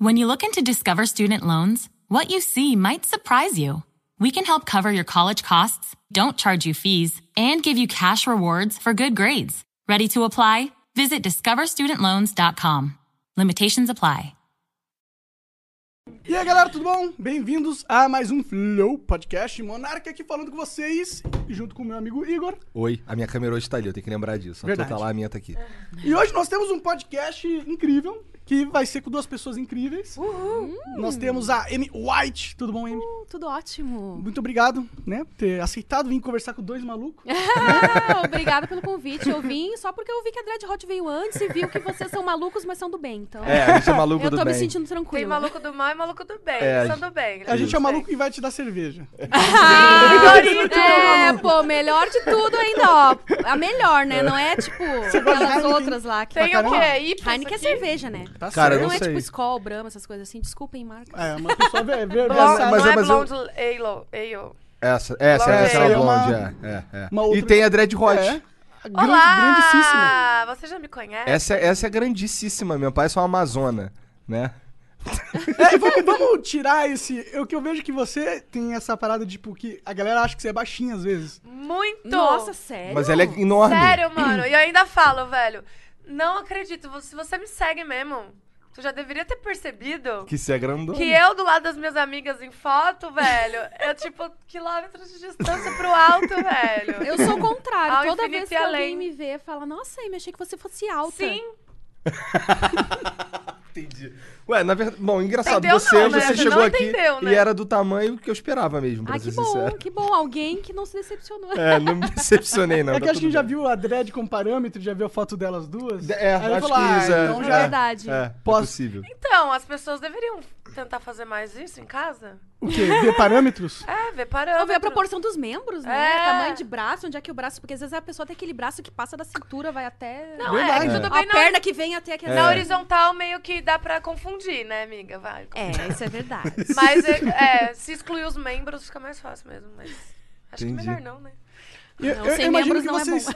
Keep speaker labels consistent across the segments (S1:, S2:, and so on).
S1: When you look into Discover Student Loans, what you see might surprise you. We can help cover your college costs, don't charge you fees, and give you cash rewards for good grades. Ready to apply? Visit discoverstudentloans.com. Limitations apply.
S2: E aí galera, tudo bom? Bem-vindos a mais um Flow Podcast Monarca aqui falando com vocês, junto com o meu amigo Igor.
S3: Oi, a minha câmera hoje tá ali, eu tenho que lembrar disso. A
S2: Verdade.
S3: tua tá lá, a minha tá aqui.
S2: E hoje nós temos um podcast incrível, que vai ser com duas pessoas incríveis. Nós temos a Amy White. Tudo bom, Amy?
S4: Tudo ótimo.
S2: Muito obrigado, né, por ter aceitado vir conversar com dois malucos.
S4: Ah, Obrigada pelo convite. Eu vim só porque eu vi que a Dread Hot veio antes e viu que vocês são malucos, mas são do bem. Então,
S3: É, a gente é maluco
S4: eu
S3: do
S4: tô me
S3: bem.
S4: sentindo
S5: Tem
S4: tranquila.
S5: maluco do mal e maluco do bem.
S3: É, a
S5: Só
S3: gente-
S5: do bem. né?
S2: A gente é
S5: Não
S2: maluco
S5: sei.
S2: e vai te dar cerveja.
S4: Ah, É, pô, melhor de tudo ainda, ó. A melhor, né? Não é tipo
S2: gosta de
S4: aquelas
S2: Heineken?
S4: outras lá que.
S5: Tem o quê? Ips
S4: Heineken é
S5: aqui?
S4: cerveja, né?
S2: Tá
S3: Cara, eu
S4: não
S3: não
S4: é
S3: sei. Ah,
S4: tipo Skol, Brahma, essas coisas assim. Desculpem, marcas.
S2: É, uma pessoa ver, ver,
S3: Mas- mas
S5: Blonde, não
S3: é-
S5: é,
S3: mas eu-
S5: blonde Alo. Alo.
S3: Essa, essa, essa
S5: Blonde.
S3: é
S5: Essa
S3: a
S5: é
S2: uma-
S3: blonde, é, é, é.
S2: uma outra-
S3: E tem a Dread Hot.
S2: É. Grande, grandíssima.
S5: Olá! Você já me conhece?
S3: Essa, é- essa é grandíssima, meu pai é só uma amazona, né?
S2: É, vamos, vamos tirar esse. O que eu vejo que você tem essa parada de tipo, que a galera acha que você é baixinha às vezes.
S5: Muito!
S4: Nossa, sério?
S3: Mas ela é enorme.
S5: Sério, mano. E eu ainda falo, velho. Não acredito. Se você me segue mesmo, tu já deveria ter percebido
S3: Que se é grandona.
S5: que eu, do lado das minhas amigas em foto, velho, é tipo quilômetros de distância pro alto, velho.
S4: Eu sou o contrário.
S5: Ao
S4: Toda
S5: infinito
S4: vez
S5: e
S4: que alguém
S5: além.
S4: me vê, fala: Nossa, Amy, achei que você fosse alta.
S5: Sim,
S3: Entendi. Ué, na verdade, bom, engraçado,
S5: Entendeu
S3: você,
S5: não, né?
S3: você
S5: Você
S3: chegou
S5: não
S3: aqui
S5: entendeu, né?
S3: e era do tamanho que eu esperava mesmo, pra
S4: Ah,
S3: ser
S4: que bom,
S3: sincero.
S4: que bom. Alguém que não se decepcionou.
S3: É, não me decepcionei, não.
S2: é que
S3: tá
S2: acho que
S3: tudo
S2: já
S3: bem.
S2: viu a Dredd com parâmetro, já viu a foto delas duas.
S3: É,
S2: Aí eu
S3: acho
S2: falo,
S3: que
S2: "Ah,
S3: isso é-
S2: então
S4: É
S2: já.
S4: verdade.
S3: É, é
S2: Posso-
S3: possível.
S5: Então, as pessoas deveriam tentar fazer mais isso em casa?
S2: O quê? Ver parâmetros?
S5: É, ver
S4: Pra ver
S5: parâmetro.
S4: a proporção dos membros, né?
S5: É.
S4: Tamanho de braço, onde é que o braço. Porque às vezes a pessoa tem aquele braço que passa da cintura, vai até.
S5: Não,
S2: Verdade.
S5: é, tudo
S4: a
S5: bem na,
S4: perna que vem até aqui.
S5: É. na
S3: É.
S5: horizontal meio que dá pra confundir, né, amiga? Vai.
S4: É, isso é verdade.
S5: Mas é, é, se excluir os membros fica mais fácil mesmo, mas acho
S3: Entendi.
S5: que melhor não, né?
S2: Eu,
S4: Não,
S2: eu
S4: sem
S2: imagino
S4: membros
S2: que
S4: não é
S2: vocês.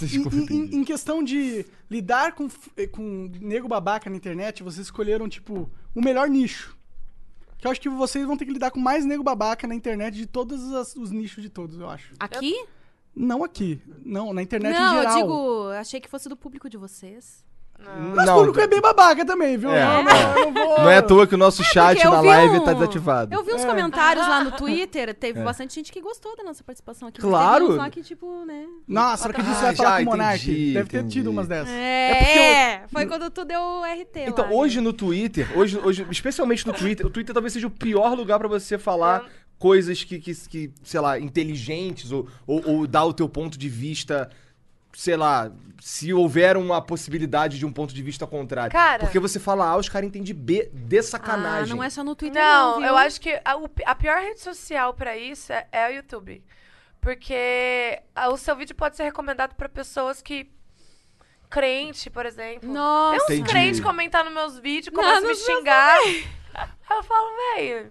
S3: Desculpa,
S2: em- em,
S3: entendi.
S2: em questão de lidar com, f- eh, com nego babaca na internet, vocês escolheram, tipo, o melhor nicho. Que eu acho que vocês vão ter que lidar com mais nego babaca na internet de todos as- os nichos de todos, eu acho.
S4: Aqui?
S2: Não aqui. Não, na internet em
S4: não, eu
S2: geral.
S4: digo, achei que fosse do público de vocês.
S2: Mas o
S3: Não, tá.
S2: público é bem babaca também, viu?
S3: É.
S2: Não, não, eu não vou.
S3: Não é à toa que o nosso chat
S4: Porque eu
S3: na
S4: vi
S3: live
S4: um-
S3: tá desativado.
S4: Eu vi uns comentários lá no Twitter, teve bastante gente que gostou da nossa participação aqui. mas
S3: Claro.
S4: Teve uns lá que, tipo, né?
S2: Nossa, será que você
S3: Ah,
S2: vai falar
S3: já
S2: com o Monark?
S3: entendi,
S2: Deve ter tido
S3: entendi.
S2: umas dessas. porque eu-
S4: É, é, foi quando tu deu o RT.
S3: Então,
S4: lá,
S3: hoje
S4: né?
S3: no Twitter, hoje, hoje, especialmente no Twitter, o Twitter talvez seja o pior lugar pra você falar coisas que, que, que, sei lá, inteligentes ou, ou, ou dar o teu ponto de vista, sei lá, se houver uma possibilidade de um ponto de vista contrário.
S5: Cara.
S3: Porque você fala A, os caras entendem B de
S4: Ah,
S3: sacanagem.
S4: não é só no Twitter, não.
S5: Não,
S4: viu?
S5: eu acho que a, o pi- a pior rede social pra isso é, é o YouTube. Porque a- o seu vídeo pode ser recomendado pra pessoas que. Crente, por exemplo.
S4: Nossa.
S5: Tem uns
S3: Entendi.
S5: crentes comentar nos meus vídeos, começam a
S4: Não,
S5: me
S4: nos meus
S5: xingar. Aí eu falo, véi.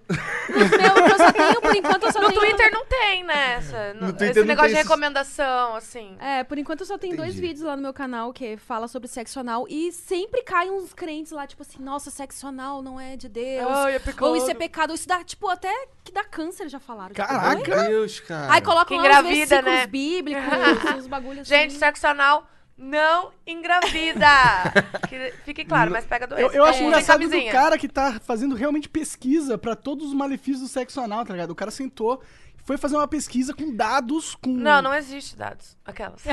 S4: Meu, eu só tenho, por enquanto, eu só
S5: No
S4: tenho.
S5: Twitter não tem, né? Essa,
S3: No
S5: no-
S3: Twitter
S5: esse
S3: não
S5: negócio
S3: tem
S5: de
S3: esses-
S5: recomendação, assim.
S4: É, por enquanto eu só tenho dois
S3: Entendi.
S4: vídeos lá no meu canal que fala sobre sexo anal e sempre caem uns crentes lá, tipo assim, nossa, sexo anal não é de Deus.
S5: Ai, é
S4: ou
S5: pecado.
S4: isso é pecado, ou isso dá, tipo, até que dá câncer, já falaram. Tipo,
S2: Caraca.
S4: oi?
S3: Meu Deus, cara.
S4: Aí colocam
S5: Que
S4: lá
S5: engravida,
S4: os versículos
S5: né?
S4: bíblicos, uns bagulhos assim.
S5: Gente, sexo anal não engravida. que, fique claro, mas pega doença.
S2: Eu, eu acho
S5: Usem
S2: engraçado do
S5: camisinha.
S2: cara que tá fazendo realmente pesquisa pra todos os malefícios do sexo anal, tá ligado? O cara sentou, foi fazer uma pesquisa com dados, com.
S5: Não, não existe dados. Aquelas.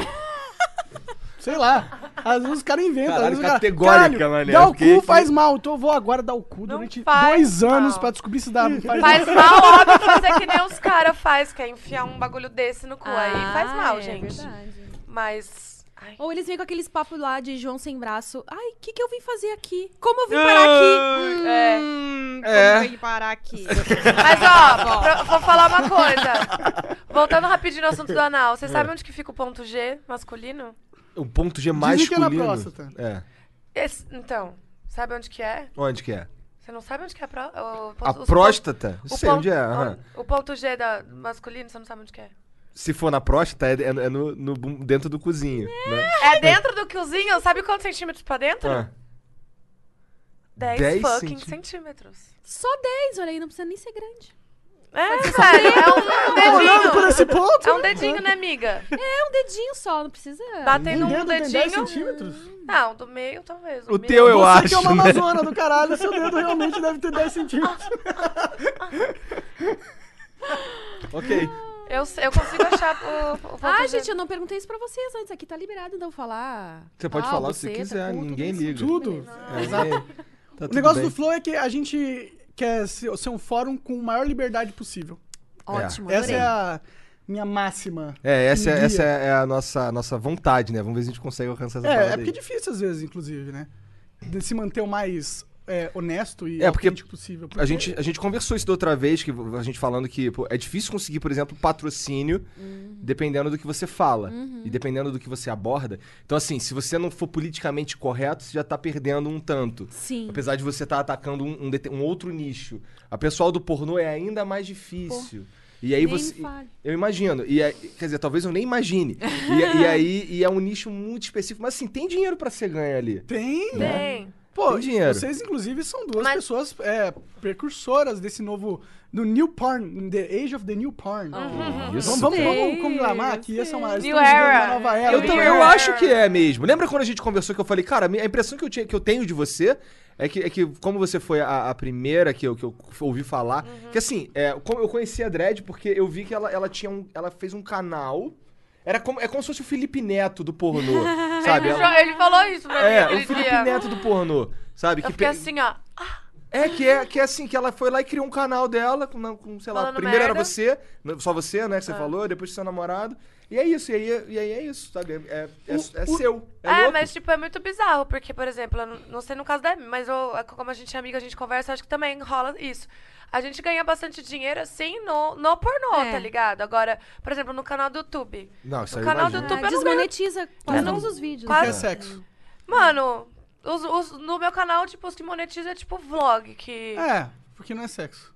S2: Sei lá. Às vezes os caras inventam.
S3: Caralho,
S2: às vezes o cara,
S3: categórica,
S2: "Caralho,
S3: mané.
S2: Dá o
S3: Fiquei
S2: cu
S3: aqui.
S2: faz mal. Então eu vou agora dar o cu
S5: Não
S2: durante
S5: faz
S2: dois
S5: mal.
S2: anos pra descobrir se dá. Faz,
S5: Faz
S2: mal.
S5: mal, óbvio, mas é que nem os caras faz, que é enfiar um bagulho desse no cu. aí
S4: Ah,
S5: faz mal,
S4: é
S5: gente.
S4: verdade.
S5: Mas. ai.
S4: Ou eles vêm com aqueles papos lá de João sem braço. Ai, o que, que eu vim fazer aqui? Como eu vim parar aqui?
S5: É.
S4: Hum,
S3: É.
S4: Como eu vim parar aqui?
S5: Mas ó, pra- vou falar uma coisa. Voltando rapidinho no assunto do anal, você
S2: É.
S5: sabe onde que fica o ponto G masculino?
S3: O ponto G mais
S2: Dizem que é na
S3: masculino.
S2: próstata.
S3: É.
S5: Esse- então, sabe onde que é?
S3: Onde que é?
S5: Você não sabe onde que é a, pró o,
S3: A
S5: os- os
S3: próstata?
S5: pon- o
S3: Sei
S5: pon-
S3: onde é. aham.
S5: O, o ponto G é da masculino, você não sabe onde que é.
S3: Se for na próstata, é, é no, no bum- dentro do cozinho, né?
S5: É dentro do cozinho, sabe quantos centímetros pra dentro?
S3: Ah.
S5: 10,
S3: 10
S5: fucking
S3: Ah, centí-
S5: centímetros.
S4: Só 10, olha aí, não precisa nem ser grande.
S5: É, velho, é um
S2: Tá Olhando por
S5: dedinho.
S2: esse ponto.
S5: É um dedinho, né, amiga?
S4: É um dedinho só, não precisa.
S5: Batendo um
S2: dedo tem 10
S5: dedinho.
S2: centímetros?
S5: Não, do meio talvez.
S3: O teu eu
S2: Você
S3: acho.
S2: que é uma
S3: né?
S2: amazona do caralho, seu dedo realmente deve ter 10 centímetros.
S3: ok.
S5: Eu, sei- eu consigo achar o, o ponto
S4: Ah,
S5: de-
S4: gente, eu não perguntei isso pra vocês antes. Aqui tá liberado, então falar.
S3: Você pode
S2: Ah,
S4: pau,
S3: falar o
S2: tá
S3: que você
S4: buceta,
S3: quiser,
S4: cu, tudo
S3: ninguém
S4: isso.
S3: liga.
S2: Tudo.
S3: É, tá
S2: O
S3: tudo
S2: negócio
S3: bem.
S2: do Flow é que a gente quer ser ser um fórum com a maior liberdade possível.
S4: Ótimo,
S2: Essa
S4: adorei.
S2: é a minha máxima.
S3: É, essa,
S2: Um
S3: é-
S2: dia.
S3: essa é a nossa, nossa vontade, né? Vamos ver se a gente consegue alcançar essa
S2: É,
S3: parada
S2: é porque é
S3: aí.
S2: difícil às vezes, inclusive, né? De se manter o mais é, honesto e
S3: É, porque
S2: autêntico possível.
S3: A gente, a gente conversou isso da outra vez, que a gente falando que pô, é difícil conseguir, por exemplo, patrocínio
S2: Uhum.
S3: dependendo do que você fala e dependendo do que você aborda. Então, assim, se você não for politicamente correto, você já tá perdendo um tanto.
S4: Sim.
S3: Apesar de você estar atacando um, um dete- um outro nicho. A pessoal do pornô é ainda mais difícil. E aí
S4: Nem
S3: você.
S4: me fale.
S3: Eu imagino. E é- quer dizer, talvez eu nem imagine. E, e aí e é um nicho muito específico. Mas assim, tem dinheiro pra ser ganho ali.
S2: Tem,
S5: Tem.
S2: pô,
S3: Tem dinheiro.
S2: vocês inclusive são duas
S5: Mas-
S2: pessoas é, precursoras desse novo, do New Porn, The Age of the New Porn.
S3: Isso.
S2: Vamos, vamos, vamos
S4: Sei,
S2: conclamar que essa é uma,
S5: Uhum. New
S2: estamos vivendo uma
S5: era.
S2: nova era.
S5: Eu
S3: Eu,
S5: vi.
S3: também, eu acho que é mesmo. Lembra quando a gente conversou que eu falei, cara, a minha- a impressão que eu, tinha, que eu tenho de você é que, é que como você foi a, a primeira que eu, que eu ouvi falar,
S5: Uhum.
S3: que assim, é, como eu conheci a Dredd porque eu vi que ela, ela tinha um, ela fez um canal. Era como, é como se fosse o Felipe Neto do pornô, sabe?
S5: Ele,
S3: Ela-
S5: jo- ele falou isso pra mim
S3: é, o
S5: aquele
S3: Felipe
S5: dia.
S3: Neto do pornô, sabe?
S5: Eu
S3: Que
S5: fiquei
S3: pe-
S5: assim, ó.
S3: É que, é, que é assim, que ela foi lá e criou um canal dela, com, na- com, sei lá,
S5: Falando
S3: primeiro era
S5: merda. Ah.
S3: você, no- só você, né, que você falou, depois seu namorado. E é isso, e aí, e aí é isso, sabe? É, é- é- é seu. É,
S5: É,
S3: louco.
S5: mas tipo, é muito bizarro, porque, por exemplo, eu não, não sei no caso da Amy, mas eu- como a gente é amiga, a gente conversa, acho que também rola isso. A gente ganha bastante dinheiro, assim, no, no pornô,
S4: É.
S5: tá ligado? Agora, por exemplo, no canal do YouTube.
S3: Não, isso
S5: No
S3: aí eu
S5: canal do
S3: imagino.
S5: tô
S4: Ah,
S5: pelo
S4: desmonetiza quase todos os vídeos.
S5: Quase-
S2: Que é sexo.
S5: Mano, os- os- no meu canal, tipo, os que monetiza é tipo vlog, que...
S2: É, porque não é sexo.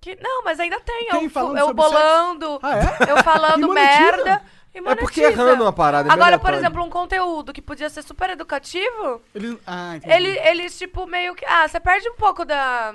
S5: que não, mas ainda tem.
S2: Tem
S5: eu
S2: falando
S5: eu
S2: sobre sexo?
S5: bolando,
S2: Ah, é?
S5: eu
S2: E
S5: falando
S2: monetiza?
S5: merda e
S3: É
S5: monetiza.
S3: porque errando uma parada. é meio
S5: Agora, por
S3: aleatório.
S5: exemplo, um conteúdo que podia ser super educativo,
S2: Eles, ah, entendi.
S5: ele, eles, tipo, meio que... Ah, você perde um pouco da...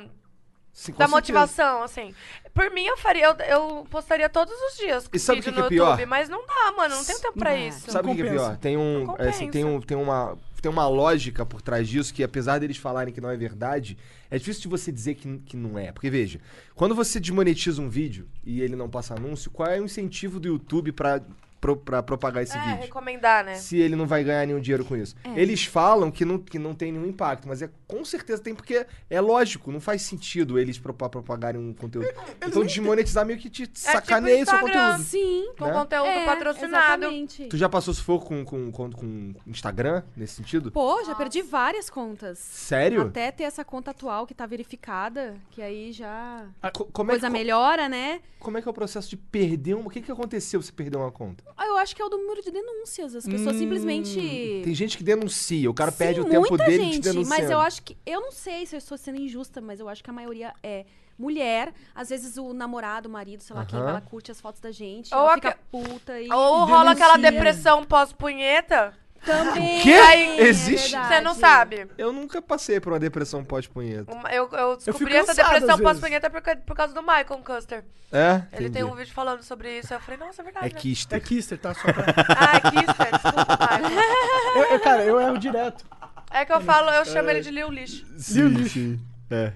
S3: Sim, com
S5: da
S3: certeza.
S5: motivação, assim. Por mim, eu faria, eu, eu postaria todos os dias
S3: E sabe o que
S5: vídeo
S3: que
S5: no
S3: é pior?
S5: YouTube, mas não dá, mano, não tem tempo pra isso.
S3: Sabe o que que é
S2: compensa.
S3: pior? Tem um,
S5: Então, Não
S3: é assim, tem um, tem uma, tem uma lógica por trás disso que, apesar deles falarem que não é verdade, é difícil de você dizer que, que não é. Porque veja, quando você desmonetiza um vídeo e ele não passa anúncio, qual é o incentivo do YouTube pra pro- pra propagar esse
S5: é,
S3: vídeo?
S5: recomendar, né?
S3: Se ele não vai ganhar nenhum dinheiro com isso. Eles falam que não, que não tem nenhum impacto, mas é com certeza tem, porque é lógico, não faz sentido eles propa- propagarem um conteúdo. então desmonetizar meio que te sacaneia o seu
S5: É tipo Instagram.
S3: conteúdo.
S4: Sim.
S5: Com
S3: né?
S5: conteúdo
S4: É,
S5: patrocinado.
S4: Exatamente.
S3: Tu já passou sufoco com, com, com, com Instagram nesse sentido?
S4: Pô, já perdi várias contas.
S3: Sério?
S4: Até ter essa conta atual que tá verificada, que aí já.
S3: Co- como, é que,
S4: Coisa melhora, né?
S3: como é que é o processo de perder uma? O que, que aconteceu se perder uma conta?
S4: Ah, Eu acho que é o do número de denúncias. As pessoas
S2: Hum,
S4: simplesmente.
S3: Tem gente que denuncia, o cara
S4: Sim,
S3: perde o
S4: muita
S3: tempo dele te
S4: gente,
S3: denunciando.
S4: Mas eu acho que. Eu não sei se eu estou sendo injusta, mas eu acho que a maioria é mulher. Às vezes o namorado, o marido, sei lá quem,
S3: Aham.
S4: ela curte as fotos da gente.
S5: Ou
S4: ela
S5: aque-
S4: fica puta e.
S5: Ou
S2: E
S5: rola aquela
S2: denuncia.
S5: depressão pós-punheta,
S4: Também.
S3: Quê?
S4: é
S3: Existe?
S4: verdade.
S5: você não sabe.
S3: Eu nunca passei por uma depressão pós-punheta.
S5: Uma- Eu, eu descobri
S2: fico
S5: essa
S2: cansado, às
S5: depressão
S2: vezes.
S5: pós-punheta por, ca- por causa do Michael Custer.
S3: É?
S5: Ele tem
S3: Entendi.
S5: um vídeo falando sobre isso. Eu falei, nossa, é verdade.
S3: É
S5: né?
S2: É
S3: Kister.
S2: Kister, tá? Só pra...
S5: Ah, é Kister, desculpa, Michael.
S2: eu, eu, cara, eu erro direto.
S5: É que eu falo, eu chamo ele de Liu Lixo.
S3: Sim, sim. É.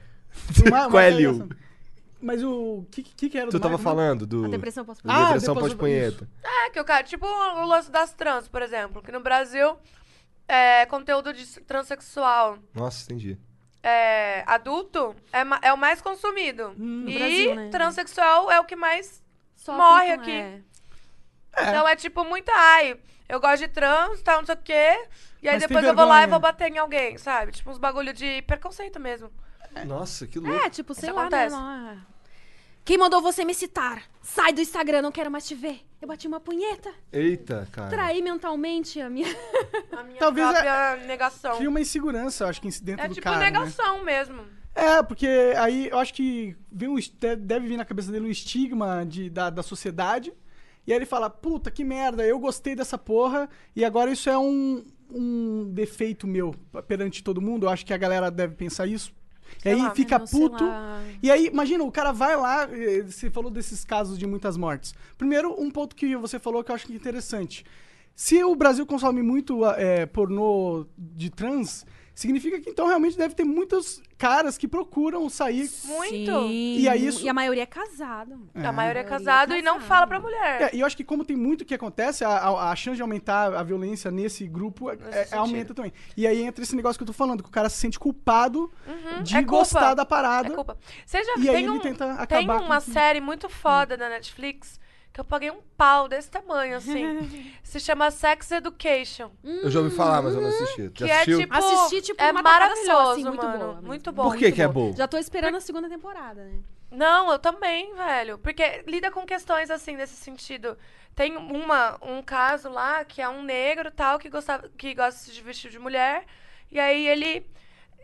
S2: Uma- uma
S3: Qual é,
S2: coisa
S3: Lil?
S2: dessa. Mas o que, que que era
S3: Tu
S2: do
S3: tava
S2: Michael?
S3: falando do...
S4: A depressão posso
S3: da
S2: Ah,
S3: depressão
S2: depois eu-
S3: pós-punheta.
S5: É que o cara, tipo o lance das trans, por exemplo, que no Brasil é conteúdo de s- transexual
S3: Nossa, entendi.
S5: é, adulto é, ma- é o mais consumido.
S4: no
S5: e
S4: Brasil, né?
S5: transexual é o que mais. morre aqui. Então é tipo muita ai. Eu gosto de trans, tal, não sei o quê. E aí
S2: Mas tem
S5: depois eu vou lá e
S2: vergonha.
S5: vou bater em alguém, sabe? Tipo uns bagulho de preconceito mesmo.
S3: Nossa, que
S4: É,
S3: louco.
S4: é tipo, sei
S5: Isso
S4: lá,
S5: acontece.
S4: né? lá- Quem mandou você me citar? Sai do Instagram, não quero mais te ver. Eu bati uma punheta,
S3: Eita, cara.
S4: É. traí mentalmente a minha.
S5: A minha
S2: Talvez é-
S5: própria negação.
S2: Cria uma insegurança, eu acho que dentro
S5: É
S2: do
S5: tipo
S2: cara, né?
S5: negação mesmo.
S2: É, porque aí eu acho que vem um, est- deve vir na cabeça dele o estigma de, da, da sociedade. E aí ele fala, puta, que merda, eu gostei dessa porra. E agora isso é um, um defeito meu perante todo mundo, eu acho que a galera deve pensar isso.
S5: Sei
S2: e aí
S5: lá,
S2: fica
S4: Não, sei
S2: puto.
S4: lá.
S2: E aí, imagina, o cara vai lá, eh, você falou desses casos de muitas mortes. Primeiro, um ponto que você falou que eu acho que é interessante. Se o Brasil consome muito ah, eh, pornô de trans, significa que então realmente deve ter muitos caras que procuram sair.
S5: Muito.
S4: Sim.
S2: E aí isso-
S4: E a maioria é casada. mano.
S5: A maioria é
S4: Maioria é
S5: casado e não
S4: casado.
S5: fala pra mulher.
S2: É, e eu acho que como tem muito que acontece, a, a- a chance de aumentar a violência nesse grupo é- é-
S5: sentido.
S2: aumenta também. E aí entra esse negócio que eu tô falando, que o cara se sente culpado
S5: Uhum,
S2: de
S5: é culpa.
S2: gostar da
S5: É
S2: parada.
S5: culpa. Você já
S2: e
S5: tem
S2: aí ele
S5: um,
S2: tenta acabar
S5: Tem
S2: com
S5: uma
S2: tudo.
S5: série muito foda
S4: É.
S5: da Netflix que eu paguei um pau desse tamanho, assim. Se chama Sex Education.
S3: Eu já ouvi falar, mas eu não assisti.
S5: Que é tipo.
S4: Assisti, tipo,
S5: é
S4: uma tacada só,
S5: maravilhoso,
S4: assim, muito
S5: mano.
S4: boa, muito
S5: muito bom.
S4: boa.
S3: Por que
S5: muito
S3: que é bom?
S4: Já tô esperando a segunda temporada, né?
S5: Não, eu também, velho. Porque lida com questões assim nesse sentido. Tem uma, um caso lá que é um negro tal que gostava, que gosta de vestir de mulher. E aí ele.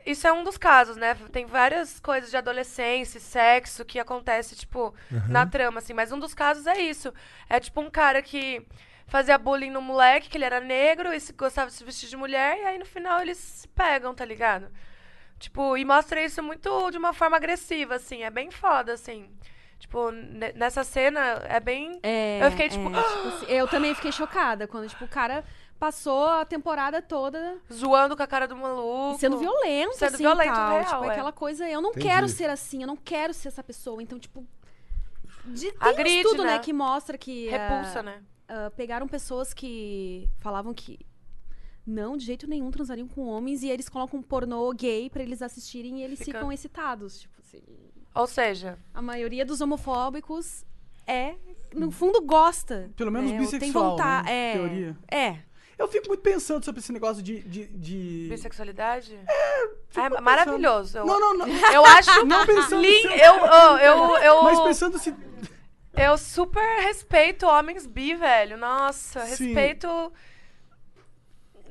S5: Isso é um dos casos, né? Tem várias coisas de adolescência, e sexo que acontece, tipo, na trama, assim. Mas um dos casos é isso. É tipo um cara que fazia bullying no moleque, que ele era negro, e se- gostava de se vestir de mulher, e aí no final eles se pegam, tá ligado? Tipo, e mostra isso muito de uma forma agressiva, assim. É bem foda, assim. Tipo, ne- nessa cena é bem.
S4: É,
S5: Eu fiquei, tipo,
S4: é, assim, eu também fiquei chocada quando, tipo, o cara passou a temporada toda
S5: Zoando com a cara do maluco.
S4: sendo violento,
S5: sendo
S4: assim,
S5: violento
S4: tal.
S5: real,
S4: tipo,
S5: é.
S4: aquela coisa, eu não
S3: Entendi.
S4: quero ser assim, eu não quero ser essa pessoa. Então, tipo, de, tem
S5: Agride,
S4: um estudo, né,
S5: né?
S4: que mostra que... ah,
S5: Repulsa, né?
S4: ah, pegaram pessoas que falavam que não, de jeito nenhum, transariam com homens e eles colocam um pornô gay pra eles assistirem e eles
S5: Fica-
S4: ficam excitados. Tipo assim,
S5: Ou seja,
S4: a maioria dos homofóbicos é, no fundo, gosta.
S2: Pelo menos
S4: né, ou
S2: bissexual,
S4: Tem vontade.
S2: né,
S4: É,
S2: teoria.
S4: é.
S2: Eu fico muito pensando sobre esse negócio de. de, de-
S5: bissexualidade? É,
S2: tipo, pensando.
S5: maravilhoso. Eu,
S2: Não, não, não.
S5: eu acho.
S2: Não pensando
S5: lindo.
S2: no seu-
S5: Eu, ó, eu, eu,
S2: Mas pensando se.
S5: eu super respeito homens bi, velho. Nossa,
S2: Sim.
S5: respeito.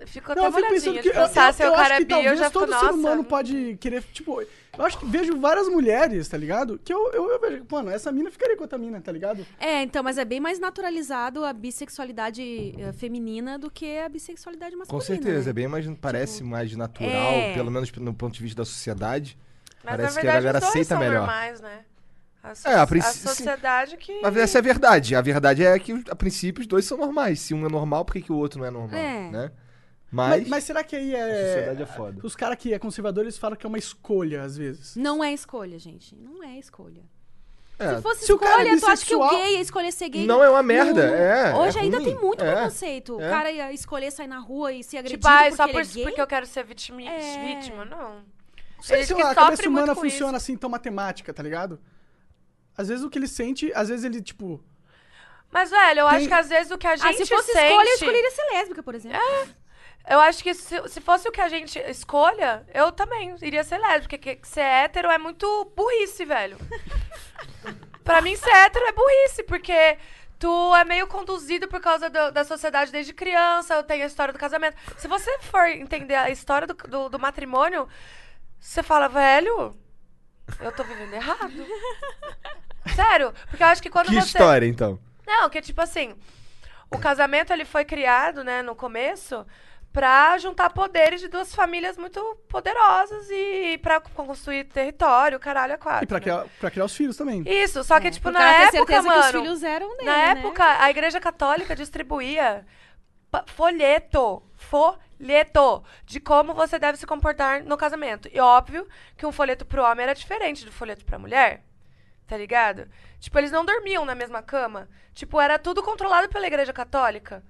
S5: Fico até
S2: Não, eu fico pensando
S5: molhadinha
S2: que.
S5: de pensar se o cara
S2: acho
S5: é
S2: que
S5: bi, eu
S2: talvez
S5: já fico,
S2: todo
S5: nossa.
S2: ser humano pode querer. Tipo, eu acho que vejo várias mulheres, tá ligado? Que eu, eu, eu vejo. Mano, essa mina ficaria com outra mina, tá ligado?
S4: É, então, mas é bem mais naturalizado a bissexualidade eh, feminina do que a bissexualidade
S3: Com
S4: masculina.
S3: certeza, é
S4: né?
S3: bem mais. Parece mais natural,
S4: é.
S3: pelo menos no ponto de vista da sociedade.
S5: Mas
S3: Parece
S5: na
S3: que a
S5: verdade
S3: galera
S5: os dois
S3: aceita
S5: são
S3: melhor.
S5: normais, né? A, so-
S3: É, a
S5: a
S3: princ- sim.
S5: sociedade que. tipo,
S3: Mas essa é a verdade. A verdade é que, a princípio, os dois são normais. Se um é normal, por que, que o outro não é normal?
S4: É.
S3: Né?
S2: Mas,
S3: Mas,
S2: mas será que aí
S3: a
S2: é.
S3: sociedade é foda.
S2: Os caras que é conservador, eles falam que é uma escolha, às vezes.
S4: Não é escolha, gente. Não é escolha.
S3: É,
S4: Se fosse
S2: Se o cara é
S4: escolha, tu acha que o
S2: bissexual-
S4: gay ia escolher ser gay?
S3: Não é uma merda,
S4: Não.
S3: é,
S4: Hoje
S3: é
S4: ainda
S3: ruim,
S4: tem muito
S3: é,
S4: preconceito.
S3: é.
S4: O cara ia escolher sair na rua e ser agredido
S5: Tipo, ah, é
S4: porque
S5: só
S4: ele
S5: por,
S4: é gay.
S5: porque eu quero ser vítima,
S4: É.
S5: vítima não.
S2: Não sei
S5: Eles
S2: se
S5: que
S2: a
S5: sofrem
S2: cabeça
S5: muito
S2: humana
S5: com
S2: funciona assim tão matemática, tá ligado? Às vezes o que ele sente, às vezes ele, tipo.
S5: Mas, velho, eu acho
S2: Tem-
S5: que às vezes o que a gente
S4: Ah, se fosse
S5: sente... É,
S4: escolha, eu escolheria ser lésbica, por exemplo.
S5: Eu acho que se, se fosse o que a gente escolha, eu também iria ser lésbica. Porque que ser hétero é muito burrice, velho. pra mim, ser hétero é burrice, porque tu é meio conduzido por causa do- da sociedade desde criança, eu tenho a história do casamento. Se você for entender a história do, do, do matrimônio, você fala, velho, eu tô vivendo errado. Sério, porque eu acho que quando
S3: Que
S5: você.
S3: história, então?
S5: Não, que tipo assim, o casamento ele foi criado, né, no começo, pra juntar poderes de duas famílias muito poderosas e pra construir território, caralho, a quatro.
S2: E pra
S5: né?
S2: criar, pra criar os filhos também.
S5: Isso, só que tipo
S4: Pro
S5: na
S4: É. cara ter
S5: época,
S4: certeza
S5: mano,
S4: que os filhos eram dele,
S5: na
S4: né?
S5: época a Igreja Católica distribuía pa- folheto, folheto de como você deve se comportar no casamento. E óbvio que um folheto pro homem era diferente do folheto pra mulher. Tá ligado? Tipo, eles não dormiam na mesma cama. Tipo, era tudo controlado pela Igreja Católica.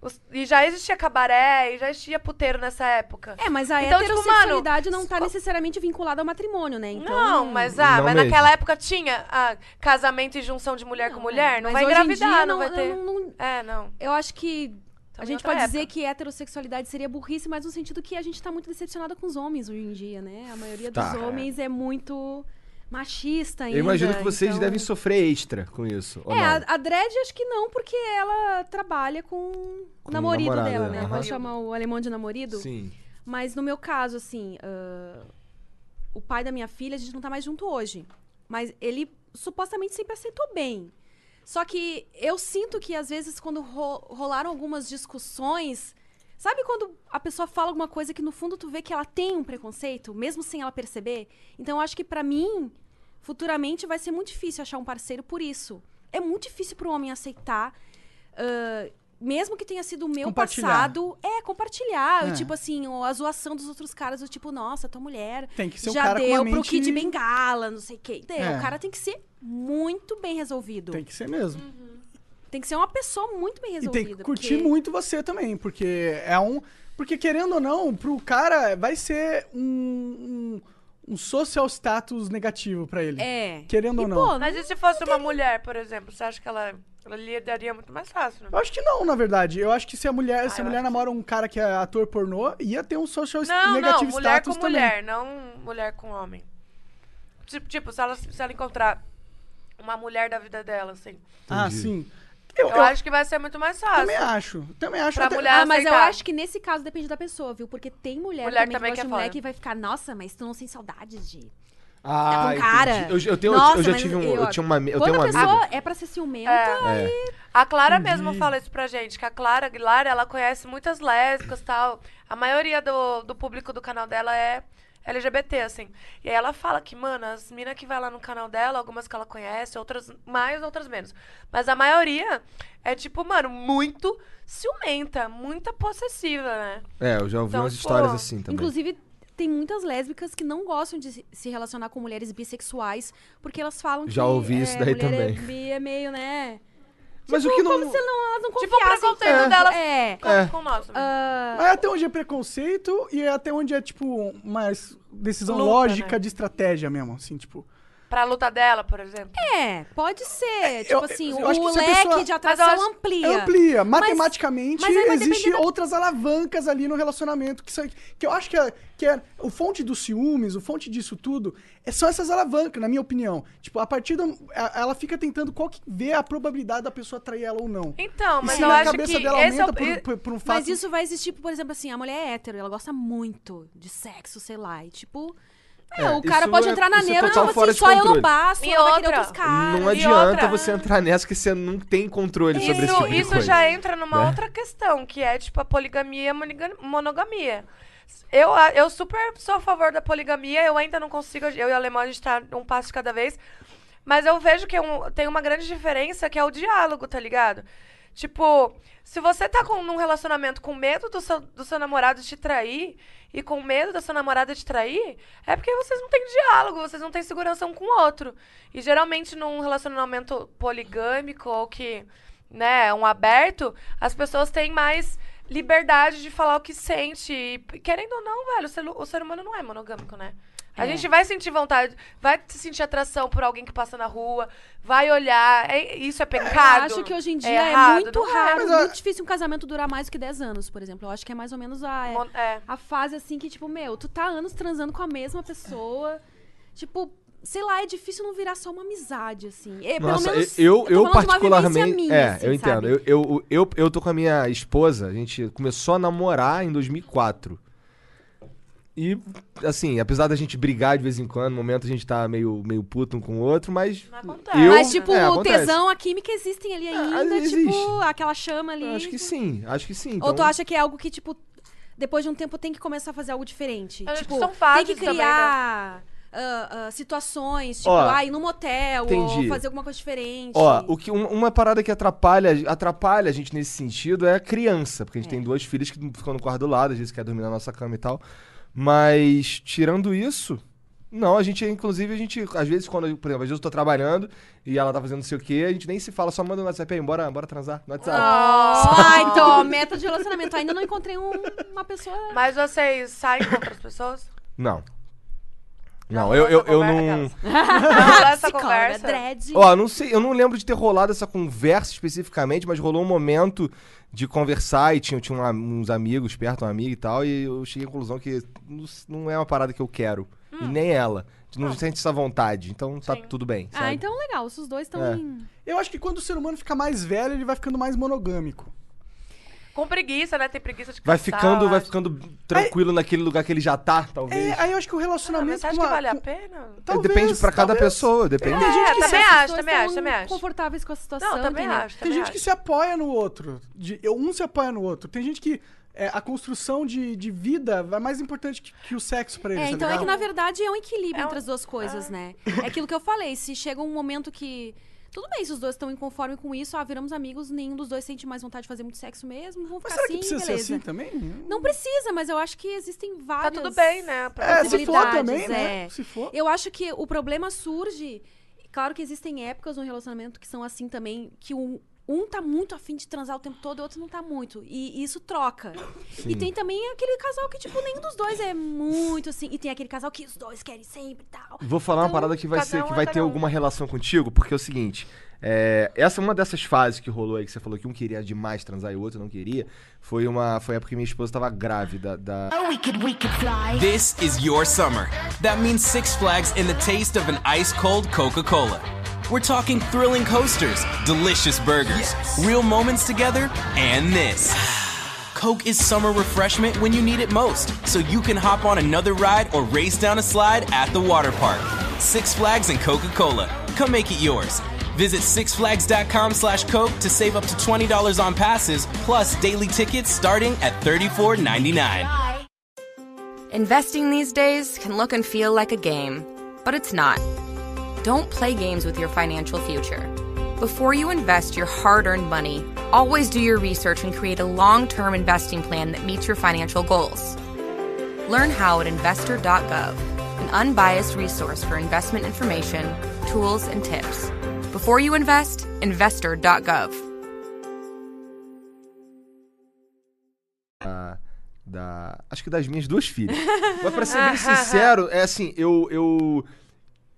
S5: Os- e já existia cabaré, e já existia puteiro nessa época.
S4: É, mas a
S5: Então, tipo,
S4: heterossexualidade
S5: mano,
S4: não tá necessariamente vinculada ao matrimônio, né? Então,
S5: não, mas, ah,
S3: Não
S5: mas
S3: mesmo.
S5: naquela época tinha ah, casamento e junção de mulher com mulher. Não
S4: é. mas
S5: vai
S4: hoje em
S5: engravidar,
S4: dia
S5: não, vai ter.
S4: não- não-
S5: É, não.
S4: eu acho que a
S5: Também
S4: gente
S5: outra
S4: pode dizer
S5: época.
S4: que heterossexualidade seria burrice, mas no sentido que a gente tá muito decepcionada com os homens hoje em dia, né? A maioria dos
S3: Tá.
S4: homens é muito machista ainda.
S3: Eu imagino que vocês
S4: então-
S3: devem sofrer extra com isso. Ou
S4: É,
S3: não?
S4: a, a Dredd acho que não, porque ela trabalha com,
S3: Com
S4: o namorido
S3: namorada,
S4: dela, né?
S3: aham.
S4: Pode chamar o alemão de namorido.
S3: Sim.
S4: Mas no meu caso, assim, ah, o pai da minha filha, a gente não tá mais junto hoje. Mas ele supostamente sempre aceitou bem. Só que eu sinto que, às vezes, quando ro- rolaram algumas discussões, Sabe quando a pessoa fala alguma coisa que no fundo tu vê que ela tem um preconceito, mesmo sem ela perceber? Então eu acho que pra mim, futuramente vai ser muito difícil achar um parceiro por isso. É muito difícil pro homem aceitar, ah, mesmo que tenha sido o meu
S2: Compartilhar.
S4: passado, é compartilhar,
S2: É.
S4: tipo assim, ou a zoação dos outros caras, do tipo, nossa, tua mulher
S2: Tem que ser um
S4: já
S2: cara com
S4: deu
S2: a mente...
S4: pro Kid Bengala, não sei o quê. Entendeu?
S2: É.
S4: O cara tem que ser muito bem resolvido.
S2: Tem que ser mesmo.
S4: Tem que ser uma pessoa muito bem
S2: E
S4: resolvida.
S2: tem que curtir
S4: porque-
S2: muito você também, porque é um. Porque querendo ou não, pro cara vai ser um, um, um social status negativo pra ele.
S4: É.
S2: Querendo
S4: E,
S2: ou não.
S4: pô,
S5: Mas e se fosse uma mulher, por exemplo? Você acha que ela, ela lidaria muito mais fácil, né?
S2: Eu acho que não, na verdade. Eu acho que se a mulher, se a
S5: Ah, eu
S2: mulher
S5: acho que
S2: namora um cara que é ator pornô, ia ter um social
S5: Não,
S2: negativo
S5: não, mulher com
S2: status também.
S5: mulher, não mulher com homem. Tipo, tipo, se, ela, se ela encontrar uma mulher da vida dela, assim.
S2: Ah,
S3: Entendi.
S2: sim. Eu,
S5: Eu,
S2: eu
S5: acho que vai ser muito mais fácil.
S2: também acho. Também acho.
S5: Pra
S2: até-
S5: mulher
S4: Ah, mas eu
S5: aceitar.
S4: acho que nesse caso depende da pessoa, viu? Porque tem mulher,
S5: Mulher
S4: também,
S5: também
S4: que
S5: que
S4: gosta
S5: é
S4: de mulher
S5: foda.
S4: que vai ficar, nossa, mas tu não sente saudade de...
S3: Ah,
S4: Tá com cara.
S3: entendi. Eu, eu tenho,
S4: Nossa,
S3: eu já
S4: mas
S3: tive um.
S4: eu-
S3: Eu, tinha uma, ami- eu
S4: Quando
S3: tenho um
S4: a
S3: amigo.
S4: pessoa tá é pra ser ciumenta...
S3: É.
S5: A Clara mesmo fala isso pra gente, que a Clara Aguilar, ela conhece muitas lésbicas e tal. A maioria do, do público do canal dela é LGBT, assim. E aí ela fala que, mano, as minas que vai lá no canal dela, algumas que ela conhece, outras mais, outras menos. Mas a maioria é, tipo, mano, muito ciumenta, muita possessiva, né?
S3: É, eu já ouvi
S5: Então,
S3: umas
S5: tipo,
S3: histórias assim também.
S4: Inclusive, tem muitas lésbicas que não gostam de se- se relacionar com mulheres bissexuais, porque elas falam que...
S3: Já ouvi isso
S4: é,
S3: daí
S4: mulher É,
S3: também.
S4: bi é meio, né...
S3: Mas o
S4: Tipo,
S3: que não-
S4: Como se não, elas não
S5: Tipo, o
S4: confiassem
S5: preconceito
S4: tanto.
S5: delas-
S4: É.
S5: Com,
S3: É.
S5: com o nosso. né?
S4: Ah,
S2: Mas até onde é preconceito e até onde é, tipo, uma s- decisão
S5: Luta,
S2: lógica
S5: né?
S2: de estratégia mesmo, assim, tipo.
S5: Pra luta dela, por exemplo.
S4: É, pode ser. Tipo
S2: eu-
S4: assim,
S2: eu acho que
S4: o
S2: se a
S4: leque
S2: pessoa-
S4: de atração
S5: Mas eu acho-
S4: amplia.
S2: Amplia. Matematicamente,
S4: mas aí vai
S2: existem
S4: depender da-
S2: outras alavancas ali no relacionamento. Que, são- que eu acho que é, que é o fonte dos ciúmes, o fonte disso tudo, é, são essas alavancas, na minha opinião. Tipo, a partir do, a- ela fica tentando qual que vê a probabilidade da pessoa atrair ela ou não.
S5: Então, mas
S2: e se
S5: eu
S2: a
S5: acho
S2: cabeça
S5: que
S2: dela
S5: esse é o...
S2: aumenta por, por- por um fato.
S4: Mas isso vai existir, por exemplo, assim, a mulher é hétero, ela gosta muito de sexo, sei lá, e tipo... é,
S3: É,
S4: o cara
S3: isso
S4: pode
S3: é-
S4: entrar na
S3: isso é
S4: neura,
S3: total
S4: não,
S3: fora
S4: assim,
S3: de
S4: só eu não
S3: controle.
S4: basto,
S5: E
S4: ela vai querer
S5: outra,
S4: outros caras.
S3: não é
S5: e
S3: adianta
S5: outra-
S3: você entrar nessa que você não tem controle
S5: Isso,
S3: sobre esse tipo de
S5: isso
S3: coisa.
S5: já entra numa
S3: né?
S5: outra questão, que é tipo a poligamia e a moniga- monogamia. Eu, a- eu super sou a favor da poligamia, eu ainda não consigo. Eu e a Alemã, a gente tá um passo de cada vez. Mas eu vejo que é um- tem uma grande diferença que é o diálogo, tá ligado? Tipo, se você tá com, num relacionamento com medo do seu, do seu namorado te trair e com medo da sua namorada te trair, é porque vocês não têm diálogo, vocês não têm segurança um com o outro. E geralmente num relacionamento poligâmico ou que, né, é um aberto, as pessoas têm mais liberdade de falar o que sente. E, querendo ou não, velho, o ser, o ser humano não é monogâmico, né? A
S4: É.
S5: gente vai sentir vontade, vai sentir atração por alguém que passa na rua, vai olhar. é- isso é
S4: Eu
S5: pecado.
S4: acho que hoje em dia é,
S5: errado,
S4: muito
S5: não é.
S4: raro,
S2: Mas, ó,
S4: muito difícil um casamento durar mais do que 10 anos, por exemplo. Eu acho que é mais ou menos a,
S5: Mon- É.
S4: a fase assim que, tipo, meu, tu tá anos transando com a mesma pessoa. Tipo, sei lá, é difícil não virar só uma amizade, assim. É,
S3: Nossa,
S4: pelo menos,
S3: eu, eu, eu
S4: tô falando de uma vivência
S3: particularmente.
S4: minha,
S3: é,
S4: assim,
S3: eu
S4: sabe?
S3: entendo. Eu, eu, eu, eu tô com a minha esposa, a gente começou a namorar em 2004. E, assim, apesar da gente brigar de vez em quando, no momento a gente tá meio, meio puto um com o outro, mas.
S5: Não acontece,
S3: eu-
S4: Mas, tipo,
S3: é,
S4: o
S3: acontece. Ah,
S4: tesão, a química existem ali ainda,
S3: existe.
S4: tipo, aquela chama ali. tipo,
S3: Acho que sim, acho que sim.
S4: né? Ou tu
S3: então-
S4: acha que é algo que, tipo, depois de um tempo tem que começar a fazer algo diferente?
S5: Eu acho
S4: tipo,
S5: que são fases
S4: tem que
S5: também, né?
S4: criar ah, ah, situações, tipo,
S3: Ó,
S4: ah, ir num motel, ou
S3: entendi.
S4: fazer alguma coisa diferente.
S3: Ó, o que, um- uma parada que atrapalha, atrapalha a gente nesse sentido é a criança, porque a gente tem duas filhas que ficam no quarto do lado, às vezes quer dormir na nossa cama e tal. Mas, tirando isso, não, a gente, inclusive, a gente, às vezes, quando, por exemplo, às vezes eu tô trabalhando e ela tá fazendo não sei o quê, a gente nem se fala, só manda um WhatsApp aí, bora, bora transar no WhatsApp.
S4: Ai, tô, Ah, então, meta de relacionamento. Ainda não encontrei um- uma pessoa.
S5: Mas vocês saem com outras pessoas?
S3: Não.
S5: Já
S3: Não,
S5: rolou
S3: eu, eu,
S5: essa
S3: eu
S5: conver-
S3: não.
S5: Aquelas. Já rolou essa
S4: psicóloga,
S5: conversa.
S4: dread.
S3: Ó, não sei, eu não lembro de ter rolado essa conversa especificamente, mas rolou um momento de conversar e tinha, tinha um am- uns amigos perto, uma amiga e tal, e eu cheguei à conclusão que não, s- não é uma parada que eu quero. E nem ela. A gente Não sente essa vontade, então tá
S5: Sim.
S3: tudo bem.
S4: Ah,
S3: sabe?
S4: então legal, se os dois estão
S3: É.
S4: em...
S2: Eu acho que quando o ser humano fica mais velho, ele vai ficando mais monogâmico.
S5: Com preguiça, né? Tem preguiça de
S3: Vai
S5: cansar,
S3: ficando,
S5: eu
S3: vai
S5: acho.
S3: ficando tranquilo naquele lugar que ele já tá, talvez.
S2: É, aí eu acho que o
S5: Ah,
S2: relacionamento.
S5: mas você acha
S2: com
S5: que
S2: a-
S5: vale a
S2: com-
S5: pena?
S2: talvez,
S3: depende pra cada
S2: talvez.
S3: pessoa, depende.
S5: É,
S2: gente que
S5: também
S4: As
S5: acho,
S4: pessoas
S5: também
S4: tão
S5: acho, também acho.
S4: confortáveis com a situação,
S5: Não, também
S4: entendeu?
S5: acho,
S2: Tem
S5: também
S2: gente que
S5: acho.
S2: se apoia no outro. De, eu- um se apoia no outro. Tem gente que é, a construção de, de vida é mais importante que, que o sexo pra eles,
S4: É,
S2: tá
S4: então é que
S2: ligado?
S4: na verdade é um equilíbrio
S5: É um-
S4: entre as duas coisas, né? É aquilo que eu falei, se chega um momento que. Tudo bem, se os dois estão inconformes com isso, ah, viramos amigos, nenhum dos dois sente mais vontade de fazer muito sexo mesmo, vão
S2: Mas
S4: ficar
S2: será
S4: assim,
S2: que precisa
S4: beleza.
S2: ser assim também?
S4: Não precisa, mas eu acho que existem
S5: Tá
S4: várias.
S5: tudo bem, né?
S2: É, se for
S4: possibilidades,
S2: também, né?
S4: é.
S2: Se for.
S4: Eu acho que o problema surge. Claro que existem épocas no relacionamento que são assim também, que um, um tá muito afim de transar o tempo todo e o outro não tá muito. E isso troca. E tem também aquele casal que, tipo, nenhum dos dois é muito assim. E tem aquele casal que os dois querem sempre e tal.
S3: Vou falar uma
S5: Então,
S3: parada que vai
S5: cada
S3: ser
S5: um
S3: que
S5: é
S3: vai
S5: cada
S3: ter
S5: um.
S3: alguma relação contigo, porque é o seguinte, é, essa é uma dessas fases que rolou aí que você falou que um queria demais transar e o outro não queria, foi uma foi a época que minha esposa tava grávida da
S6: This is your summer. That means Six Flags and the taste of an ice cold Coca Cola. We're talking thrilling coasters, delicious burgers, real moments together, and this. Coke is summer refreshment when you need it most, so you can hop on another ride or race down a slide at the water park. Six Flags and Coca Cola. Come make it yours. Visit sixflags.com slash Coke to save up to $20 on passes, plus daily tickets starting at $34.99.
S7: Investing these days can look and feel like a game, but it's not. Don't play games with your financial future. Before you invest your hard earned money, always do your research and create a long term investing plan that meets your financial goals. Learn how at investor.gov, an unbiased resource for investment information, tools, and tips. Before you invest, investor.gov.
S3: da- acho que das minhas duas filhas. Mas pra ser bem sincero, é assim, eu eu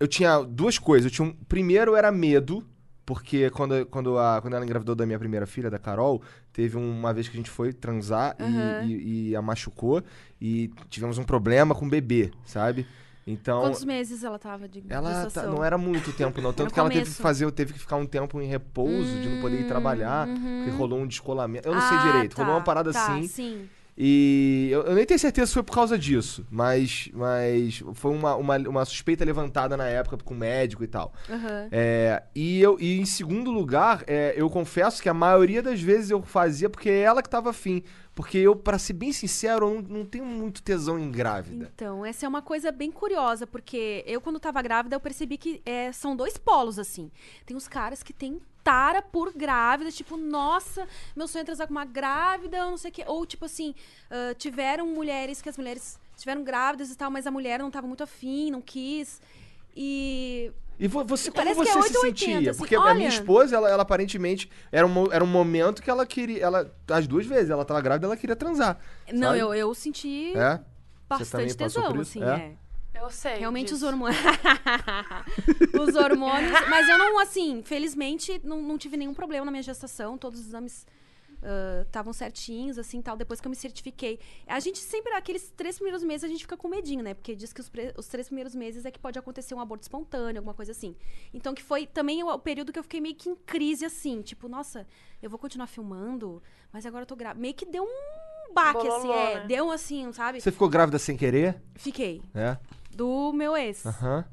S3: eu tinha duas coisas. Eu tinha um, primeiro era medo, porque quando, quando, a, quando ela engravidou da minha primeira filha, da Carol, teve um, uma vez que a gente foi transar e- e, e a machucou e tivemos um problema com o bebê, sabe? Então
S4: Quantos meses ela tava de
S3: ela tá-
S4: gestação?
S3: não era muito tempo, não. Tanto
S4: o
S3: que ela teve que
S4: começo.
S3: fazer, teve que ficar um tempo em repouso, de não poder ir trabalhar, porque rolou um descolamento. Eu não sei
S4: Hum, uhum. Ah,
S3: direito, rolou
S4: tá,
S3: uma parada
S4: tá,
S3: assim.
S4: Sim.
S3: E eu, eu nem tenho certeza se foi por causa disso, mas, mas foi uma, uma, uma suspeita levantada na época com o médico e tal.
S4: Aham.
S3: É, e, eu, e em segundo lugar, é, eu confesso que a maioria das vezes eu fazia porque é ela que tava afim. Porque eu, pra ser bem sincero, eu não, não tenho muito tesão em grávida.
S4: Então, essa é uma coisa bem curiosa, porque eu, quando tava grávida, eu percebi que é, são dois polos, assim. Tem uns caras que têm tara por grávida, tipo, nossa, meu sonho é transar com uma grávida, ou não sei o quê. Ou, tipo assim, ah, tiveram mulheres que as mulheres tiveram grávidas e tal, mas a mulher não tava muito afim, não quis. E
S3: E vo- você, como
S4: Parece que é
S3: você se
S4: 880,
S3: sentia?
S4: assim,
S3: Porque a
S4: olha-
S3: minha esposa, ela, ela aparentemente, era um, mo- era um momento que ela queria. Ela, as duas vezes, ela tava grávida ela queria transar.
S4: não,
S3: sabe?
S4: eu, eu senti
S3: É? também
S4: bastante
S3: passou por
S4: tesão,
S3: isso?
S4: assim,
S3: É.
S4: é.
S5: Eu sei.
S4: Realmente os
S5: disso.
S4: hormônios. os hormônios. Mas eu não, assim, felizmente, não, não tive nenhum problema na minha gestação. Todos os exames ah, estavam certinhos, assim, tal. Depois que eu me certifiquei. A gente sempre, aqueles três primeiros meses, a gente fica com medinho, né? Porque diz que os, pre- os três primeiros meses é que pode acontecer um aborto espontâneo, alguma coisa assim. Então, que foi também o, o período que eu fiquei meio que em crise, assim. Tipo, nossa, eu vou continuar filmando, mas agora eu tô grávida. Meio que deu um baque,
S5: Bololô,
S4: assim, é.
S5: né?
S4: Deu assim, sabe?
S3: Você ficou grávida sem querer?
S4: Fiquei.
S3: É.
S4: Do meu ex.
S3: Aham.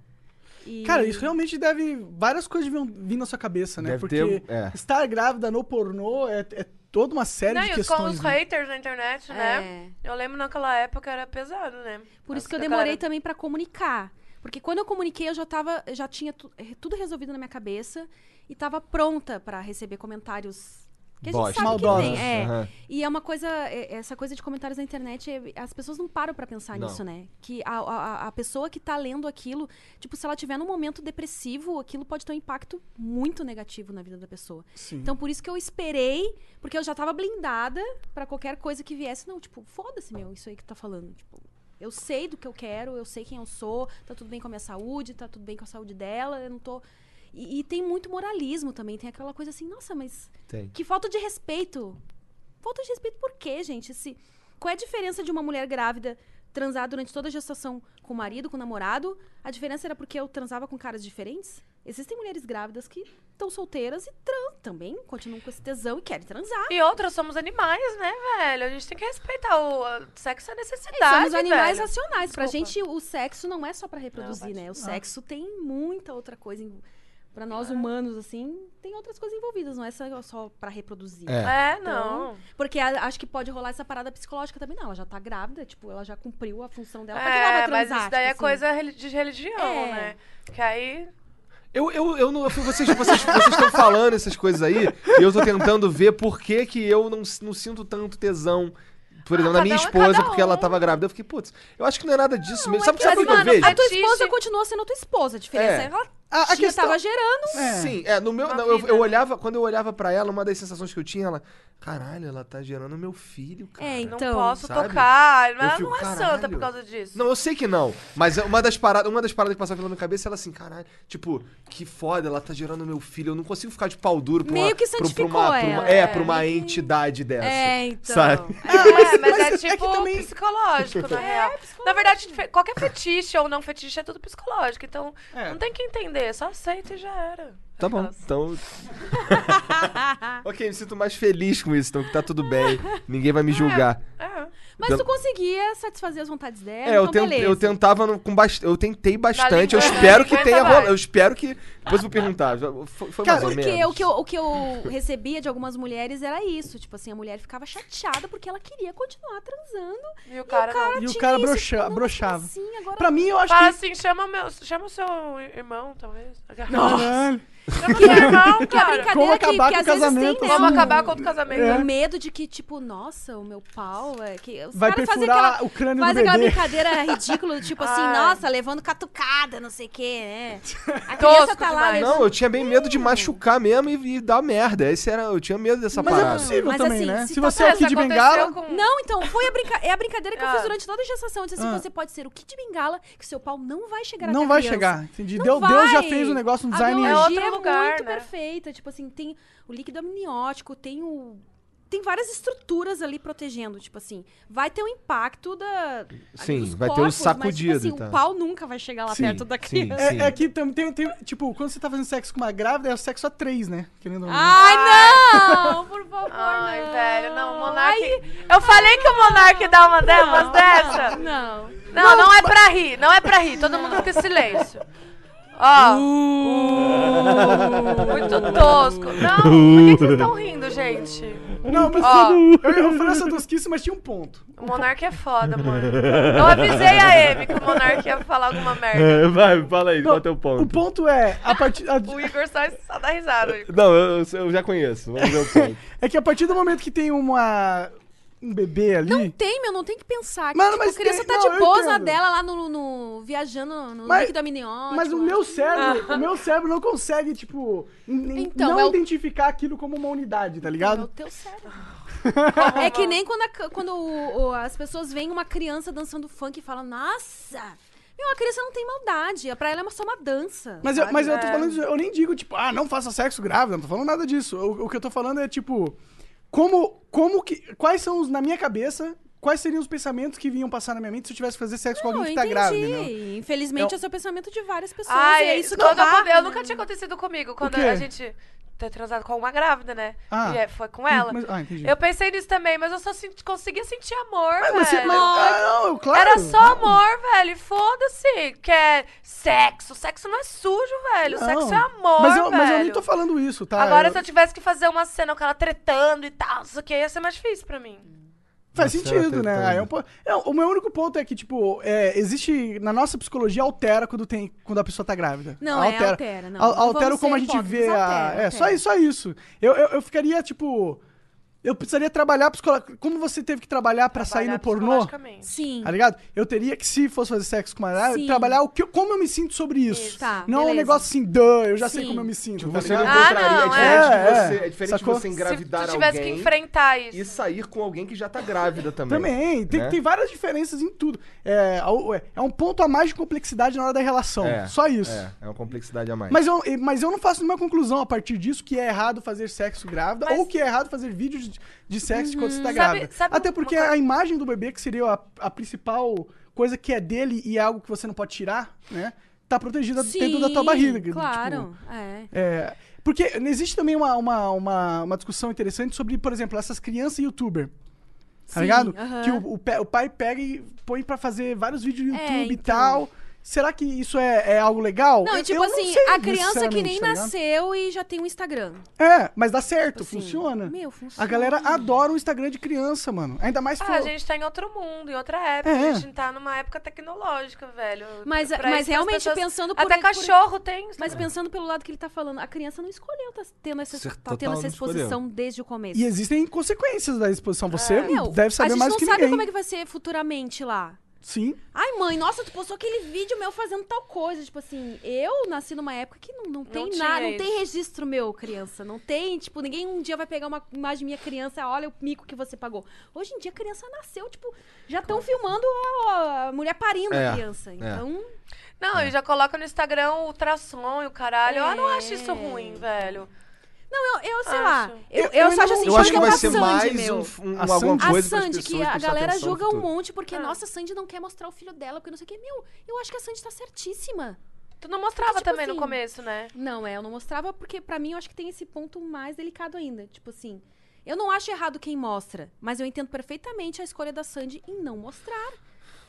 S4: E-
S2: Cara, isso realmente deve. Várias coisas devem vir na sua cabeça, né?
S3: Deve
S2: Porque
S3: ter, é.
S2: estar grávida no pornô é, é toda uma série
S5: Não,
S2: de
S5: e os, com os
S2: questões. né?
S5: haters na internet, né? Eu lembro naquela época era pesado, né?
S4: É. Por isso que eu
S5: Da
S4: demorei
S5: galera-
S4: também pra comunicar. Porque quando eu comuniquei, eu já tava, já tinha tu- eh, tudo resolvido na minha cabeça e tava pronta pra receber comentários que a gente
S3: Bosta.
S4: sabe
S2: Maldosos.
S4: que tem. É.
S3: Aham.
S4: E é uma coisa, é- essa coisa de comentários na internet, é- as pessoas não param pra pensar
S3: Não.
S4: nisso, né? Que a, a, a pessoa que tá lendo aquilo, tipo, se ela tiver num momento depressivo, aquilo pode ter um impacto muito negativo na vida da pessoa.
S2: Sim.
S4: Então por isso que eu esperei, porque eu já tava blindada pra qualquer coisa que viesse. Não, tipo, foda-se, meu, isso aí que tá falando. Tipo, eu sei do que eu quero, eu sei quem eu sou, tá tudo bem com a minha saúde, tá tudo bem com a saúde dela, eu não tô. E, e tem muito moralismo também, tem aquela coisa assim, nossa, mas
S3: Tem.
S4: que falta de respeito. Falta de respeito por quê, gente? Se, qual é a diferença de uma mulher grávida transar durante toda a gestação com o marido, com o namorado? A diferença era porque eu transava com caras diferentes? Existem mulheres grávidas que estão solteiras e trans também, continuam com esse tesão e querem transar.
S5: E outras, somos animais, né, velho? A gente tem que respeitar o a- sexo é necessidade.
S4: Somos animais assim.
S5: velho.
S4: racionais. Pra
S5: Desculpa.
S4: gente, o sexo não é só pra reproduzir,
S5: Não,
S4: né? O sexo tem muita outra coisa em- Pra nós humanos, assim, tem outras coisas envolvidas, não é só- só pra reproduzir.
S5: É, não.
S4: Porque a- acho que pode rolar essa parada psicológica também. Não, ela já tá grávida, tipo, ela já cumpriu a função dela. pra que ela vai
S5: É, mas
S4: transar,
S5: isso
S4: tipo
S5: daí é
S4: assim?
S5: coisa reli- de religião,
S4: É.
S5: né? Que aí.
S3: Eu, eu, eu não. eu- Vocês estão vocês, vocês estão falando essas coisas aí, e eu tô tentando ver por que, que eu não, s- não sinto tanto tesão. Por exemplo, na
S5: cada
S3: minha
S5: um é
S3: esposa,
S5: cada
S3: porque ela
S5: um.
S3: tava grávida, eu fiquei, putz, eu acho que não é nada disso mesmo. Sabe,
S4: Mas,
S3: sabe o que eu
S4: assim, mano,
S3: vejo?
S4: a tua
S5: Existe-
S4: esposa continuou sendo tua esposa. A diferença
S3: É.
S4: é, que ela
S2: A- Ah, a
S4: tinha,
S2: questão-
S4: tava gerando.
S2: É.
S3: Sim, é, no meu.
S5: Uma
S3: não, eu,
S5: vida,
S3: eu
S5: né?
S3: olhava, quando eu olhava pra ela, uma das sensações que eu tinha, ela, caralho, ela tá gerando meu filho, cara.
S4: É,
S5: Não
S4: Então,
S5: posso
S3: sabe?
S5: tocar. Mas
S3: Eu
S5: ela
S3: fico,
S5: não é santa
S3: "Caralho".
S5: por causa disso.
S3: Não, eu sei que não. Mas é uma das paradas, uma das paradas que passava pela minha cabeça, ela assim, caralho, tipo, que foda, ela tá gerando meu filho. Eu não consigo ficar de pau duro pra
S4: Meio
S3: uma,
S4: que
S3: pra- pra
S4: santificou
S3: uma- pra uma-
S4: ela,
S3: É,
S4: é.
S3: pra uma entidade dessa.
S4: É, então.
S3: Sabe?
S5: É, mas
S2: mas é
S5: é
S2: que
S5: tipo
S2: também-
S5: psicológico, na real. Na verdade, fe- qualquer fetiche ou não fetiche é tudo psicológico. Então,
S2: É.
S5: não tem que entender. Só aceita e já era.
S3: Tá bom,
S5: Aquelas-
S3: então. ok, me sinto mais feliz com isso, então que tá tudo bem. Ninguém vai me
S4: Ah,
S3: julgar.
S5: É.
S4: Mas
S3: Dela-
S4: tu conseguia satisfazer as vontades dela,
S3: É, eu,
S4: então
S3: ten-
S4: beleza.
S3: eu tentava no- com bast... eu tentei bastante. Eu
S5: linguada,
S3: espero que
S5: aguenta
S3: tenha rolado.
S5: mais.
S3: Eu espero que. Depois eu vou perguntar. já- Foi, foi mais ou
S4: Porque
S3: menos.
S4: o que, eu, o que eu recebia de algumas mulheres era isso. Tipo assim, a mulher ficava chateada porque ela queria continuar transando.
S5: E o cara, não.
S2: E o
S4: tinha
S2: cara
S4: isso,
S2: broxa-
S4: tipo, "Nossa,
S2: broxava.
S4: Assim, agora
S2: Pra mim, eu acho
S5: Fala
S2: que...
S5: assim, chama, meu, chama o seu irmão, talvez.
S2: Caralho.
S4: assim.
S5: Chama o seu irmão,
S4: que a
S5: cara.
S4: brincadeira
S2: Como
S4: que-
S2: acabar
S4: que,
S2: com o
S4: às vezes
S2: casamento,
S4: tem, né?
S5: Vamos
S4: um-
S5: acabar com outro casamento.
S4: O
S2: É.
S4: medo de que, tipo, nossa, o meu pau é que. Os
S2: Vai
S4: caras fazem
S2: perfurar
S4: aquela,
S2: o crânio do
S4: Faz aquela
S2: bebê.
S4: brincadeira ridícula, tipo assim,
S5: Ai.
S4: nossa, levando catucada, não sei o quê, né? A criança
S5: Tosco
S4: tá lá.
S5: demais.
S4: levando-
S3: Não, eu tinha bem medo de machucar mesmo e, e dar merda. Esse era, eu tinha medo dessa
S2: Mas é
S3: parada.
S2: possível
S4: Mas
S2: também,
S4: assim,
S2: né?
S4: se
S2: Se
S4: tá-
S2: você é o
S5: Essa
S2: Kid
S5: aconteceu
S2: Bengala...
S5: com-
S4: Não, então, foi a brinca... é a brincadeira que eu
S5: Ah.
S4: fiz durante toda a gestação. Eu disse assim,
S2: Ah.
S4: você pode ser o kit bengala, que seu pau não vai chegar até
S2: Não
S4: a
S2: vai
S4: criança.
S2: chegar. Entendi.
S4: Não
S2: Deu-
S4: vai.
S2: Deus já fez um negócio, um design...
S4: A
S5: É
S4: biologia
S5: outro
S4: é,
S5: lugar,
S4: muito
S5: né?
S4: perfeita. Tipo assim, tem o líquido amniótico, tem o... Tem várias estruturas ali protegendo, tipo assim. Vai ter o impacto da...
S3: Sim,
S4: dos
S3: vai ter o
S4: corpos,
S3: sacudido,
S4: Mas, tipo assim,
S3: tá.
S4: o pau nunca vai chegar lá
S3: Sim,
S4: perto da
S3: sim,
S4: criança.
S3: sim.
S2: É, é que tam- tem, tem, Tipo, quando você tá fazendo sexo com uma grávida, é o sexo a três, né? Querendo ou não.
S4: Ai, não! Por favor,
S5: Ah. Ai,
S4: não.
S5: velho, não, o
S4: Ai,
S5: Monark... Eu falei que o Monark dá uma delas dessa.
S4: Não.
S5: Não, não é pra rir, não é pra rir. Todo mundo fica em silêncio. Ó. Uh, muito tosco. Não, por que que vocês estão rindo, gente?
S2: Não, mas
S5: Ó.
S2: eu, eu falei essa tosquice, mas tinha um ponto.
S5: O Monark é foda, mano. Eu avisei a Eve que o Monark ia falar alguma merda.
S3: vai, fala aí, qual é o teu
S2: O ponto é, a partir, a-
S5: O Igor só, só dá risada.
S3: Não, eu, eu já conheço. Vamos ver o ponto.
S2: é que a partir do momento que tem uma um bebê ali,
S4: Não tem, meu, não tem que pensar. Que,
S2: Mano,
S4: tipo,
S2: mas
S4: a criança
S2: tem-
S4: tá
S2: não, eu
S4: de boa na
S2: entendo.
S4: dela lá no, no- viajando no
S2: Mas-
S4: um líquido amniótico.
S2: mas o meu cérebro, o meu cérebro não consegue, tipo, n-
S4: Ah. Então,
S2: não
S4: é o-
S2: identificar aquilo como uma unidade, tá
S4: É o
S2: ligado?
S4: teu cérebro. é que nem quando, a- quando o- o- as pessoas veem uma criança dançando funk e falam, nossa, meu, a criança não tem maldade. Pra ela é só uma dança.
S2: Mas eu,
S4: sabe?
S2: mas eu tô falando, eu nem digo, tipo, ah, não faça sexo grávida, não tô falando nada disso. O, o que eu tô falando é, tipo, como, como que, quais são os, na minha cabeça, quais seriam os pensamentos que vinham passar na minha mente se eu tivesse que fazer sexo com
S4: Não,
S2: alguém que
S4: eu
S2: tá
S4: entendi.
S2: grávida, entendeu?
S4: Infelizmente, é o seu pensamento de várias pessoas.
S5: Ai,
S4: e é isso que
S5: quando eu,
S4: barro,
S5: eu
S4: né?
S5: nunca tinha acontecido comigo. Quando
S2: quê?
S5: a gente ter transado com uma grávida, né?
S2: Ah.
S5: E é, foi com ela.
S2: Mas- ah, entendi.
S5: eu pensei nisso também, mas eu só senti- conseguia sentir amor,
S2: Mas você-
S5: velho.
S2: mas- ah, não, eu- claro.
S5: Era só amor, velho. e Foda-se. Que é sexo. Sexo não é sujo, velho.
S2: Não.
S5: Sexo é amor,
S2: mas eu,
S5: velho.
S2: Mas eu nem tô falando isso, tá?
S5: Agora, se eu
S2: eu...
S5: tivesse que fazer uma cena com ela tretando e tal, isso aqui ia ser mais difícil pra mim.
S2: Faz
S3: Você
S2: sentido,
S3: tá
S2: né?
S3: tentando.
S2: Aí é um po- é, o meu único ponto é que, tipo, é, existe. Na nossa psicologia altera quando, tem, quando a pessoa tá grávida.
S4: Não, é, altera, não.
S2: Al-
S4: Não vamos
S2: altera
S4: ser
S2: como a gente
S4: hipócritas,
S2: vê a.
S4: altera,
S2: é, só
S4: altera.
S2: isso, só isso. Eu, eu, eu ficaria, tipo. Eu precisaria trabalhar psicolo- Como você teve que trabalhar pra sair no
S5: Trabalhar
S2: pornô?
S5: psicologicamente.
S4: Sim.
S2: Tá ligado? Eu teria que, se fosse fazer sexo com uma grávida,
S4: Sim.
S2: trabalhar o que, como eu me sinto sobre isso.
S4: Isso. Tá,
S2: não um
S4: beleza.
S2: negócio assim, duh, eu já sei
S4: Sim.
S2: como eu me sinto.
S3: Tipo,
S2: tá
S3: você não
S2: ligado?
S5: Ah,
S3: encontraria.
S5: não,
S3: é diferente,
S2: é.
S3: de você, é diferente de
S2: Sacou?
S3: você
S5: Se
S3: engravidar
S5: tu tivesse que
S3: alguém
S5: enfrentar isso.
S3: e sair com alguém que já tá grávida também.
S2: Também, tem,
S3: né?
S2: tem várias diferenças em tudo. É, ao- é- é um ponto a mais de complexidade na hora da relação.
S3: É,
S2: só isso.
S3: É, é uma complexidade a mais.
S2: Mas, eu, e- mas eu não faço nenhuma conclusão a partir disso que é errado fazer sexo grávida ou que é errado fazer vídeo de, de sexo quando você tá
S5: Uhum. Sabe-
S2: grávida.
S5: sabe
S2: Até
S5: uma
S2: porque
S5: coisa-
S2: a imagem do bebê, que seria a, a principal coisa que é dele e é algo que você não pode tirar, né? Tá protegida dentro da tua
S4: Sim,
S2: barriga. tipo,
S4: Claro, é.
S2: é, porque existe também uma, uma, uma, uma discussão interessante sobre, por exemplo, essas crianças youtuber. Tá
S4: Sim,
S2: ligado?
S4: aham.
S2: Que o, o, pe- o pai pega e põe pra fazer vários vídeos no
S4: É,
S2: YouTube e
S4: então.
S2: tal. Será que isso é, é algo legal?
S4: Não,
S2: Eu-
S4: e tipo
S2: eu
S4: assim,
S2: sei,
S4: a criança que nem
S2: sinceramente, tá ligado?
S4: nasceu e já tem um Instagram.
S2: É, mas dá certo,
S4: Assim,
S2: funciona.
S4: meu, funciona.
S2: A galera adora o Instagram de criança, mano. Ainda mais
S3: é
S5: Ah,
S2: pro-
S5: a gente tá em outro mundo, em outra época.
S2: É.
S5: A gente tá numa época tecnológica, velho.
S4: Mas- é,
S5: Pra
S4: mas
S5: isso que as
S4: realmente pensando por-
S5: Até
S4: por-
S5: cachorro tem.
S4: Mas pensando pelo lado que ele tá falando, a criança não escolheu tá tendo essa,
S3: É. Cer-
S4: tá tendo
S3: total,
S4: essa
S3: não escolheu.
S4: exposição desde o começo.
S2: E existem consequências da exposição. Você
S4: é Ah, Meu,
S2: deve
S4: a
S2: saber
S4: gente
S2: mais
S4: não
S2: que
S4: sabe
S2: ninguém.
S4: como é que vai ser futuramente lá.
S2: Sim.
S4: Ai, mãe, nossa, tu postou aquele vídeo meu fazendo tal coisa. Tipo assim, eu nasci numa época que não, não tem
S5: tinha
S4: nada, não
S5: isso.
S4: tem registro meu, criança. Não tem, tipo, ninguém um dia vai pegar uma imagem minha criança, olha o mico que você pagou. Hoje em dia a criança nasceu, tipo, já estão filmando a, a mulher parindo
S3: É,
S4: a criança. Então,
S5: Não,
S2: É.
S5: e já coloca no Instagram o ultrassom e o caralho. Eu não acho isso
S4: É.
S5: ruim, velho.
S4: não, eu, eu sei
S5: Acho.
S4: lá. Eu,
S2: Eu-
S4: eu
S2: eu
S4: só
S2: ainda
S4: acho
S2: não-
S4: assim,
S3: Eu acho que
S4: por
S3: vai
S4: exemplo,
S3: ser
S4: a Sandy,
S3: mais
S4: meu.
S3: um, um-
S2: A
S3: alguma
S2: Sandy-
S4: A
S3: coisa
S4: Sandy, que a galera julga um monte porque,
S5: Ah.
S4: nossa, a Sandy não quer mostrar o filho dela, porque não sei o que. Meu, eu acho que a Sandy tá certíssima.
S5: Tu não mostrava
S4: Tipo
S5: também no
S4: assim,
S5: começo, né?
S4: Não, é, eu não mostrava porque pra mim eu acho que tem esse ponto mais delicado ainda. Tipo assim, eu não acho errado quem mostra, mas eu entendo perfeitamente a escolha da Sandy em não mostrar.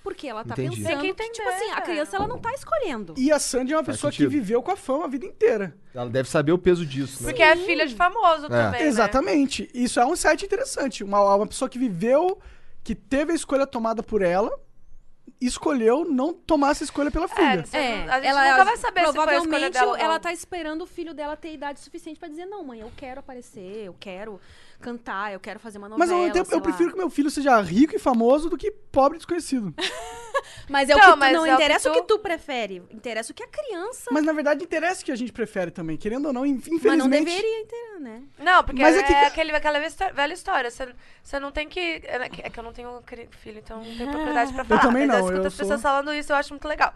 S4: Porque ela tá
S3: Entendi.
S4: pensando
S5: Tem
S4: que,
S5: que
S4: tipo
S5: entender,
S4: assim, a
S5: cara.
S4: criança ela não tá escolhendo.
S2: E a Sandy é uma pessoa
S3: sentido.
S2: que viveu com a fama a vida inteira.
S3: Ela deve saber o peso disso, né?
S5: Porque é filha de famoso também. né?
S2: Exatamente. Isso é um site interessante. Uma, uma pessoa que viveu, que teve a escolha tomada por ela, escolheu não tomar essa escolha pela filha.
S5: você É, não- a gente nunca vai saber se foi a escolha
S4: É, provavelmente
S5: dela ou não.
S4: ela tá esperando o filho dela ter idade suficiente pra dizer não, mãe, eu quero aparecer, eu quero cantar, eu quero fazer uma novela.
S2: Mas ao mesmo tempo,
S4: sei
S2: eu
S4: lá.
S2: prefiro que meu filho seja rico e famoso do que pobre e desconhecido.
S4: Mas é
S5: Então,
S4: o que tu,
S5: mas
S4: não
S5: é o que
S4: interessa o
S5: tu-
S4: que, tu... prefere, interessa o que a criança.
S2: Mas na verdade interessa o que a gente prefere também, querendo ou não, inf- infelizmente.
S4: Mas não deveria interar, né?
S5: Não, porque
S2: Mas
S5: é,
S2: é que-
S5: aquele, aquela ve- histó- velha história. Você você não tem que. É que- é que eu não tenho cri- filho, então não tenho propriedade pra falar.
S2: também
S5: mas
S2: não,
S5: Eu escuto
S2: eu
S5: as pessoas
S2: sou-
S5: falando isso, eu acho muito legal.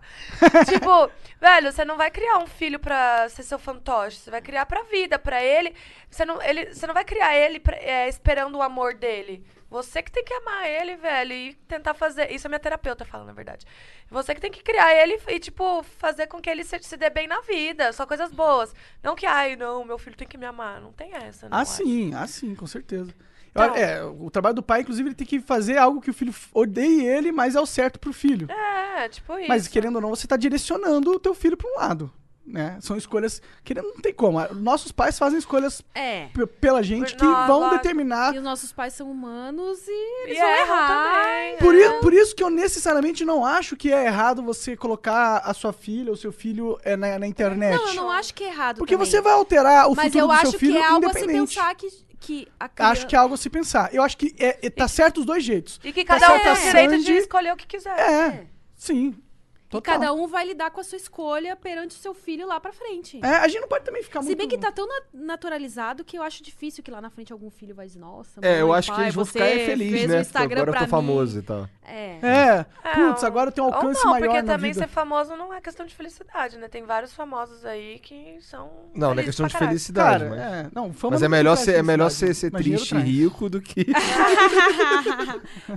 S5: tipo, velho, você não vai criar um filho pra ser seu fantoche. Você vai criar pra vida, pra ele. Você não, ele, você não vai criar ele pra- é, esperando o amor dele. Você que tem que amar ele, velho, e tentar fazer. Isso a minha terapeuta fala, na verdade. Você que tem que criar ele e, tipo, fazer com que ele se, se dê bem na vida. Só coisas boas. Não que, ai, não, meu filho tem que me amar. Não tem essa, não.
S2: Ah,
S5: acho.
S2: sim, ah, sim, com certeza.
S5: Então-
S2: Eu- é, o trabalho do pai, inclusive, ele tem que fazer algo que o filho f- odeie ele, mas é o certo pro filho.
S5: É, tipo isso.
S2: Mas querendo ou não, você tá direcionando o teu filho pra um lado, né? São escolhas, querendo não tem como. Nossos pais fazem escolhas
S4: É.
S2: p- pela gente
S5: Por
S2: que
S5: nós,
S2: vão
S5: lógico.
S2: determinar.
S4: E os nossos pais são humanos e eles
S5: E
S4: vão
S5: erram
S4: errar.
S5: também,
S2: Por,
S5: é.
S2: i- por isso que eu necessariamente não acho que é errado você colocar a sua filha ou seu filho é, na, na internet.
S4: Não, eu não acho que é errado.
S2: Porque
S4: também.
S2: você vai alterar o
S4: Mas
S2: futuro
S4: eu
S2: do
S4: acho
S2: seu filho
S4: que é algo a se
S2: independente.
S4: pensar que, que a criança.
S2: Acho que é algo a se pensar. Eu acho que é, é- tá certo os dois jeitos.
S5: E que
S2: Tá
S5: cada um tem
S2: certo
S5: o
S2: a
S5: direito de
S2: Sandy,
S5: escolher o que quiser.
S2: É, sim.
S4: E
S2: Total.
S4: cada um vai lidar com a sua escolha perante o seu filho lá pra frente.
S2: É, a gente não pode também ficar
S4: Se
S2: muito...
S4: bem que tá tão na- naturalizado que eu acho difícil que lá na frente algum filho vai dizer, nossa,
S3: É, eu
S4: mãe,
S3: acho que
S4: pai,
S3: eles vão
S4: você
S3: ficar é, felizes,
S4: fez
S3: né?
S4: Um Instagram
S3: Agora eu
S4: pra
S3: tô
S4: mim.
S3: famoso e tal.
S4: É.
S2: É,
S5: É,
S2: putz,
S5: ou-
S2: agora tem um alcance
S5: ou não,
S2: maior
S5: porque
S2: na
S5: também
S2: vida.
S5: ser famoso não é questão de felicidade, né? Tem vários famosos aí que são
S3: Não, não é
S5: felizes
S3: questão
S5: pra
S3: de
S5: caralho.
S3: felicidade,
S2: Cara,
S3: mas...
S2: é, não, fama
S3: Mas é
S2: não
S3: melhor
S2: traz
S3: ser, é melhor ser,
S2: felicidade,
S3: ser
S2: né? mas dinheiro
S3: triste e
S2: traz.
S3: rico do que...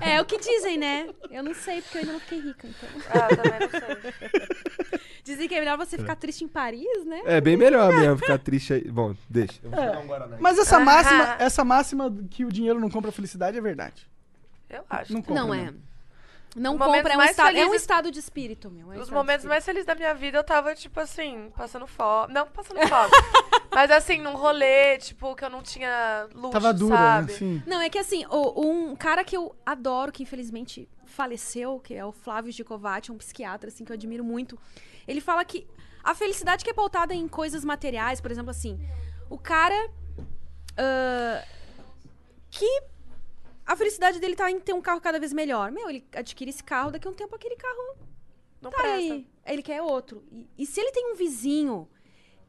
S4: é o que dizem, né? Eu não sei, porque eu ainda não fiquei rica. Então.
S5: Ah, eu também não sei.
S4: Dizem que é melhor você ficar triste em Paris, né?
S3: É bem melhor mesmo ficar triste aí. Bom, deixa. Eu vou
S2: É.
S3: pegar um Guaraná.
S2: Mas essa máxima,
S5: Ah.
S2: essa máxima que o dinheiro não compra a felicidade é verdade.
S5: Eu acho.
S2: Não compra.
S4: Não é.
S2: né?
S4: Não
S5: Os
S4: compra,
S5: momentos
S4: é um,
S5: mais
S4: estado, é um
S5: felizes-
S4: estado de espírito, meu. é um
S5: Os
S4: estado
S5: momentos
S4: de
S5: mais felizes da minha vida eu tava, tipo assim, passando fome. Não passando fome. mas assim, num rolê, tipo, que eu não tinha luxo,
S2: Tava dura,
S5: sabe?
S2: né? Sim.
S4: Não, é que assim, o- um cara que eu adoro, que infelizmente faleceu, que é o Flávio Gicovati, um psiquiatra, assim, que eu admiro muito. Ele fala que a felicidade que é pautada em coisas materiais, por exemplo, assim, o cara ah, que a felicidade dele tá em ter um carro cada vez melhor. Meu, ele adquire esse carro, daqui a um tempo aquele carro
S5: Não
S4: Tá
S5: presta.
S4: aí. Ele quer outro. E, e se ele tem um vizinho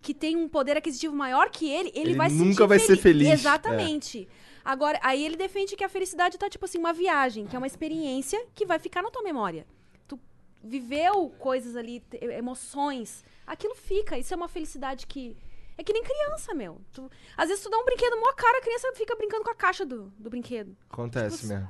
S4: que tem um poder aquisitivo maior que ele, ele,
S3: Ele
S4: vai se
S3: nunca
S4: sentir
S3: vai ser feliz, é.
S4: Exatamente. Agora, aí ele defende que a felicidade tá tipo assim, uma viagem, que é uma experiência que vai ficar na tua memória. Tu viveu coisas ali, te- emoções. Aquilo fica. Isso é uma felicidade que. É que nem criança, meu. Tu- às vezes tu dá um brinquedo mó cara, a criança fica brincando com a caixa do, do brinquedo.
S2: Tipo assim,
S3: Acontece mesmo.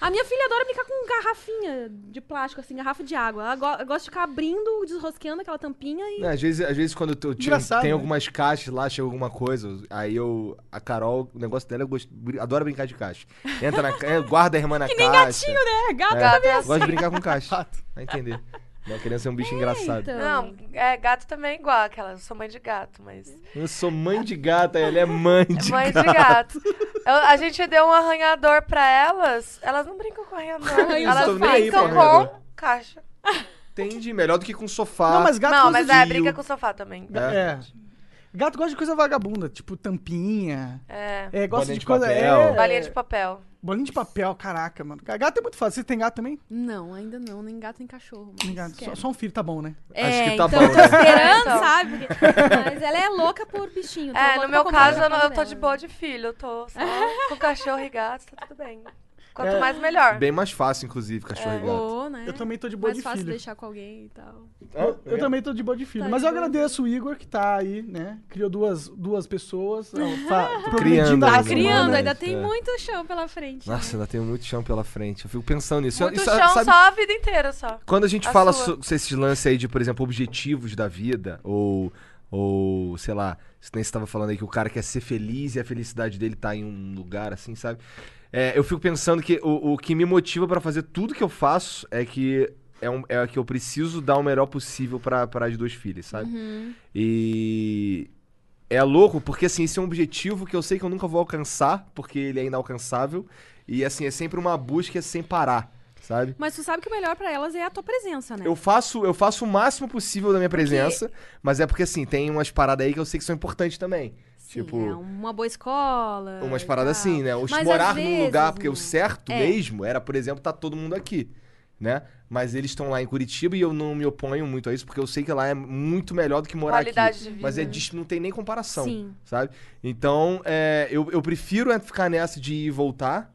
S4: A minha filha adora brincar com garrafinha de plástico, assim, garrafa de água. Ela go- gosta de ficar abrindo, desrosqueando aquela tampinha e.
S3: Não, às, vezes, às vezes quando eu tiro,
S2: Engraçado,
S3: tem
S2: né?
S3: algumas caixas lá, chega alguma coisa, aí eu... A Carol, o negócio dela, eu gosto, br- adora brincar de caixa. Entra na... ca- é, guarda a irmã na
S4: Nem
S3: caixa.
S4: gatinho, né? Gato
S2: tá
S5: Gata
S4: também.
S5: é
S3: Gosto de brincar com caixa. Vai entender. Uma criança é um bicho engraçado.
S4: Então,
S5: Não, é, gato também é igual aquela. Eu sou mãe de gato, mas.
S3: Eu sou mãe de gata, ela é mãe de
S5: mãe
S3: gato.
S5: de gato. Eu- a gente deu um arranhador pra elas. Elas não brincam com arranhador.
S4: Arranha
S5: elas
S4: o sofá. Tô nem aí
S5: brincam
S4: pra
S5: com
S3: arranhador.
S5: caixa.
S3: Entende? Melhor do que com sofá.
S2: Não, mas gato
S5: não,
S2: gosta
S5: mas é,
S2: de...
S5: brinca com o sofá também.
S2: É. Gato gosta de coisa vagabunda, tipo tampinha.
S5: É.
S2: É, gosta
S3: Bolinha
S2: de
S3: de
S2: coisa.
S3: papel.
S2: É,
S5: Balinha de papel.
S2: bolinha de papel, caraca, mano. Gato é muito fácil. Você tem gato também?
S4: Não, ainda não. Nem gato, nem cachorro. mas
S2: Tem gato. Só,
S4: quero.
S2: só um filho tá bom, né?
S3: Acho
S4: É,
S3: que tá
S4: então
S3: bom,
S4: eu tô
S3: né?
S4: esperando,
S5: Então.
S4: sabe? Porque- Mas ela é louca por bichinho. então
S5: É,
S4: louca
S5: no meu
S4: pra
S5: caso, eu,
S4: comprar
S5: não- eu tô de
S4: dela.
S5: boa de filho. Eu tô só com cachorro e gato, tá tudo bem. Quanto
S2: É.
S5: mais, melhor.
S3: Bem mais fácil, inclusive, cachorro e gato.
S4: Ou, né?
S2: Eu também tô de boa
S4: Mais
S2: de
S4: fácil
S2: filho.
S4: deixar com alguém e tal.
S2: Eu,
S3: É.
S2: eu também tô de boa de filho.
S4: Tá
S2: Mas
S4: de
S2: eu
S4: boa.
S2: agradeço o Igor que tá aí, né? Criou duas, duas pessoas. ó, fa-
S3: criando
S2: progredindo a
S3: ainda,
S2: raça
S3: né?
S4: Criando,
S2: humana.
S4: ainda
S3: é.
S4: tem muito chão pela frente. né?
S3: Nossa, ainda tem muito chão pela frente. Eu fico pensando nisso.
S5: né? Muito
S3: Isso- é-
S5: chão
S3: sabe-
S5: só a vida inteira, só.
S3: Quando a gente
S5: A
S3: fala
S5: sua.
S3: so- se esses lances aí de, por exemplo, objetivos da vida, ou, ou sei lá, se nem você tava falando aí que o cara quer ser feliz e a felicidade dele tá em um lugar assim, sabe? É, eu fico pensando que o, o que me motiva pra fazer tudo que eu faço é que é, um, é que eu preciso dar o melhor possível pra pra as duas filhas, sabe? E é louco porque assim, esse é um objetivo que eu sei que eu nunca vou alcançar, porque ele é inalcançável, e assim, é sempre uma busca sem parar, sabe?
S4: Mas tu sabe que o melhor pra elas é a tua presença, né?
S3: Eu faço, eu faço o máximo possível da minha presença, mas é porque assim, tem umas paradas aí que eu sei que são importantes também.
S4: Sim,
S3: tipo,
S4: é uma boa escola.
S3: Umas
S5: Ah,
S4: e
S5: tá.
S3: paradas
S4: tal.
S3: assim, né? Os
S4: Mas
S3: morar
S4: às
S3: num
S4: vezes,
S3: lugar, porque
S4: né?
S3: o certo
S4: É.
S3: mesmo era, por exemplo, tá todo mundo aqui, né? Mas eles estão lá em Curitiba e eu não me oponho muito a isso, porque eu sei que lá é muito melhor do que morar
S5: Qualidade
S3: aqui.
S5: de vida.
S3: Mas é dis- não tem nem comparação,
S4: Sim.
S3: sabe? Então, é, eu, eu prefiro é ficar nessa de ir e voltar,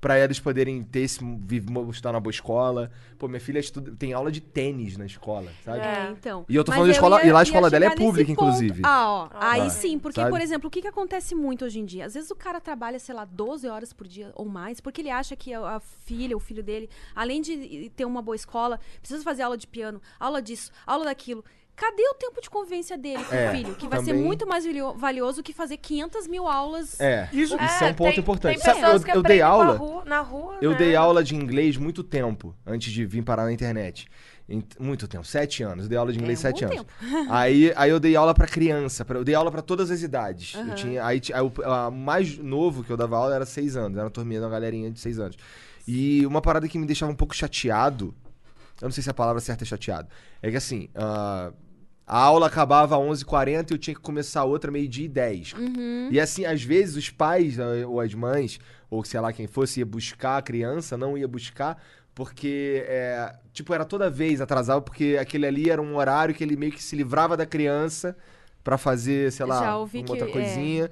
S3: Pra eles poderem ter esse vi- estudar na boa escola. Pô, minha filha estuda, tem aula de tênis na escola, sabe?
S4: É, então.
S3: E eu tô
S4: Mas
S3: falando de escola- e lá a
S4: ia
S3: escola dela é
S4: chegar nesse
S3: pública, inclusive.
S4: Ah, ó.
S5: Ah,
S4: aí
S5: tá.
S4: sim, porque,
S3: Sabe?
S4: por exemplo, o que, que acontece muito hoje em dia? Às vezes o cara trabalha, sei lá, 12 horas por dia ou mais, porque ele acha que a, a filha, o filho dele, além de ter uma boa escola, precisa fazer aula de piano, aula disso, aula daquilo. Cadê o tempo de convivência dele com
S3: É,
S4: o filho? Que vai ser
S3: também-
S4: muito mais valio- valioso que fazer 500 mil aulas.
S3: É.
S2: Isso-
S3: Isso é um ponto
S5: tem-
S3: importante.
S5: Tem
S3: Sabe,
S5: pessoas
S3: eu,
S5: que
S3: eu dei
S5: aprendem com a
S3: aula.
S5: ru- na rua,
S3: Eu
S5: né?
S3: dei aula de inglês muito tempo antes de vir parar na internet. Ent- Muito tempo, sete anos. Eu dei aula de inglês
S4: um
S3: sete
S4: bom
S3: anos. aí, aí eu dei aula pra criança, pra- eu dei aula pra todas as idades. Eu
S4: Aham.
S3: tinha, aí, ti- aí o a mais novo que eu dava aula era seis anos, era uma turminha de uma galerinha de seis anos. E uma parada que me deixava um pouco chateado, eu não sei se a palavra certa é chateado, é que assim, ah, a aula acabava às 11h40 e eu tinha que começar outra meio-dia e 10.
S4: Uhum.
S3: E assim, às vezes os pais ah, ou as mães, ou sei lá quem fosse, ia buscar a criança, não ia buscar, porque, é, tipo, era toda vez atrasava, porque aquele ali era um horário que ele meio que se livrava da criança pra fazer, sei
S4: Já
S3: lá, uma
S4: ouvi que-
S3: outra
S4: é.
S3: coisinha.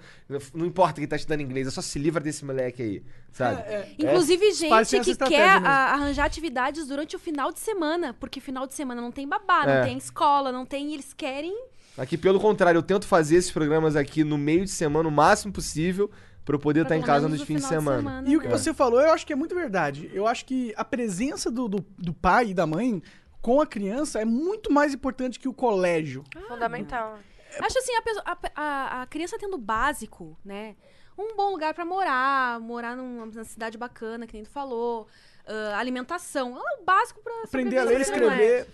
S3: Não importa quem tá estudando inglês, é só se livra desse moleque aí, sabe?
S4: É, Inclusive,
S2: É, Faz
S4: gente
S2: essa
S4: que
S2: estratégia
S4: quer
S2: mesmo.
S4: a- arranjar atividades durante o final de semana, porque final de semana não tem babá,
S3: É.
S4: não tem escola, não tem. Eles querem.
S3: Aqui, pelo contrário, eu tento fazer esses programas aqui no meio de semana, o máximo possível, pra eu poder
S2: tá
S3: estar
S4: pra
S3: em
S4: pelo
S3: casa
S4: menos
S3: nos
S4: no
S3: fins de
S4: final
S3: semana.
S2: E o que
S3: É.
S2: você falou, eu acho que é muito verdade. Eu acho que a presença do, do, do pai e da mãe com a criança é muito mais importante que o colégio.
S5: Fundamental.
S4: Acho assim, a, pessoa- a pe- a- a criança tendo o básico, né? Um bom lugar pra morar, morar numa, numa cidade bacana, que nem tu falou. ah, alimentação. Ah, o básico pra
S2: Aprender a ler e
S4: sobreviver. né?
S2: escrever.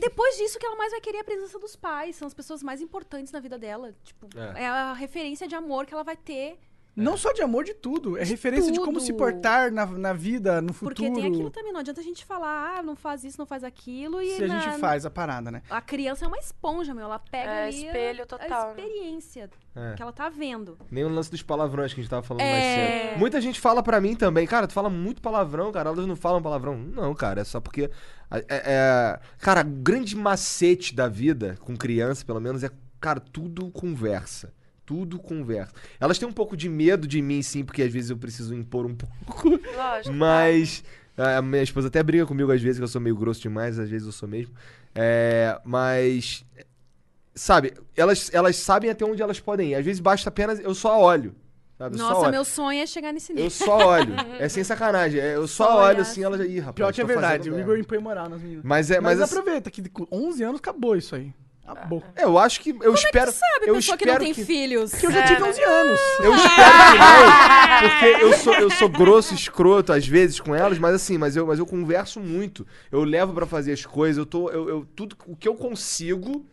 S4: Depois disso, o que ela mais vai querer é a presença dos pais. São as pessoas mais importantes na vida dela. Tipo,
S3: É.
S4: é, a referência de amor que ela vai ter.
S2: Não só de amor, de tudo. É referência de como se
S4: tudo.
S2: portar na, na vida, no futuro.
S4: Porque tem aquilo também. Não adianta a gente falar, ah, não faz isso, não faz aquilo. E
S2: se a
S4: na-
S2: gente faz a parada, né?
S4: A criança é uma esponja, meu. Ela pega
S5: É,
S4: ali a-
S5: espelho
S4: a
S5: total, né?
S4: experiência
S3: É.
S4: que ela tá vendo.
S3: Nem o lance dos palavrões que a gente tava falando
S4: É.
S3: mais cedo. Muita gente fala pra mim também, cara, tu fala muito palavrão, cara, elas não falam palavrão. Não, cara, é só porque. É, é- cara, o grande macete da vida, com criança pelo menos, é, cara, tudo conversa. Tudo conversa. Elas têm um pouco de medo de mim, sim, porque às vezes eu preciso impor um pouco.
S5: Lógico.
S3: Mas
S4: né?
S3: a minha esposa até briga comigo às vezes, que eu sou meio grosso demais, às vezes eu sou mesmo. É, mas. Sabe, elas, elas sabem até onde elas podem ir. Às vezes basta apenas. Eu só olho. Sabe? Eu só
S4: Nossa,
S3: olho.
S4: meu sonho é chegar nesse nível.
S3: Eu só olho. é sem sacanagem. é, Eu só
S4: Só
S3: olho
S4: olhar
S3: assim, ela já. Ih, rapaz.
S2: Pior que é
S3: tô fazendo
S2: verdade, o
S3: merda.
S2: Igor impõe moral nas meninas.
S3: Mas é.
S2: mas
S3: Mas, assim,
S2: aproveita que com 11 anos acabou isso aí. A boca.
S3: É, Eu acho que. Eu espero.
S4: Sabe,
S3: eu
S4: pessoa
S3: espero
S4: que não tem filhos.
S2: Que eu já tive 11 anos.
S4: É.
S3: Eu espero que não, porque eu sou, eu sou grosso, escroto às vezes com elas, mas assim, mas eu, mas eu converso muito. Eu levo pra fazer as coisas, eu tô, eu, eu- tudo o que eu consigo,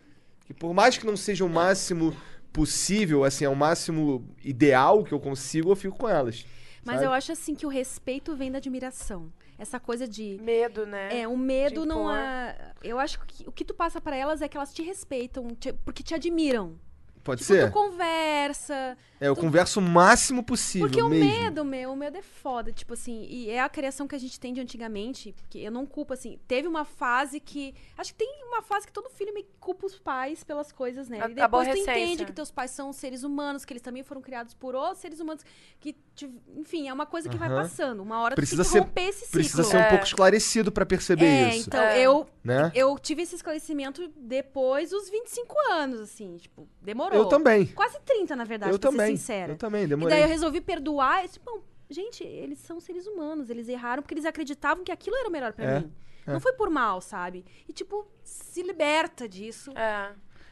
S3: que por mais que não seja o máximo possível, assim, é o máximo ideal que eu consigo, eu fico com elas.
S4: Mas
S3: sabe?
S4: eu acho assim que o respeito vem da admiração. Essa coisa de.
S5: Medo, né?
S4: É, o medo
S5: de
S4: não
S5: impor.
S4: é. Eu acho que o que tu passa pra elas é que elas te respeitam, te- porque te admiram.
S3: Pode
S4: Tipo,
S3: ser?
S4: tu conversa.
S3: É, eu converso o máximo possível
S4: Porque o
S3: mesmo.
S4: medo, meu, o medo é foda. Tipo assim, e é a criação que a gente tem de antigamente. Porque eu não culpo, assim. Teve uma fase que. Acho que tem uma fase que todo filho meio que culpa os pais pelas coisas, né?
S5: A-
S4: e depois tu
S5: aborrecência.
S4: entende que teus pais são seres humanos, que eles também foram criados por outros seres humanos. que te- Enfim, é uma coisa que vai
S3: Aham.
S4: passando. Uma hora
S3: Precisa
S4: tu tem
S3: ser-
S4: que romper esse
S3: Precisa
S4: ciclo.
S3: ser um
S5: É.
S3: pouco esclarecido pra perceber
S4: É,
S3: isso.
S4: então
S5: É.
S4: eu
S3: Né?
S4: eu tive esse esclarecimento depois dos 25 anos, assim, tipo, demorou.
S3: Eu também.
S4: Quase 30, na verdade,
S3: Eu
S4: pra ser
S3: também.
S4: sincera.
S3: Eu também,
S4: e daí eu
S3: demorei.
S4: resolvi perdoar. E, tipo, bom, gente, eles são seres humanos, eles erraram porque eles acreditavam que aquilo era o melhor pra
S3: É,
S4: mim.
S3: é.
S4: Não foi por mal, sabe? E, tipo, se liberta disso.
S5: É.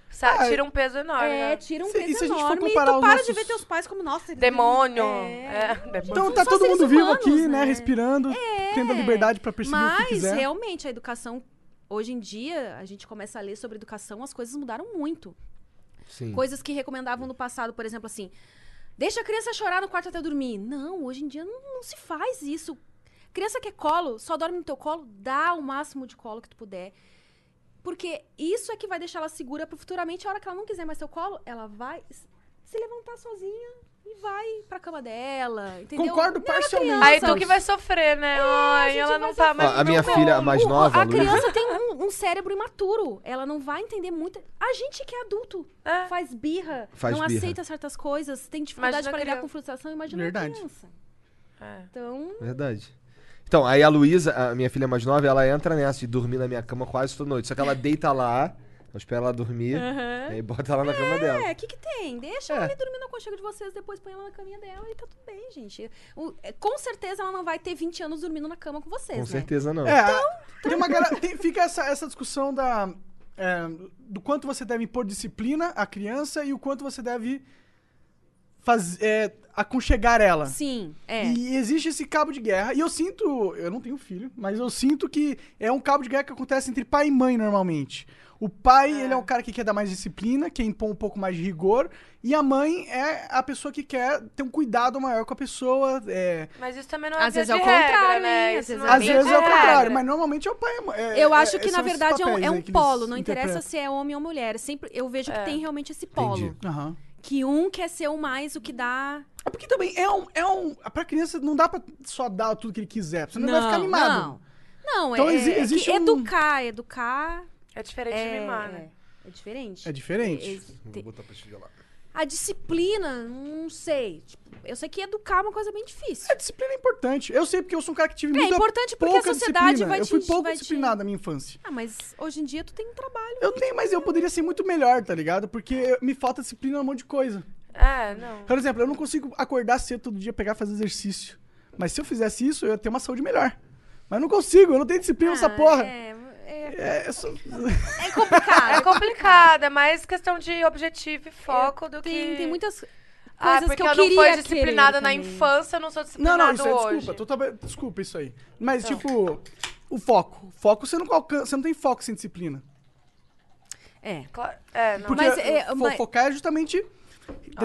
S5: Sa-
S2: Ah,
S5: tira um peso enorme,
S4: É,
S5: né?
S4: tira um
S2: Se- e
S4: peso
S2: se a gente for
S4: enorme e tu
S2: comparar
S4: para
S2: os
S4: de
S2: nossos-
S4: ver teus pais como, nossa, eles
S5: Demônio.
S4: É.
S5: É, demônio.
S2: Então tá
S4: são
S2: todo
S4: seres
S2: mundo vivo
S4: humanos,
S2: aqui, né?
S4: né? É.
S2: Respirando,
S5: É.
S2: tendo a liberdade pra perceber o que
S4: Mas,
S2: quiser.
S4: realmente, a educação... Hoje em dia, a gente começa a ler sobre educação, as coisas mudaram muito.
S3: Sim.
S4: Coisas que recomendavam no passado, por exemplo, assim, deixa a criança chorar no quarto até dormir. Não, hoje em dia não, não se faz isso. Criança que é colo, só dorme no teu colo, dá o máximo de colo que tu puder. Porque isso é que vai deixar ela segura para futuramente, a hora que ela não quiser mais teu colo, ela vai s- se levantar sozinha e vai pra cama dela, entendeu?
S2: Concordo
S4: Não era
S2: parcialmente.
S4: criança.
S5: Aí tu que vai sofrer, né? Ai,
S4: É, gente
S5: ela
S4: vai
S5: não tá mais.
S3: então, Ó, a minha
S5: não-
S3: filha mais
S4: O-
S3: nova,
S4: A
S3: Luísa-
S4: criança tem um, um cérebro imaturo. Ela não vai entender muito. A gente que é adulto
S5: É.
S4: faz birra,
S3: Faz
S4: não
S3: birra.
S4: aceita certas coisas, tem dificuldade
S5: Imagina
S4: para lidar
S5: criança.
S4: com frustração. Imagina
S2: Verdade.
S4: a criança.
S5: É.
S4: Então,
S3: Verdade. Então, aí a Luísa, a minha filha mais nova, ela entra nessa de dormir na minha cama quase toda noite. Só que ela deita lá, eu espero ela dormir, e aí bota ela na cama dela.
S4: é, o que, que tem? Deixa
S3: É.
S4: ela ali dormir no aconchego de vocês, depois põe ela na caminha dela e tá tudo bem, gente. O- é, com certeza ela não vai ter 20 anos dormindo na cama com vocês,
S3: Com
S4: né?
S3: certeza não.
S2: É, a- tem uma galera. tem- fica essa, essa discussão da. é, do quanto você deve impor disciplina à criança e o quanto você deve faz, é, aconchegar ela.
S4: Sim, é.
S2: E existe esse cabo de guerra. E eu sinto. Eu não tenho filho, mas eu sinto que é um cabo de guerra que acontece entre pai e mãe normalmente. O
S4: Ah.
S2: pai, ele é o cara que quer dar mais disciplina, quer impor um pouco mais de rigor. E a mãe é a pessoa que quer ter um cuidado maior com a pessoa. é,
S5: Mas isso também não é
S4: Às
S5: via
S4: vezes é o
S5: de regra,
S4: contrário,
S5: né?
S4: hein? Às
S5: Isso
S4: vezes
S5: não
S4: é
S2: Às
S4: bem
S5: via
S2: vezes
S5: de
S2: é o
S5: regra.
S2: contrário, mas normalmente é o pai e a mãe. É-
S4: Eu
S2: é-
S4: acho que,
S2: são
S4: na
S2: esses
S4: verdade, é um,
S2: papéis,
S4: é
S2: né,
S4: um
S2: que eles
S4: polo. Não interessa
S2: interpretam.
S4: se é homem ou mulher. Sempre, eu vejo
S5: É.
S4: que tem realmente esse polo.
S3: Entendi.
S2: Aham.
S4: Que um quer ser o mais, o que dá.
S2: É porque também é um, é um. Pra criança não dá pra só dar tudo que ele quiser, senão ele vai ficar mimado.
S4: Não, não
S2: Então,
S4: é,
S2: exi-
S4: é que
S2: existe um-
S4: educar, educar
S5: É diferente de
S4: é,
S5: mimar, né?
S4: é diferente.
S2: É diferente.
S4: Ex-
S3: Vou
S4: te-
S3: botar pra te lá.
S4: A disciplina, não sei. Tipo, eu sei que educar é uma coisa bem difícil.
S2: A disciplina é importante. Eu sei porque eu sou um cara que tive
S4: É
S2: muita
S4: importante porque a
S2: pouca
S4: sociedade
S2: disciplina.
S4: vai
S2: Eu
S4: te-
S2: fui pouco
S4: vai te-
S2: disciplinado na minha infância.
S4: Ah, mas hoje em dia tu tem um trabalho.
S2: Eu tenho, mas eu poderia ser muito melhor, tá ligado? Porque eu- me falta disciplina em um monte de coisa.
S5: É, não.
S2: Por exemplo, eu não consigo acordar cedo todo dia, pegar e fazer exercício. Mas se eu fizesse isso, eu ia ter uma saúde melhor. Mas eu não consigo, eu não tenho disciplina nessa
S4: Ah,
S2: porra.
S4: É, é,
S2: É, eu sou-
S4: é complicado.
S5: É complicado, é mais questão de objetivo e foco do
S4: tem,
S5: que.
S4: tem muitas coisas
S5: Ah,
S4: que
S5: porque
S4: eu,
S5: eu, não fui
S4: queria
S5: disciplinada
S4: querer
S5: na
S4: também.
S5: infância, eu não sou
S2: Não,
S5: disciplinado
S2: não, isso é
S5: hoje.
S2: desculpa. totalmente- Desculpa isso aí. Mas, tipo, o foco. Foco você não alcança, você não tem foco sem disciplina.
S4: É.
S5: Claro- É, Ah. não.
S2: Porque
S4: Mas, é,
S2: fo-
S4: mas-
S2: focar é justamente.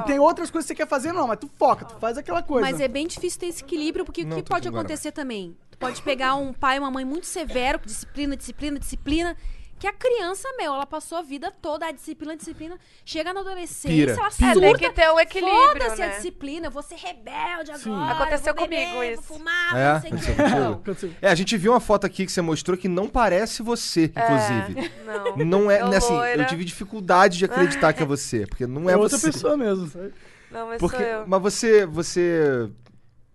S2: Tem outras coisas que você quer fazer, não, mas tu foca, tu faz aquela coisa.
S4: Mas é bem difícil ter esse equilíbrio, porque
S3: Não,
S4: o que
S3: tô
S4: pode
S3: com
S4: acontecer também? Tu pode pegar um pai e uma mãe muito severo, com disciplina, disciplina, disciplina, que a criança, meu, ela passou a vida toda a disciplina, disciplina, chega na adolescência,
S3: Pira.
S4: ela
S5: É,
S4: surta.
S5: tem que ter um equilíbrio,
S4: Foda-se a
S5: né?
S4: disciplina, eu vou ser rebelde agora.
S2: Sim.
S4: eu
S5: Aconteceu
S4: vou beber,
S5: comigo isso.
S4: Vou fumar,
S3: É?
S4: não sei o que.
S3: Aconteceu
S4: Não.
S2: Aconteceu.
S3: É, a gente viu uma foto aqui que você mostrou que não parece você,
S4: É.
S3: inclusive.
S5: é. Não.
S3: Não é,
S5: Eu
S3: né, assim,
S5: loira.
S3: eu tive dificuldade de acreditar que é você, porque não é,
S2: É outra
S3: você.
S2: pessoa mesmo. sabe?
S5: Não, mas
S3: Porque,
S5: sou eu.
S3: mas você, você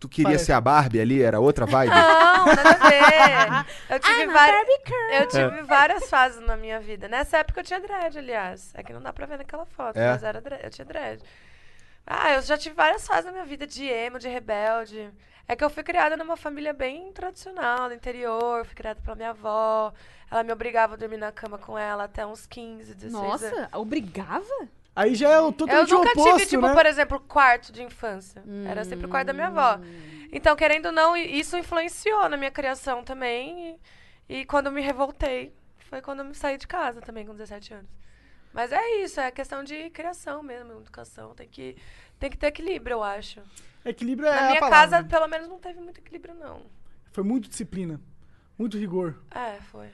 S3: tu queria
S2: Parece.
S3: ser a Barbie ali, era outra vibe?
S5: Não, nada a ver. Eu tive,
S4: I'm a
S5: várias,
S4: Ah, Barbie girl.
S5: eu tive várias fases na minha vida. Nessa época eu tinha dread, aliás. É que não dá pra ver naquela foto,
S3: É?
S5: mas era dread, eu tinha dread. Ah, eu já tive várias fases na minha vida de emo, de rebelde. É que eu fui criada numa família bem tradicional, do interior, fui criada pela minha avó. Ela me obrigava a dormir na cama com ela até uns 15, 16 anos.
S4: Nossa, obrigava?
S2: Aí já é o
S5: Eu
S2: totalmente
S5: nunca
S2: oposto,
S5: tive, tipo,
S2: né?
S5: por exemplo, quarto de infância. Era sempre o quarto da minha avó. Então, querendo ou não, i- isso influenciou na minha criação também. E, e quando eu me revoltei, foi quando eu me saí de casa também, com 17 anos. Mas é isso, é questão de criação mesmo, educação. Tem que, tem que ter equilíbrio, eu acho.
S2: Equilíbrio é
S5: na
S2: a
S5: minha
S2: palavra.
S5: casa, pelo menos, não teve muito equilíbrio, não.
S2: Foi muito disciplina, muito rigor.
S5: É, foi.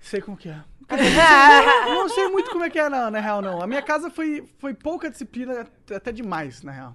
S2: Sei como que é. Eu não sei muito como é que é, não, na real, não. A minha casa foi, foi pouca disciplina, até demais, na real.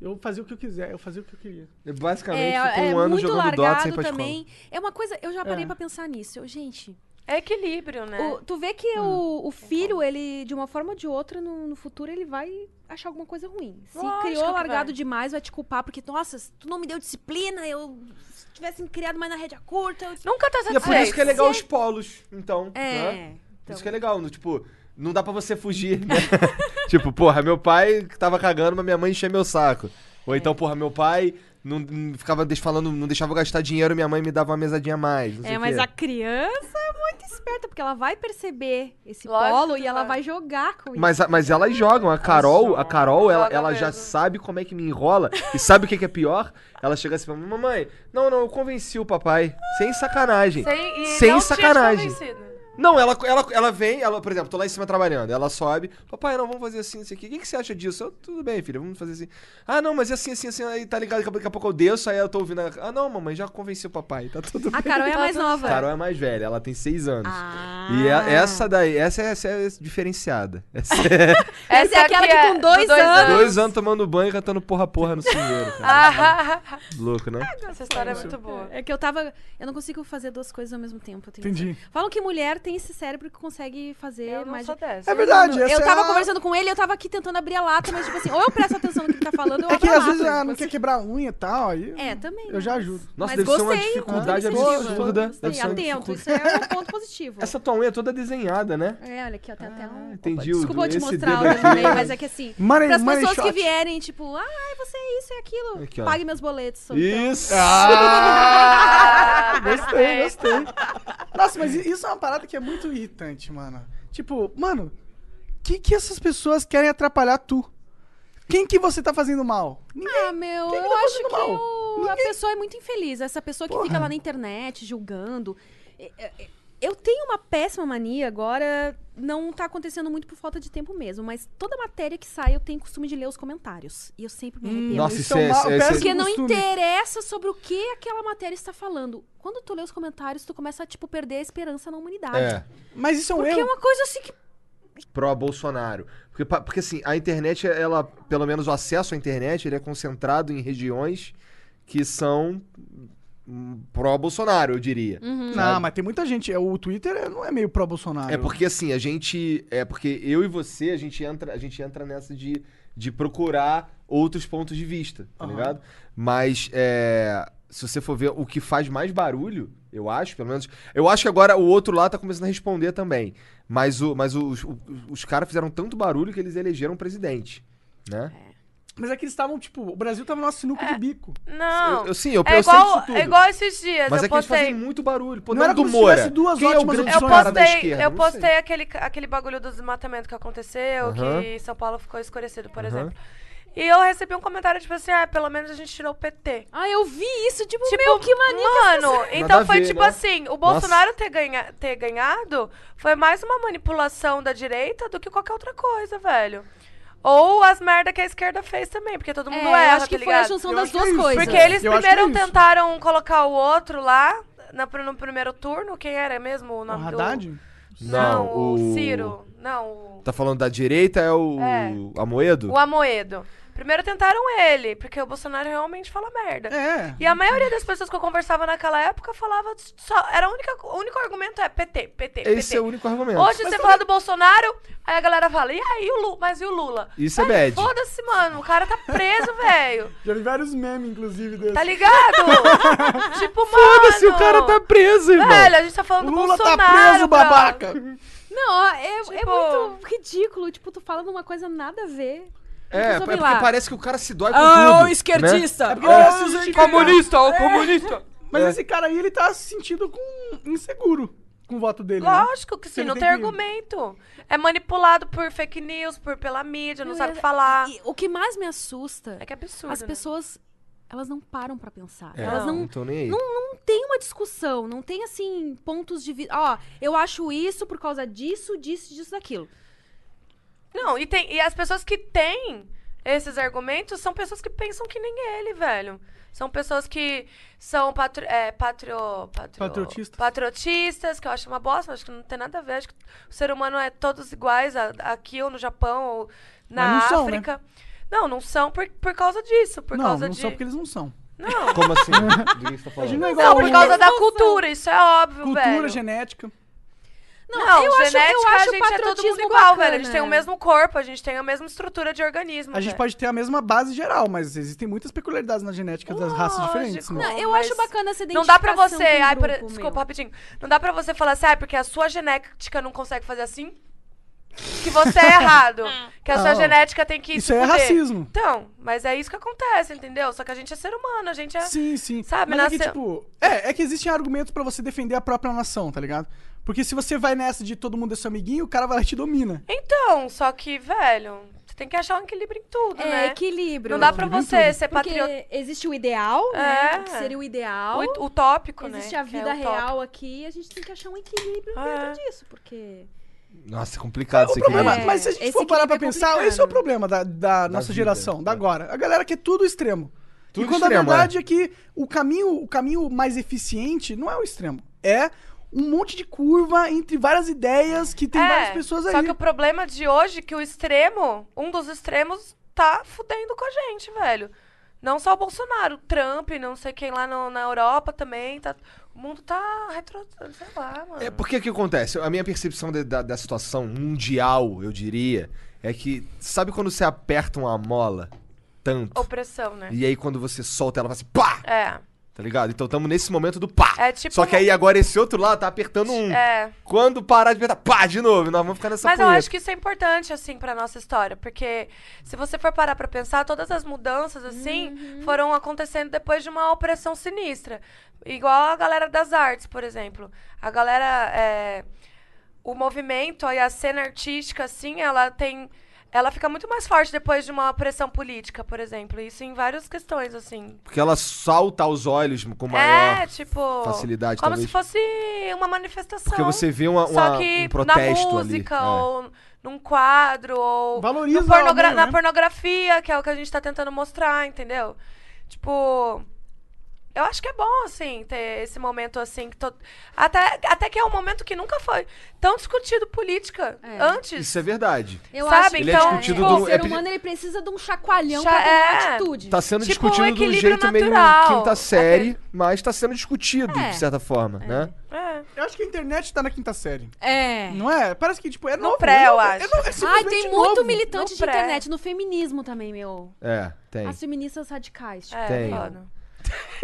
S2: Eu fazia o que eu quiser, eu fazia o que eu queria.
S3: Basicamente,
S4: É,
S3: ficou um
S4: é
S3: ano
S4: muito
S3: jogando Dota sem ir
S4: largado
S3: pra escola.
S4: também. É uma coisa, eu já parei
S2: É.
S4: pra pensar nisso. Eu, gente,
S5: É equilíbrio, né?
S4: o- tu vê que
S3: Hum.
S4: o, o filho, ele, de uma forma ou de outra, no, no futuro, ele vai achar alguma coisa ruim. Se
S5: Lógico
S4: criou
S5: que
S4: largado
S5: vai.
S4: demais, vai te culpar, porque, nossa, se tu não me deu disciplina, eu se tivesse me criado mais na rédea curta. Eu...
S5: Nunca tá
S3: E é
S5: satisfeito.
S3: por isso que é legal os polos, então.
S4: É.
S3: né?
S4: então.
S3: Isso que é legal, no- tipo, não dá pra você fugir, né? tipo, porra, meu pai tava cagando, mas minha mãe enchia meu saco. Ou então, porra, meu pai não, não ficava deix- falando, não deixava eu gastar dinheiro, minha mãe me dava uma mesadinha a mais. não sei
S4: É,
S3: o
S4: mas
S3: quê.
S4: a criança é muito esperta, porque ela vai perceber esse
S5: Lógico
S4: polo
S5: que
S4: e ela
S5: vai.
S4: vai jogar com isso.
S3: Mas, a- mas elas jogam, a Carol, a Carol, ela,
S5: Joga
S3: ela já
S5: mesmo.
S3: sabe como é que me enrola. E sabe o que que é pior? Ela chega assim pra mim, mamãe, não, não, eu convenci o papai. Sem sacanagem.
S5: Sem,
S3: Sem
S5: e não tinha te
S3: sacanagem.
S5: convencido.
S3: Não, ela, ela, ela vem, ela, por exemplo, tô lá em cima trabalhando, ela sobe, papai, não, vamos fazer assim, isso aqui, o que, que você acha disso? Eu, tudo bem, filha, vamos fazer assim. Ah, não, mas é assim, assim, assim, aí tá ligado, daqui a- daqui a pouco eu desço, aí eu tô ouvindo, ela, ah, não, mamãe, já convenci o papai, tá tudo
S4: A
S3: bem.
S4: Carol é a mais
S5: Tá tudo
S4: nova.
S3: Carol é mais velha, ela tem seis anos.
S4: Ah.
S3: E é- essa daí, essa é, essa é diferenciada. Essa é
S4: Essa é aquela que com
S5: do
S4: dois anos-
S3: dois anos tomando banho e cantando porra porra no cinheiro, cara.
S5: Ah,
S3: Louco, né?
S5: essa história é muito boa.
S4: É que eu tava. Eu não consigo fazer duas coisas ao mesmo tempo. eu tenho
S2: Entendi.
S4: que- Falam que mulher tem esse cérebro que consegue fazer
S5: Eu não
S4: mais.
S5: sou dessa.
S2: É verdade, essa
S4: eu
S2: é
S4: tava
S2: a-
S4: conversando com ele, eu tava aqui tentando abrir a lata, mas tipo assim, ou eu presto atenção no que ele tá falando, ou eu
S2: É que
S4: abro
S2: às
S4: a lata.
S2: vezes ah, não
S4: Mas-
S2: quer quebrar a unha e tal, aí
S4: É, também.
S2: eu já ajudo.
S3: Nossa,
S4: Mas
S3: deve ser uma
S4: gostei,
S3: dificuldade
S4: muito positiva.
S3: absurda.
S4: Gostei,
S3: Deve ser uma
S4: Atento,
S3: dificuldade.
S4: isso é um ponto positivo.
S3: Essa tua unha é toda desenhada, né?
S4: É, olha aqui, ó, tem até um.
S3: entendi,
S4: Desculpa
S3: o-
S4: eu te
S3: esse
S4: mostrar o
S3: dedo
S4: dedo no meio,
S3: aqui.
S4: mas é que assim.
S2: Money-
S4: Para as
S2: money
S4: pessoas que
S2: shot.
S4: vierem, tipo, ah, você é isso, é aquilo.
S3: Aqui, ó.
S4: Pague meus boletos. sou então.
S3: Isso! Ah!
S5: Ah,
S4: É.
S2: Gostei,
S5: perfeito.
S2: gostei. Nossa, mas i- isso é uma parada que é muito irritante, mano. Tipo, mano, que que essas pessoas querem atrapalhar tu? Quem que você tá fazendo mal? Ninguém.
S4: Ah, meu,
S2: Quem que
S4: eu
S2: tá
S4: acho
S2: fazendo
S4: que
S2: mal?
S4: o- a pessoa é muito infeliz. Essa pessoa que fica lá na internet julgando. É, é, é, Eu tenho uma péssima mania agora, não tá acontecendo muito por falta de tempo mesmo, mas toda matéria que sai eu tenho costume de ler os comentários. E eu sempre me arrependo.
S3: Nossa,
S2: Isso
S3: isso é-
S2: um ma-
S3: isso é-
S2: péssimo
S4: Hum. Porque não
S2: costume.
S4: interessa sobre o que aquela matéria está falando. Quando tu lê os comentários, tu começa a, tipo, perder a esperança na humanidade.
S3: É,
S2: Mas isso é um
S4: Porque é
S2: erro.
S4: uma coisa assim que.
S3: pró-Bolsonaro. Porque, pa- porque assim, a internet, ela, pelo menos o acesso à internet, ele é concentrado em regiões que são hum, pró-Bolsonaro, eu diria.
S2: Não, mas tem muita gente. é, O Twitter é- não é meio pró-Bolsonaro.
S3: É porque assim, a gente. É porque eu e você, a gente entra, a gente entra nessa de, de procurar outros pontos de vista, tá
S2: Aham.
S3: ligado? Mas é, se você for ver o que faz mais barulho, eu acho, pelo menos. Eu acho que agora o outro lá tá começando a responder também. Mas, o, mas os, o- os caras fizeram tanto barulho que eles elegeram presidente. Né?
S2: Mas é que eles estavam, tipo, o Brasil tava no sinuco
S5: É.
S2: de bico.
S5: Não.
S3: Eu, eu- sim, eu,
S5: é,
S3: eu sei disso
S5: igual,
S3: tudo.
S5: é igual esses dias.
S3: mas
S5: eu
S3: é que eles
S5: postei.
S3: fazem muito barulho. Pô,
S2: Não
S3: não
S2: era
S3: do
S2: como se
S3: Moura.
S2: tivesse duas
S3: Quem é o
S2: ótimas
S3: grande
S2: opções.
S5: Eu
S2: Sonho era
S3: cara da
S5: postei,
S3: esquerda?
S5: eu
S3: Não sei.
S5: postei aquele, ca- aquele bagulho do desmatamento que aconteceu,
S3: Aham.
S5: que São Paulo ficou escurecendo, por
S3: Aham.
S5: exemplo. E eu recebi um comentário tipo assim: ah, pelo menos a gente tirou o PT.
S4: Ah, eu vi isso, tipo,
S5: Tipo,
S4: meu, que mania.
S5: Mano,
S3: Nada a
S5: então foi
S3: ver,
S5: tipo
S3: né?
S5: assim: o Bolsonaro ter, ganha, ter ganhado foi mais uma manipulação da direita do que qualquer outra coisa, velho. Ou as merda que a esquerda fez também, porque todo mundo
S4: É, eu
S5: erra,
S4: acho que
S5: tá
S4: foi a
S5: ligado?
S4: junção
S2: Eu
S4: das
S2: acho que
S4: duas
S2: é isso.
S4: coisas.
S5: Porque eles
S2: Eu acho que é
S5: primeiro
S2: isso.
S5: tentaram colocar o outro lá na- no primeiro turno. Quem era mesmo o
S2: O
S5: nome do...
S2: É Haddad?
S5: Não,
S3: Não, o-
S5: o Ciro. Não, o...
S3: Tá falando da direita é o
S5: É.
S3: Amoedo?
S5: o Amoedo. Primeiro tentaram ele, porque o Bolsonaro realmente fala merda.
S2: É.
S5: E a maioria das pessoas que eu conversava naquela época falava só. Era a única, o único argumento é PT, PT, PT.
S3: Esse é o único argumento.
S5: Hoje você fala do Bolsonaro, aí a galera fala, e aí o Lula? Mas e o Lula?
S3: Isso é
S5: Ai,
S3: bad.
S5: Foda-se, mano. O cara tá preso, velho.
S2: Já vi vários memes, inclusive, desse.
S5: Tá ligado? tipo, mano.
S3: Foda-se, o cara tá preso, irmão.
S5: Velho, a gente tá falando
S2: Lula
S5: do Bolsonaro.
S2: tá preso,
S5: brother.
S2: babaca!
S4: Não, é, é
S5: Tipo-
S4: muito ridículo. Tipo, tu falando uma coisa nada a ver.
S3: É, é
S4: resolvi
S3: porque
S4: lá.
S3: parece que o cara se dói com
S8: Ah,
S3: tudo. né?
S8: o esquerdista!
S2: porque ele tá se sentindo-
S8: o comunista!
S2: Mas
S3: É.
S2: esse cara aí, ele tá se sentindo com inseguro com o voto dele. né?
S5: Lógico que sim,
S2: Ele
S5: não
S2: tem
S5: tem,
S2: que-
S5: argumento. É manipulado por fake news, por, pela mídia, não sabe falar.
S4: E o que mais me assusta
S5: É que absurdo.
S4: as
S5: né?
S4: pessoas elas não param pra pensar.
S3: É,
S4: Elas
S3: não
S4: não
S3: tô nem aí.
S4: não, não tem uma discussão, não tem assim pontos de vista. Ó, eu acho isso por causa disso, disso, disso, daquilo.
S5: Não, e, tem, e as pessoas que têm esses argumentos são pessoas que pensam que nem ele, velho. São pessoas que são patri, é, patrio, patrio-
S2: Patriotistas.
S5: patriotistas, que eu acho uma bosta, acho que não tem nada a ver. Acho que o ser humano é todos iguais a- aqui ou no Japão ou na
S2: Mas não são, né?
S5: África. Não, não são por, por causa disso, por
S2: não,
S5: causa
S2: não
S5: de...
S2: são porque eles não são.
S5: Não,
S3: Como assim? Do que você tá
S2: Imagina
S3: falando?
S4: é
S2: igual
S5: não, por
S2: o-
S5: causa da cultura, isso é óbvio,
S2: cultura,
S5: velho.
S2: genética.
S4: Não,
S5: Não,
S4: eu acho,
S5: genética
S4: eu acho
S5: a gente é todo mundo
S4: patriotismo
S5: igual,
S4: bacana.
S5: velho. A gente tem o mesmo corpo, a gente tem a mesma estrutura de organismo.
S2: A gente
S5: velho.
S2: pode ter a mesma base geral, mas existem muitas peculiaridades na genética das raças
S5: Lógico.
S2: diferentes. Né?
S4: Não, eu
S5: mas
S4: acho bacana essa
S5: Não dá pra
S4: identificação
S5: você.
S4: com o
S5: Ai, por-
S4: grupo, meu.
S5: desculpa, rapidinho. Não dá pra você falar assim, ah, porque a sua genética não consegue fazer assim. Que você é errado. que a sua
S2: Não.
S5: genética tem que.
S2: Isso
S5: se
S2: é
S5: fuder.
S2: racismo.
S5: Então, mas é isso que acontece, entendeu? Só que a gente é ser humano, a gente é.
S2: Sim, sim.
S5: Sabe,
S2: Mas é que,
S5: nasceu-
S2: tipo, é, é que existem argumentos pra você defender a própria nação, tá ligado? Porque se você vai nessa de todo mundo é seu amiguinho, o cara vai lá e te domina.
S5: Então, só que, velho, você tem que achar um equilíbrio em tudo,
S4: É,
S5: né?
S4: equilíbrio.
S5: Não dá pra
S2: Equilíbrio em
S5: você
S2: tudo.
S5: ser
S4: Porque
S5: patriota.
S4: existe o ideal, né?
S5: É.
S4: Que seria o ideal.
S5: O, utópico, né?
S4: existe a
S5: que é
S4: vida
S5: utópico.
S4: real aqui e a gente tem que achar um equilíbrio
S5: É.
S4: dentro disso, porque.
S3: Nossa, é complicado
S2: O
S3: isso aqui.
S2: problema,
S4: É,
S2: mas se a gente
S4: esse
S2: for parar pra
S4: equilíbrio é
S2: pensar,
S4: complicado.
S2: esse é o problema da, da nossa
S3: vida,
S2: geração, da
S3: é.
S2: agora. A galera quer tudo extremo.
S3: Tudo
S2: e quando a
S3: extremo,
S2: verdade é. que o caminho, o caminho mais eficiente não é o extremo. É um monte de curva entre várias ideias que tem
S5: É,
S2: várias pessoas aí.
S5: Só que o problema de hoje é que o extremo, um dos extremos, tá fudendo com a gente, velho. Não só o Bolsonaro, o Trump, não sei quem lá no- na Europa também. Tá, o mundo tá retro. sei lá, mano.
S3: É porque o que acontece? A minha percepção de- da, da situação mundial, eu diria, é que. Sabe quando você aperta uma mola tanto?
S5: Opressão, né?
S3: E aí quando você solta ela, ela faz assim, pá!
S5: É.
S3: Tá ligado? Então estamos nesse momento do pá.
S5: É tipo
S3: Só que
S5: uma-
S3: aí agora esse outro lado tá apertando um.
S5: É.
S3: Quando parar de apertar, pá, de novo. E nós vamos ficar nessa
S5: Mas eu
S3: punheta.
S5: acho que isso é importante, assim, pra nossa história. Porque se você for parar pra pensar, todas as mudanças, assim, foram acontecendo depois de uma opressão sinistra. Igual a galera das artes, por exemplo. A galera. é, o movimento e a cena artística, assim, ela tem. Ela fica muito mais forte depois de uma opressão política, por exemplo. Isso em várias questões, assim.
S3: Porque ela salta aos olhos com maior.
S5: é, tipo.
S3: facilidade,
S5: Como
S3: talvez.
S5: se fosse uma manifestação.
S3: Porque você vê uma,
S5: Só
S3: uma,
S5: que
S3: um protesto
S5: na música,
S3: ali. É.
S5: ou num quadro, ou
S2: Valoriza
S5: no pornogra-
S2: o amor,
S5: na
S2: né?
S5: pornografia, que é o que a gente tá tentando mostrar, entendeu? Tipo. Eu acho que é bom, assim, ter esse momento assim. Que to- até, até que é um momento que nunca foi tão discutido política
S4: É.
S5: antes.
S3: Isso é verdade.
S4: Eu
S5: Sabe,
S4: acho que então, tipo,
S5: ele é discutido
S4: o
S5: do-
S4: Tá, ser
S3: é-
S4: humano ele precisa de um chacoalhão
S5: Cha-
S4: pra tomar
S5: é.
S4: atitude.
S3: Tá sendo
S5: Tipo, um
S3: discutido de um
S5: equilíbrio
S3: jeito meio
S5: natural.
S3: quinta série, mas tá sendo discutido,
S4: É.
S3: de certa forma, né?
S5: É.
S2: Eu acho que a internet tá na quinta série.
S4: É.
S2: Não é? Parece que, tipo, é
S5: No
S2: novo.
S5: pré,
S2: é
S5: eu
S2: novo, é
S5: acho.
S2: novo, é
S4: Ai,
S2: simplesmente
S4: tem muito
S2: novo.
S4: militante
S5: No
S4: de
S5: pré.
S4: internet, no feminismo também, meu.
S3: É, tem.
S5: Assim,
S4: As feministas radicais. tipo.
S5: É,
S3: Tem.
S5: foda.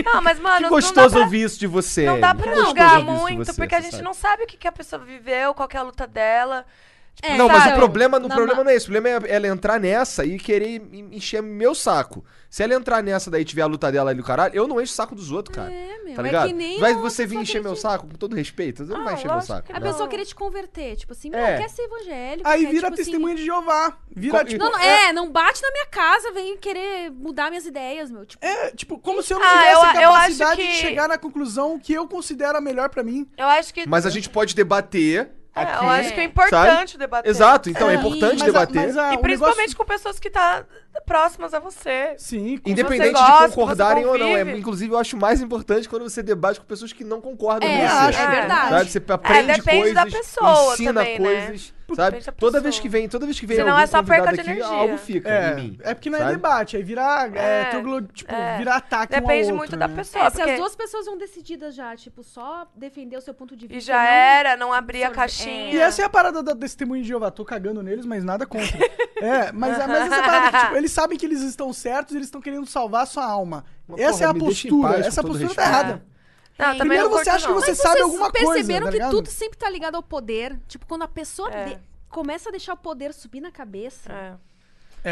S5: Não, mas, mano,
S3: Que
S5: não dá
S3: gostoso
S5: pra,
S3: ouvir isso de você.
S5: não dá
S3: Que
S5: pra
S3: gostoso ouvir
S5: julgar
S3: isso de
S5: muito,
S3: você,
S5: porque a
S3: você
S5: gente
S3: sabe.
S5: não sabe o que, que a pessoa viveu, qual que é a luta dela. Tipo,
S4: É,
S3: não, mas
S4: sabe?
S3: o problema, o
S4: Na
S3: problema
S4: ma-
S3: não é isso. O problema é ela entrar nessa e querer me- encher meu saco. Se ela entrar nessa daí e tiver a luta dela ali do caralho, eu não encho o saco dos outros, cara.
S4: É, meu,
S3: tá
S4: é
S3: ligado?
S4: que nem
S3: Vai
S4: a
S3: você vir
S4: pessoa
S3: encher meu
S4: acredita.
S3: saco, com todo respeito, você não
S5: Ah,
S3: vai encher meu
S5: lógico
S3: saco.
S5: que
S4: A
S3: né?
S4: pessoa querer te converter, tipo assim, meu,
S3: É.
S4: quer ser evangélico.
S2: Aí
S4: quer,
S2: vira
S4: tipo,
S2: testemunha
S4: assim,
S2: de Jeová. Vira,
S3: Co-
S2: tipo,
S4: Não, não, é, não bate na minha casa, vem querer mudar minhas ideias, meu. Tipo,
S2: É, tipo, como se eu não
S5: Ah,
S2: tivesse a
S5: eu- eu acho
S2: capacidade de
S5: que-
S2: chegar na conclusão que eu considero a melhor pra mim.
S5: Eu acho que.
S3: Mas a gente pode debater.
S5: É,
S3: aqui,
S5: eu acho que
S3: sabe?
S5: é importante debater.
S3: Exato, então é,
S4: É,
S3: importante
S4: mas a-
S3: debater.
S2: mas a-
S5: E
S2: o
S5: principalmente
S2: ah, um negócio-
S5: com pessoas que tá próximas a você.
S2: Sim, com
S3: Independente
S5: você gosta,
S3: de concordarem
S5: você
S3: ou não. É,
S5: convive.
S3: inclusive, eu acho mais importante quando você debate com pessoas que não concordam
S4: É,
S3: com você.
S2: acho,
S4: é verdade.
S3: Sabe? Você aprende
S5: É, depende
S3: coisas,
S5: da pessoa
S3: ensina
S5: também, né?
S3: coisas, sabe?
S5: Depende da
S3: Toda vez
S5: pessoa.
S3: que vem, toda vez que vem
S5: Senão
S3: alguém
S5: é só perca
S3: convidado
S5: de
S3: aqui,
S5: energia.
S3: algo fica em mim.
S2: É, é porque não é
S3: sabe?
S2: debate, aí vira, é,
S5: É,
S2: troglo- tipo,
S5: é.
S2: vira ataque um ao
S5: Depende
S2: outro,
S5: muito da
S2: né?
S5: pessoa.
S4: é, se
S5: porque...
S4: as duas pessoas vão decididas já, tipo, só defender o seu ponto de vista.
S5: E já
S4: não-
S5: era, não abria a
S4: absorve-
S5: caixinha.
S2: E essa é a parada da testemunha de Jeová. Tô cagando neles, mas nada contra. é, mas, mas essa parada que, tipo, eles sabem que eles estão certos, eles estão querendo salvar a sua alma.
S3: Mas,
S2: essa
S3: porra,
S2: é a
S3: me deixa em paz,
S2: postura.
S3: com
S2: Essa
S3: todo
S2: postura tá
S3: respeito.
S2: errada.
S5: Não, também
S2: Primeiro
S5: não
S2: você
S5: curto,
S2: acha que
S5: não.
S2: você
S4: Mas
S2: sabe
S4: vocês
S2: alguma coisa,
S4: perceberam
S2: tá
S4: que
S2: ligado?
S4: tudo sempre tá ligado ao poder? Tipo, quando a pessoa
S5: É.
S4: de- começa a deixar o poder subir na cabeça,
S5: É.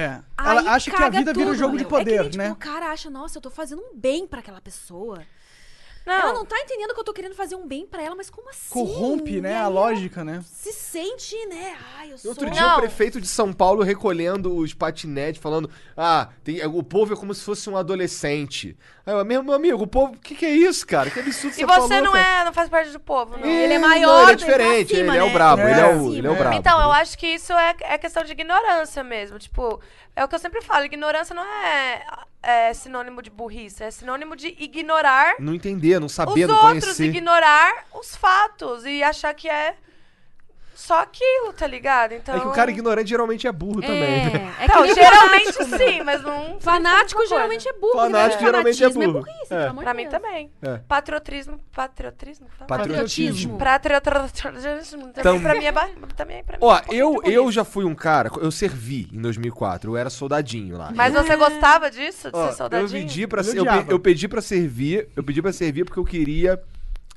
S2: É.
S4: Aí
S2: Ela acha que a
S4: caga
S2: vida vira um
S4: tudo,
S2: jogo de
S4: meu. É que nem,
S2: poder,
S4: tipo,
S2: né?
S4: O cara acha, nossa, eu tô fazendo um bem pra aquela pessoa.
S5: Não,
S4: Ela não tá entendendo que eu tô querendo fazer um bem pra ela, mas como assim?
S2: Corrompe,
S4: E
S2: né?
S4: aí
S2: A
S4: ela
S2: lógica, né?
S4: Se sente, né? Ai, eu sou...
S3: Outro
S5: Não.
S3: dia o prefeito de São Paulo recolhendo os patinetes, falando: Ah, tem- o povo é como se fosse um adolescente. Aí eu, meu, meu amigo, o povo, o que, que é isso, cara? Que absurdo
S5: E você
S3: falou,
S5: não
S3: cara."
S5: é, não faz parte do povo, não.
S3: Ih,
S4: Ele é
S3: não, ele
S4: maior,
S3: é
S4: ele tá
S3: diferente,
S4: acima,
S3: ele é o
S4: né?
S3: brabo,
S2: É.
S3: ele é o, ele é o
S2: Acima.
S3: brabo.
S5: Então, eu acho que isso é, é questão de ignorância mesmo. Tipo, é o que eu sempre falo: ignorância não é, é sinônimo de burrice, é sinônimo de ignorar
S3: Não entender, não saber,
S5: os
S3: não
S5: outros,
S3: conhecer.
S5: ignorar os fatos e achar que é só aquilo, tá ligado? Então.
S3: É que o cara ignorante geralmente é burro também. né?
S4: É, é que
S5: Então,
S4: nem
S5: geralmente
S4: fanático, né?
S5: sim, mas não.
S4: Fanático
S5: Coisa.
S4: geralmente é burro.
S3: Fanático
S4: né?
S3: geralmente é
S4: Fanatismo
S3: burro.
S4: burrice,
S3: É.
S4: pelo amor
S5: Pra
S4: de
S5: mim
S4: Deus.
S5: também.
S3: É.
S5: Patriotismo. Patriotismo? que fala?
S3: Patriotismo.
S4: Patriotismo.
S5: Patriotismo. Também pra mim é. ba- Também pra mim
S3: Então- Ó,
S5: é um pouquinho
S3: eu,
S5: de burrice.
S3: eu já fui um cara, eu servi em 2004, eu era soldadinho lá.
S5: Mas você gostava disso, de
S3: Ó,
S5: ser soldadinho?
S3: Eu pedi para
S2: Eu
S3: eu, pe-
S2: odiava.
S3: eu pedi para servir, eu pedi para servir porque eu queria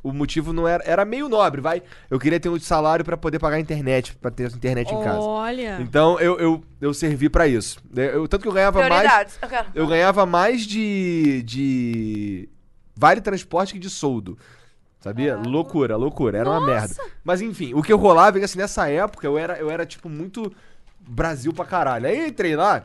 S3: o motivo não era era meio nobre, vai. Eu queria ter um salário pra poder pagar a internet, pra ter internet em casa.
S8: Olha.
S3: Então eu eu, eu servi pra isso. Eu, eu- tanto que eu ganhava mais
S5: Prioridades. Eu quero.
S3: eu ganhava mais de de vale transporte que de soldo. Sabia? Loucura, loucura, era uma merda. Mas enfim, o que eu rolava é que assim, nessa época eu era eu era tipo muito Brasil pra caralho. Aí eu entrei lá,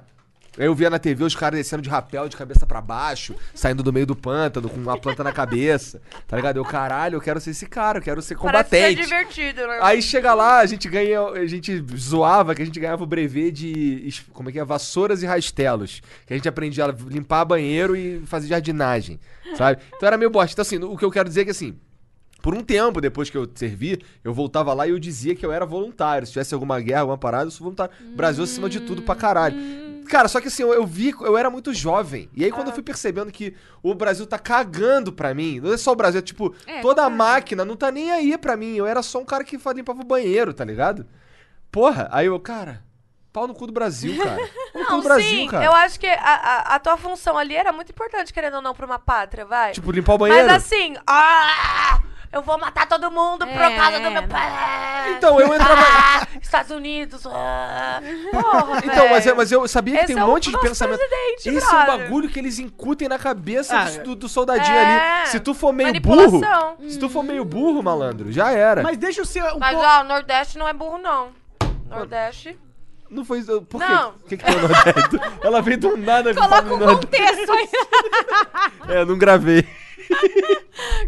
S3: Aí eu via na TV os caras descendo de rapel, de cabeça pra baixo, saindo do meio do pântano, com uma planta na cabeça. Tá ligado? Eu, caralho, eu quero ser esse cara, eu quero ser
S5: Parece ser
S3: combatente.
S5: divertido, né?
S3: Aí chega lá, a gente ganha. A gente zoava que a gente ganhava o brevet de. es- Como é que é? Vassouras e rastelos. Que a gente aprendia a limpar banheiro e fazer jardinagem. Sabe? Então era meio bosta. Então, assim, o que eu quero dizer é que assim. Por um tempo, depois que eu servi, eu voltava lá e eu dizia que eu era voluntário. Se tivesse alguma guerra, alguma parada, eu sou voluntário.
S5: Hum.
S3: Brasil acima de tudo pra caralho. Cara, só que assim, eu, eu vi, eu era muito jovem. E aí, quando
S5: Ah.
S3: eu fui percebendo que o Brasil tá cagando pra mim, não é só o Brasil, é tipo, toda a máquina não tá nem aí pra mim. Eu era só um cara que fa- limpava o banheiro, tá ligado? Porra, aí eu, cara, pau no cu do Brasil, cara. Pau no cu do Brasil,
S5: sim,
S3: cara.
S5: eu acho que a, a- a tua função ali era muito importante, querendo ou não, pra uma pátria, vai.
S3: Tipo, limpar o banheiro.
S5: Mas assim, ah, eu vou matar todo mundo por
S4: É,
S5: causa do meu
S4: não.
S5: pai.
S3: Então, eu entrava.
S5: Ah, Estados Unidos. Ah, porra,
S3: Então, mas,
S5: velho.
S3: eu- mas eu sabia que
S5: Esse
S3: tem um
S5: é o
S3: monte de
S5: nosso
S3: pensamento.
S5: presidente,
S3: Esse é um
S5: brother.
S3: bagulho que eles incutem na cabeça
S2: Ah,
S3: do, do soldadinho
S5: é.
S3: ali. Se tu for meio burro.
S5: Manipulação.
S3: Se tu for meio burro, malandro, já era.
S2: Mas deixa eu ser um
S5: Mas
S2: pouco.
S5: ó, o Nordeste não é burro, não. Nordeste.
S3: Não foi isso. Por
S5: Não.
S3: quê? O que, que tem no Nordeste? Ela veio do nada com
S4: Coloca um
S3: no Nordeste.
S4: contexto aí.
S3: É, eu não gravei.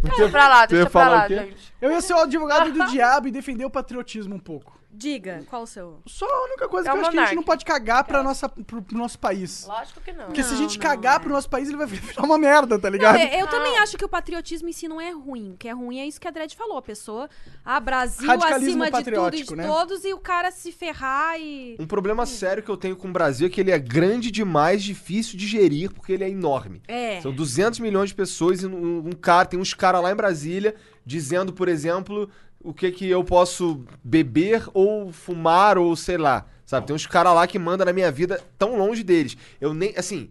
S5: Deixa pra lá,
S3: Tu ia
S5: deixa pra
S3: falar
S5: lá,
S3: o quê?
S5: gente.
S2: Eu ia ser o advogado do diabo e defender o patriotismo um pouco.
S4: Diga, qual o seu...
S2: Só a única coisa
S5: É
S2: que eu
S5: o
S2: acho que a gente
S5: monarca. É.
S2: não pode cagar pra nossa, pro, pro nosso país.
S5: Lógico que não.
S2: Porque se a gente
S4: não,
S2: cagar pro nosso país, ele vai virar uma merda, tá ligado?
S4: É, eu também acho que o patriotismo em si não é ruim. O que é ruim é isso que a Dredd falou. A pessoa, a Brasil
S2: Radicalismo
S4: acima de tudo e
S2: patriótico,
S4: de
S2: né?
S4: todos, e o cara se ferrar e.
S3: Um problema sério que eu tenho com o Brasil é que ele é grande demais, difícil de gerir, porque ele é enorme.
S4: É.
S3: São 200 milhões de pessoas e um, um cara, tem uns caras lá em Brasília dizendo, por exemplo, o que que eu posso beber ou fumar ou sei lá, sabe? Tem uns caras lá que mandam na minha vida tão longe deles. Eu nem, assim,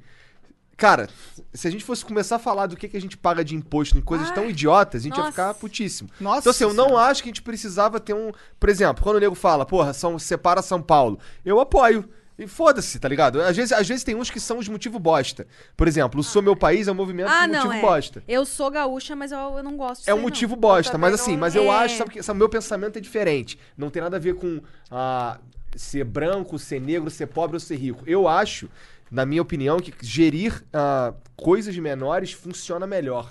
S3: cara, se a gente fosse começar a falar do que que a gente paga de imposto em coisas tão idiotas, a gente ia
S4: Ah, nossa.
S3: ficar putíssimo.
S2: Nossa.
S3: Então, assim, eu não
S2: senhora.
S3: acho que a gente precisava ter um. Por exemplo, quando o nego fala, porra, são, separa São Paulo. Eu apoio. E foda-se, tá ligado? Às vezes, às vezes tem uns que são os motivo bosta. Por exemplo, o Sou Meu País é um movimento
S4: Ah,
S3: de motivo
S4: não. É.
S3: bosta.
S4: Eu sou gaúcha, mas eu, eu não gosto disso
S3: É um
S4: aí,
S3: motivo bosta,
S5: também
S3: mas assim,
S5: não-
S3: mas eu
S4: É.
S3: acho, sabe, que, sabe, meu pensamento é diferente. Não tem nada a ver com ah, ser branco, ser negro, ser pobre ou ser rico. Eu acho, na minha opinião, que gerir ah, coisas menores funciona melhor.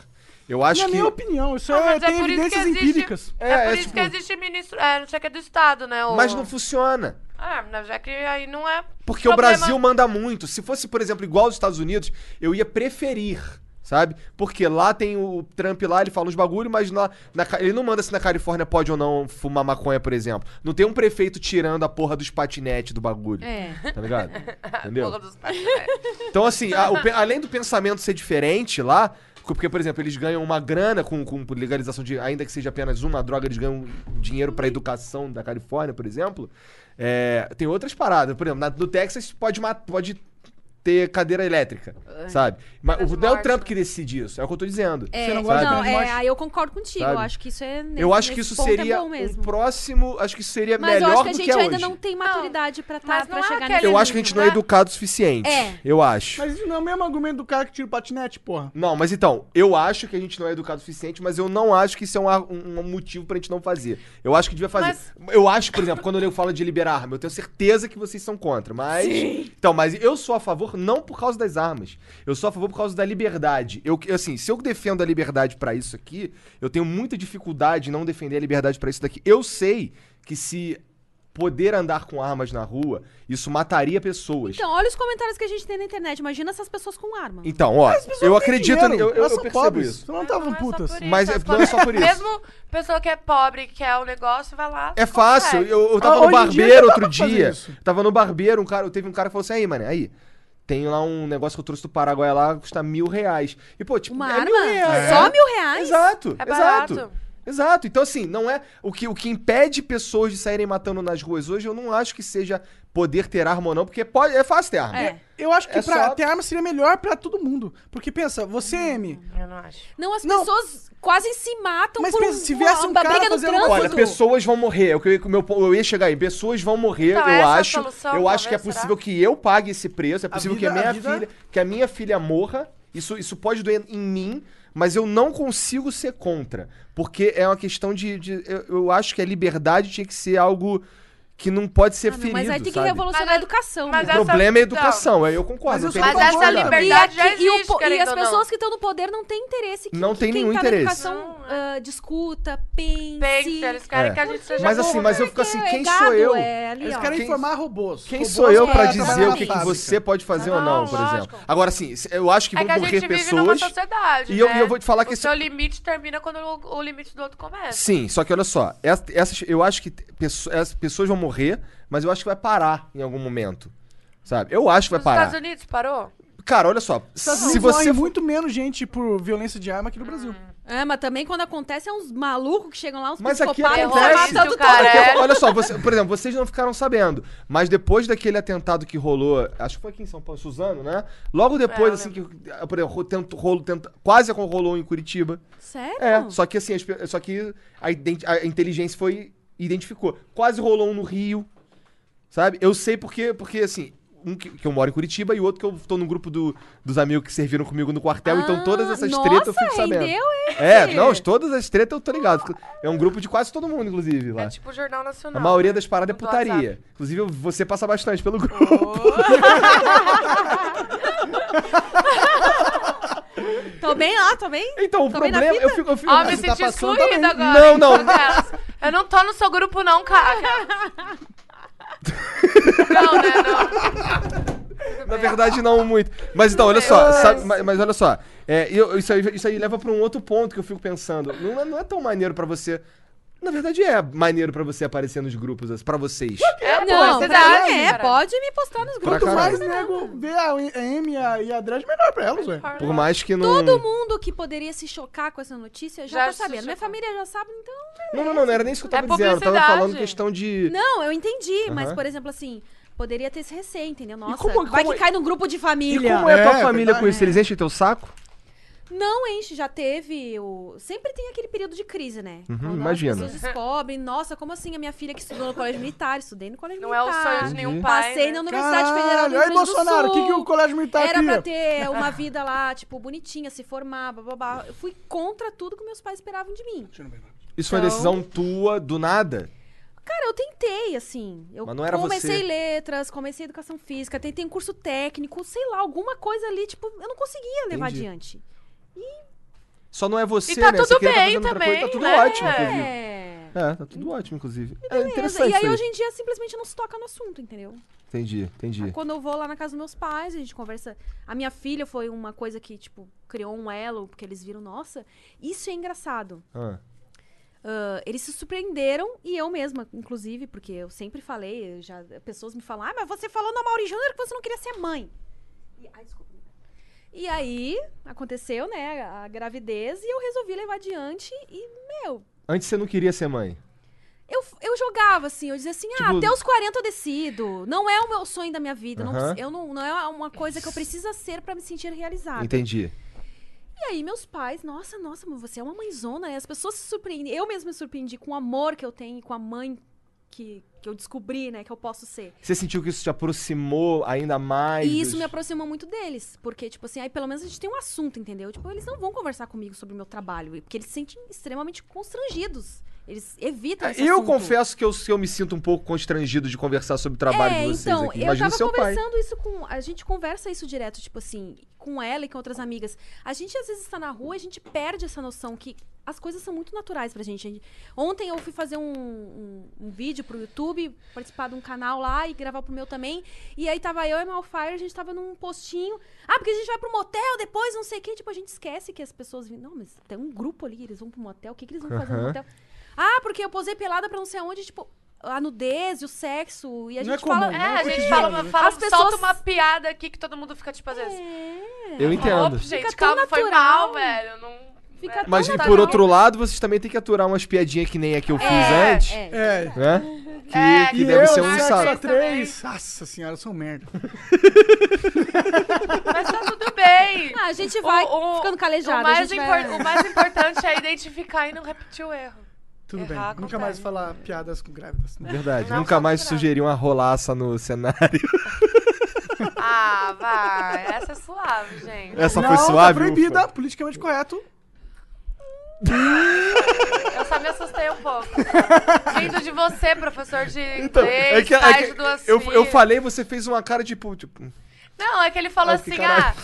S3: Eu acho
S2: Na
S3: que.
S2: minha opinião, isso
S5: Não,
S2: é,
S5: mas é
S2: tem
S5: por isso que
S2: evidências
S5: existe-
S2: empíricas.
S5: É,
S3: É,
S5: por
S3: é
S5: isso
S3: tipo-
S5: que existe ministro. É, não sei o que é do Estado, né? o-
S3: Mas não funciona.
S5: Ah, mas já que aí não é.
S3: Porque o
S5: problema-
S3: Brasil manda muito. Se fosse, por exemplo, igual aos Estados Unidos, eu ia preferir, sabe? Porque lá tem o Trump lá, ele fala uns bagulho, mas na, na Ca- ele não manda se na Califórnia pode ou não fumar maconha, por exemplo. Não tem um prefeito tirando a porra dos patinetes do bagulho.
S4: É.
S3: Tá ligado? Entendeu?
S5: Porra dos né? patinete.
S3: Então, assim, a- o pe- além do pensamento ser diferente lá, co- porque, por exemplo, eles ganham uma grana com, com legalização de, ainda que seja apenas uma droga, eles ganham dinheiro pra educação da Califórnia, por exemplo. É, tem outras paradas. Por exemplo, na- no Texas pode, ma- pode ter cadeira elétrica, sabe? Mas
S5: Pena de
S3: o- não é o
S5: morte,
S3: Trump
S5: né?
S3: que decide isso, é o que eu tô dizendo.
S4: É,
S2: Você não
S4: não,
S2: gosta de
S4: é,
S2: Brainwash?
S4: aí eu concordo contigo.
S3: Sabe?
S4: Eu acho que isso é. nesse-
S3: eu acho que
S4: nesse
S3: isso
S4: ponto
S3: seria
S4: É bom mesmo.
S3: um próximo. Acho que isso seria
S4: Mas eu
S3: melhor
S4: acho que a
S3: do
S4: gente
S3: que é
S4: ainda
S3: hoje.
S4: não tá tem maturidade pra, tá,
S5: mas
S4: pra
S5: não é
S4: chegar
S5: aquele-
S4: nesse
S3: Eu acho que a gente não é
S5: né?
S3: educado o suficiente.
S4: É.
S3: Eu acho.
S2: Mas isso não é o mesmo argumento do cara que tira o patinete, porra.
S3: Não, mas então, eu acho que a gente não é educado o suficiente, mas eu não acho que isso é um, ar- um- um motivo pra gente não fazer. Eu acho que devia fazer. Eu acho, por exemplo, quando eu falo de liberar arma, eu tenho certeza que vocês são contra, mas. Então, mas eu sou a favor não por causa das armas. Eu sou a favor por causa da liberdade. Eu, assim, se eu defendo a liberdade pra isso aqui, eu tenho muita dificuldade em não defender a liberdade pra isso daqui. Eu sei que se poder andar com armas na rua, isso mataria pessoas.
S4: Então, olha os comentários que a gente tem na internet. Imagina essas pessoas com arma.
S3: Então, ó, eu acredito,
S2: Dinheiro,
S3: ni- eu, eu, eu
S2: elas são
S3: percebo
S2: pobres,
S3: isso.
S2: Senão não
S5: Mas
S2: estavam
S5: não é só por
S2: putas.
S5: isso,
S3: Mas é-
S5: elas
S3: não é só por
S5: podem-
S3: isso.
S5: Mesmo pessoa que é pobre, que quer o negócio, vai lá.
S3: É fácil.
S5: consegue.
S3: Eu, eu
S2: Ah,
S3: tava no
S2: hoje em dia
S3: barbeiro
S2: já dá
S3: outro
S2: pra fazer
S3: dia.
S2: isso.
S3: Tava no barbeiro, um cara, teve um cara que falou assim: aí, mano, aí. Tem lá um negócio que eu trouxe do Paraguai lá, custa mil reais. E, pô, tipo,
S4: Uma
S3: é
S4: arma?
S3: mil reais.
S4: Só
S3: É.
S4: mil reais?
S3: Exato,
S5: É barato.
S3: exato. Exato. Então, assim, não é. O que, o que impede pessoas de saírem matando nas ruas hoje, eu não acho que seja poder ter arma ou não, porque pode, é fácil ter arma.
S4: É.
S2: Eu acho que
S3: É
S2: pra
S3: só-
S2: ter arma seria melhor pra todo mundo. Porque pensa, você, M,
S5: Eu não acho.
S4: Não, as
S2: Não.
S4: pessoas quase se matam
S2: Mas
S4: por
S2: pensa, se viesse um
S4: uma
S2: cara
S4: briga no
S2: fazendo-
S4: trânsito.
S3: Olha, pessoas vão morrer. É o que eu, ia- meu, po- eu ia chegar aí. Pessoas vão morrer,
S5: Então,
S3: eu
S5: essa é a
S3: acho.
S5: solução,
S3: eu acho que é
S5: talvez,
S3: possível que eu pague esse preço. É possível
S2: vida-
S3: que, a
S2: a
S3: minha
S2: vida-
S3: filha, que a minha filha morra. Isso, isso pode doer em mim, mas eu não consigo ser contra. Porque é uma questão de. de- eu, eu acho que a liberdade tinha que ser algo que não pode ser
S4: Ah, meu,
S3: ferido.
S4: mas aí tem que
S3: sabe?
S4: revolucionar
S5: Mas
S4: a
S5: a-
S4: educação.
S5: mas
S4: né?
S3: O
S5: essa-
S3: problema é a
S5: então,
S3: educação, é, eu concordo.
S2: mas eu
S3: eu
S2: sou
S3: tenho
S2: a
S5: Mas
S3: que
S2: favor
S5: essa
S3: concordar.
S2: da-
S4: E,
S5: liberdade já
S4: aqui- e o
S5: existe,
S4: po- e
S5: querendo
S4: as
S5: ou não.
S4: pessoas que estão no poder não têm interesse que,
S3: Não
S4: que
S3: tem
S4: quem
S3: nenhum
S4: tá
S3: interesse.
S4: na educação ah, discuta, pense.
S5: é. Pense, eles querem
S3: É.
S5: que a gente seja
S3: Mas assim,
S5: burro,
S3: mas
S5: né?
S3: eu fico assim,
S4: É
S3: quem
S4: gado,
S3: sou eu?
S4: é ali,
S2: eles
S4: ó.
S2: querem
S3: Quem-
S2: informar robôs.
S3: Quem
S2: Robôs
S3: sou eu
S2: que
S3: pra
S4: é,
S3: dizer
S2: trabalham
S3: o
S2: na
S3: que, que
S2: fábrica.
S3: você pode fazer ou não,
S5: Não,
S3: por
S5: lógico.
S3: exemplo? Agora, assim, eu acho que
S5: É
S3: vão
S5: que a
S3: morrer
S5: gente vive numa
S3: pessoas.
S5: sociedade,
S3: E eu-
S5: né?
S3: e eu vou te falar que é
S5: O
S3: esse-
S5: seu limite termina quando o, o limite do outro começa.
S3: Sim, só que olha só, essa- essas, eu acho que te- pesso- essas pessoas vão morrer, mas eu acho que vai parar em algum momento. Sabe? Eu acho que vai
S5: Nos
S3: parar.
S5: Estados Unidos parou?
S3: Cara, olha só,
S2: Estados
S3: se
S2: Unidos morre
S3: você for-
S2: muito menos gente por violência de arma aqui no Brasil.
S4: É, mas também quando acontece é uns malucos que chegam lá, uns
S3: Mas aqui
S4: psicopatas que
S5: acontece.
S4: matando todo
S5: Cara,
S4: mundo.
S5: É.
S3: Olha só, você- por exemplo, vocês não ficaram sabendo, mas depois daquele atentado que rolou, acho que foi aqui em São Paulo, Suzano, né? Logo depois,
S5: É, eu
S3: assim, que, por exemplo, ro- tento- rolo, tenta- quase rolou em Curitiba.
S4: Sério?
S3: É, só que assim, as pe- só que a, ident- a inteligência foi identificou. Quase rolou um no Rio, sabe? Eu sei porque, porque assim, um que, que eu moro em Curitiba e o outro que eu tô no grupo do- dos amigos que serviram comigo no quartel, então
S4: Ah,
S3: todas essas
S4: nossa,
S3: tretas eu fico sabendo.
S4: rendeu esse.
S3: É, não, todas as tretas eu tô ligado. É um grupo de quase todo mundo, inclusive, lá.
S5: É tipo o Jornal Nacional.
S3: A maioria das paradas é
S5: Do
S3: putaria.
S5: WhatsApp.
S3: Inclusive, eu- você passa bastante pelo grupo.
S4: Tô bem lá, tô bem.
S3: Então, o
S4: Tô bem na
S3: problema.
S4: fita.
S3: Eu fico. Eu fico assim,
S5: Ó, me
S3: Você
S5: senti
S2: passando,
S5: excluída
S2: tá
S5: agora.
S3: Não, não.
S5: por causa. Eu não tô no seu grupo não, cara. não, né, não. Tudo
S3: Na
S5: bem.
S3: verdade, não muito. Mas então, olha só. sabe- mas, mas olha só. é, eu- isso, aí, isso aí leva pra um outro ponto que eu fico pensando. Não, é- não é tão maneiro pra você. Na verdade, é maneiro pra você aparecer nos grupos, assim, pra vocês.
S5: É, pô,
S4: não,
S5: você
S4: pra
S5: dá,
S4: mim é,
S5: cara.
S4: pode me postar
S3: Pra
S4: nos grupos.
S2: Quanto mais
S3: caralho.
S2: nego vê a M e a, e a Dredd, melhor pra elas, velho.
S3: Por mais que não.
S4: Todo mundo que poderia se chocar com essa notícia já,
S5: Já
S4: tá
S5: se
S4: sabendo. Minha
S5: chocou.
S4: família já sabe, então.
S3: Não, não, não, não era nem isso que eu
S5: É
S3: tava dizendo. Eu tava
S5: publicidade.
S3: falando questão de.
S4: Não, eu entendi, mas
S3: Aham.
S4: por exemplo, assim, poderia ter esse receio, entendeu? Nossa,
S3: como-
S4: vai
S3: como
S4: que
S3: é-
S4: cai num grupo de
S3: E
S4: família.
S3: como é a tua
S2: É,
S3: família com
S2: verdade.
S3: isso? Eles enchem teu saco?
S4: Não enche, já teve. O... Sempre tem aquele período de crise, né? Quando
S3: Uhum, imagino.
S4: As pessoas descobrem, nossa, como assim a minha filha que estudou no colégio militar, estudei no colégio
S5: Não é
S4: militar.
S5: o sonho de
S3: Uhum.
S5: nenhum pai.
S4: Passei
S5: né?
S4: na Universidade Federal do Rio
S2: aí,
S4: Grande do
S2: Bolsonaro, o
S4: Sul.
S2: que, que o colégio
S3: tá
S2: militar
S4: Era
S2: queria?
S4: pra ter uma vida lá, tipo, bonitinha, se formar, blá, blá, blá. Eu fui contra tudo que meus pais esperavam de mim.
S3: Isso foi uma
S4: Então-
S3: decisão tua, do nada?
S4: Cara, eu tentei, assim. Eu
S3: Mas não era
S4: comecei
S3: você.
S4: letras, comecei educação física, tentei um curso técnico, sei lá, alguma coisa ali, tipo, eu não conseguia levar
S3: Entendi.
S4: adiante.
S3: Só não é você,
S5: E tá
S3: né?
S5: tudo
S3: você queria
S5: bem
S3: fazendo outra
S5: também,
S3: tá tudo
S5: né?
S3: ótimo, inclusive.
S4: É.
S3: É, tá tudo ótimo, inclusive. É
S4: Beleza.
S3: interessante
S4: E aí,
S3: isso aí.
S4: hoje em dia, simplesmente não se toca no assunto, entendeu?
S3: Entendi, entendi.
S4: Quando eu vou lá na casa dos meus pais, a gente conversa. A minha filha foi uma coisa que, tipo, criou um elo, porque eles viram, nossa, isso é engraçado.
S3: Ah.
S4: Ah, eles se surpreenderam, e eu mesma, inclusive, porque eu sempre falei, eu já, pessoas me falam, ah, mas você falou na Mauri Júnior que você não queria ser mãe. E, ai, desculpa. né? E aí, aconteceu, né, a gravidez, e eu resolvi levar adiante, e, meu,
S3: Antes você não queria ser mãe.
S4: Eu, eu jogava, assim, eu dizia assim, ah,
S3: Tipo-
S4: até os 40 eu decido. Não é o meu sonho da minha vida. não
S3: Aham.
S4: preci- eu não, não é uma coisa que eu precisa ser pra me sentir realizada.
S3: Entendi.
S4: E aí, meus pais, nossa, nossa, mas você é uma mãezona, né? As pessoas se surpreendem. Eu mesma me surpreendi com o amor que eu tenho e com a mãe que, que eu descobri, né, que eu posso ser.
S3: Você sentiu que isso te aproximou ainda mais?
S4: E isso
S3: dos-
S4: me aproximou muito deles. Porque, tipo assim, aí pelo menos a gente tem um assunto, entendeu? Tipo, eles não vão conversar comigo sobre o meu trabalho. Porque eles se sentem extremamente constrangidos. Eles evitam esse
S3: É, Eu
S4: assunto.
S3: confesso que eu, eu me sinto um pouco constrangido de conversar sobre o trabalho
S4: é,
S3: de vocês
S4: então,
S3: aqui.
S4: eu
S3: Imagina
S4: tava
S3: o seu pai.
S4: conversando isso com. A gente conversa isso direto, tipo assim, com ela e com outras amigas. A gente às vezes está na rua e a gente perde essa noção que as coisas são muito naturais pra gente. A gente- Ontem eu fui fazer um, um, um vídeo pro YouTube, participar de um canal lá e gravar pro meu também. E aí tava eu e a Malfire, a gente tava num postinho. Ah, porque a gente vai pro motel depois, não sei o quê. Tipo, a gente esquece que as pessoas. vêm. Não, mas tem um grupo ali, eles vão pro motel. O que, que eles vão fazer no
S3: Aham.
S4: motel? Ah, porque eu posei pelada pra não sei aonde, tipo. A nudez e o sexo. E a
S2: Não é
S4: gente fala.
S2: comum,
S5: É, a gente
S2: cotidiano,
S5: fala, uma,
S2: né?
S5: fala
S4: As pessoas-
S5: solta uma piada aqui que todo mundo fica, tipo, às vezes.
S4: É.
S3: Eu entendo.
S5: Opa, gente,
S4: Fica
S5: calma,
S4: tão
S5: foi
S4: natural.
S5: mal, velho. Não...
S4: Fica
S5: é,
S4: tão
S3: Mas
S5: não
S3: e
S5: tá
S3: por
S5: não.
S3: outro lado, vocês também têm que aturar umas piadinhas que nem a que eu fiz
S5: É,
S3: antes.
S4: É.
S2: É.
S3: Né? Que,
S5: É,
S3: que
S5: que
S3: deve
S5: eu,
S3: ser
S5: né,
S3: um
S5: que
S3: saco.
S5: vocês também.
S2: três. Nossa senhora, eu sou um merda.
S5: Mas tá tudo bem.
S4: Ah, a gente vai
S5: O- o-
S4: ficando calejado.
S5: O mais,
S4: a gente
S5: impor-
S4: vai...
S5: o mais importante é identificar e não repetir o erro.
S4: É,
S2: Tudo bem.
S5: Errar
S2: Nunca
S5: acontece.
S2: mais falar piadas com grávidas. né?
S3: É Verdade.
S5: Não,
S3: Nunca
S5: só
S3: mais
S5: pra-
S3: sugeriu uma rolaça no cenário.
S5: Ah, vai. Essa é suave, gente.
S3: Essa
S2: não,
S3: foi suave.
S2: Tá proibida,
S3: ufa.
S2: politicamente correto.
S5: Eu só me assustei um pouco. Vindo de você, professor de inglês,
S3: Então, é que, é
S5: pai
S3: que
S5: de duas
S3: eu, eu
S5: filhas.
S3: falei, você fez uma cara tipo. tipo
S5: Não, é que ele falou
S3: Ah, que
S5: assim, ah,
S3: caralho.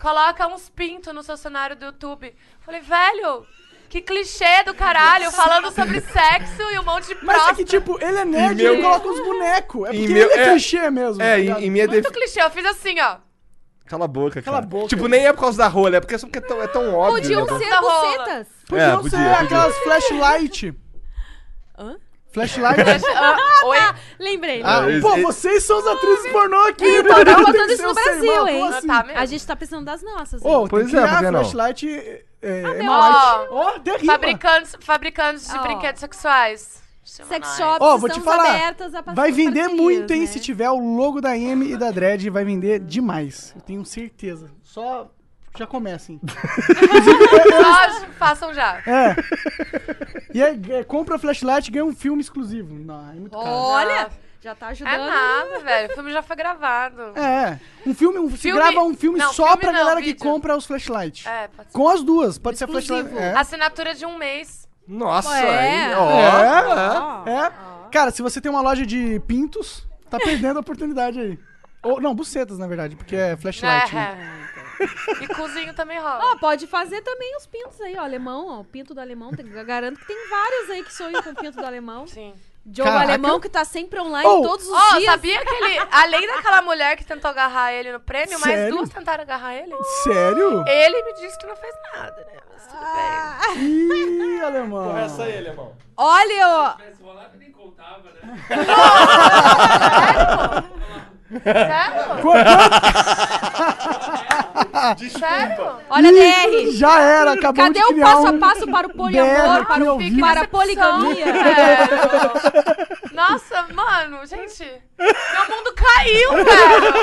S5: coloca uns pintos no seu cenário do YouTube. Eu Falei, velho, que clichê do caralho, falando sobre sexo e um monte de
S2: Mas
S5: próstata.
S2: é que, tipo, ele é nerd
S3: E
S2: e ele
S3: meu-
S2: coloca uns bonecos. É
S3: E
S2: porque
S3: meu-
S2: ele é,
S3: é.
S2: clichê mesmo. tá
S3: é,
S2: ligado?
S3: em, em minha
S5: Muito
S3: defesa.
S5: clichê, eu fiz assim, ó.
S3: Cala a boca,
S2: Cala
S3: cara.
S2: a boca.
S3: Tipo, nem é por causa da rola, é porque é só porque é tão, é tão óbvio.
S4: Podiam
S3: né?
S4: ser
S5: Da rola.
S4: bucetas.
S2: Podiam
S3: É, podia,
S2: ser
S3: podia.
S2: aquelas flashlight.
S4: Hã?
S2: Flashlight.
S5: Ah, Oi?
S4: Lembrei.
S2: Ah,
S3: Não,
S2: pô,
S3: É, esse-
S2: vocês são as atrizes pornô aqui. né?
S4: Então,
S2: Tem
S4: tá botando
S2: que
S4: isso
S2: ser
S4: no
S2: o sermão,
S4: Brasil,
S2: como
S4: hein?
S2: assim?
S5: Tá mesmo?
S4: A gente tá pensando das nossas. hein?
S2: Ô, tem
S3: Pois
S2: que
S3: é,
S2: criar
S3: por que não?
S2: flashlight é, é,
S4: meu,
S2: Emalight. Ó, oh, derriba.
S5: Fabricantes, fabricantes de
S4: Ó.
S5: brinquedos sexuais. Chama
S4: Sex
S5: nós.
S4: shops
S2: Ó, vou te
S4: estão
S2: falar,
S4: abertas a
S2: Vai vender
S4: parcerias,
S2: muito, hein?
S4: né?
S2: Se tiver o logo da M e da Dredd, vai vender demais. Eu tenho certeza. Só já comecem.
S5: Só façam já.
S2: É. E aí, é, compra flashlight e ganha um filme exclusivo. Não, é muito caro.
S4: Olha, já tá ajudando.
S5: É nada, velho. O filme já foi gravado.
S2: É. Um filme, um, se
S5: Filme-
S2: grava um filme
S5: não,
S2: só
S5: filme
S2: pra
S5: não,
S2: galera que
S5: vídeo.
S2: compra os flashlights.
S5: É, pode ser.
S2: Com as duas, pode ser
S4: Exclusivo.
S2: flashlight. É.
S5: Assinatura de um mês.
S3: Nossa,
S4: É.
S3: aí, ó.
S2: É. é. Cara, se você tem uma loja de pintos, tá perdendo a oportunidade aí. Ou, não, bucetas, na verdade, porque é flashlight. né?
S5: É. E cozinho também rola.
S4: Ó, pode fazer também os pintos aí, ó. Alemão, ó. O pinto do alemão. Tem, garanto que tem vários aí que sonham com o pinto do alemão.
S5: Sim.
S4: Joe
S2: Caraca.
S4: Alemão, que tá sempre online
S2: Oh,
S4: todos os
S5: Ó,
S4: dias.
S5: sabia que ele. Além daquela mulher que tentou agarrar ele no prêmio, mais
S2: Sério?
S5: duas tentaram agarrar ele.
S2: Sério?
S4: É.
S5: Ele me disse que não fez nada, né? Mas tudo bem.
S2: Ih, alemão.
S3: alemão.
S4: Olha, ó.
S5: Sério? Sério?
S4: Olha, DR.
S2: Já era, acabou
S4: Cadê
S2: de
S4: o
S2: criar
S4: passo
S2: um...
S4: a passo para o poliamor,
S2: BR,
S4: para,
S2: meu
S4: o,
S2: vídeo.
S4: para a
S5: Decepção,
S4: poligamia?
S5: velho. É. Nossa, mano, gente. Meu mundo caiu, velho.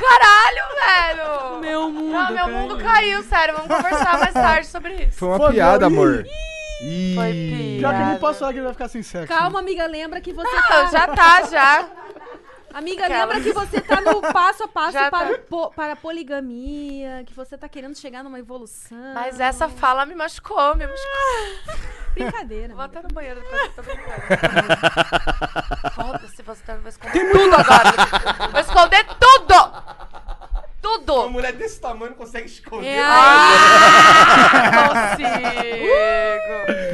S5: Caralho, velho.
S4: Meu mundo.
S5: Não, meu mundo caiu, sério. Vamos conversar mais tarde sobre isso.
S3: Foi uma
S2: Foi
S3: piada,
S2: meu-
S3: amor.
S5: Foi
S3: Ih.
S2: Pior que eu
S5: piada.
S2: não posso falar que ele vai ficar sem sexo.
S4: Calma, amiga, lembra que você
S5: Não,
S4: tá.
S5: já tá, já.
S4: Amiga,
S5: Aquelas.
S4: lembra que você tá no passo a passo
S5: Já
S4: para,
S5: tá.
S4: o po- para a poligamia, que você tá querendo chegar numa evolução.
S5: Mas é. essa fala me machucou, me machucou.
S4: brincadeira.
S5: Vou
S4: amiga.
S5: até no banheiro depois, eu tô brincando. Foda-se, você tá, vou esconder tudo agora. Vou esconder tudo! Tudo!
S3: mulher desse tamanho consegue esconder.
S4: É aí.
S5: Ah, consigo!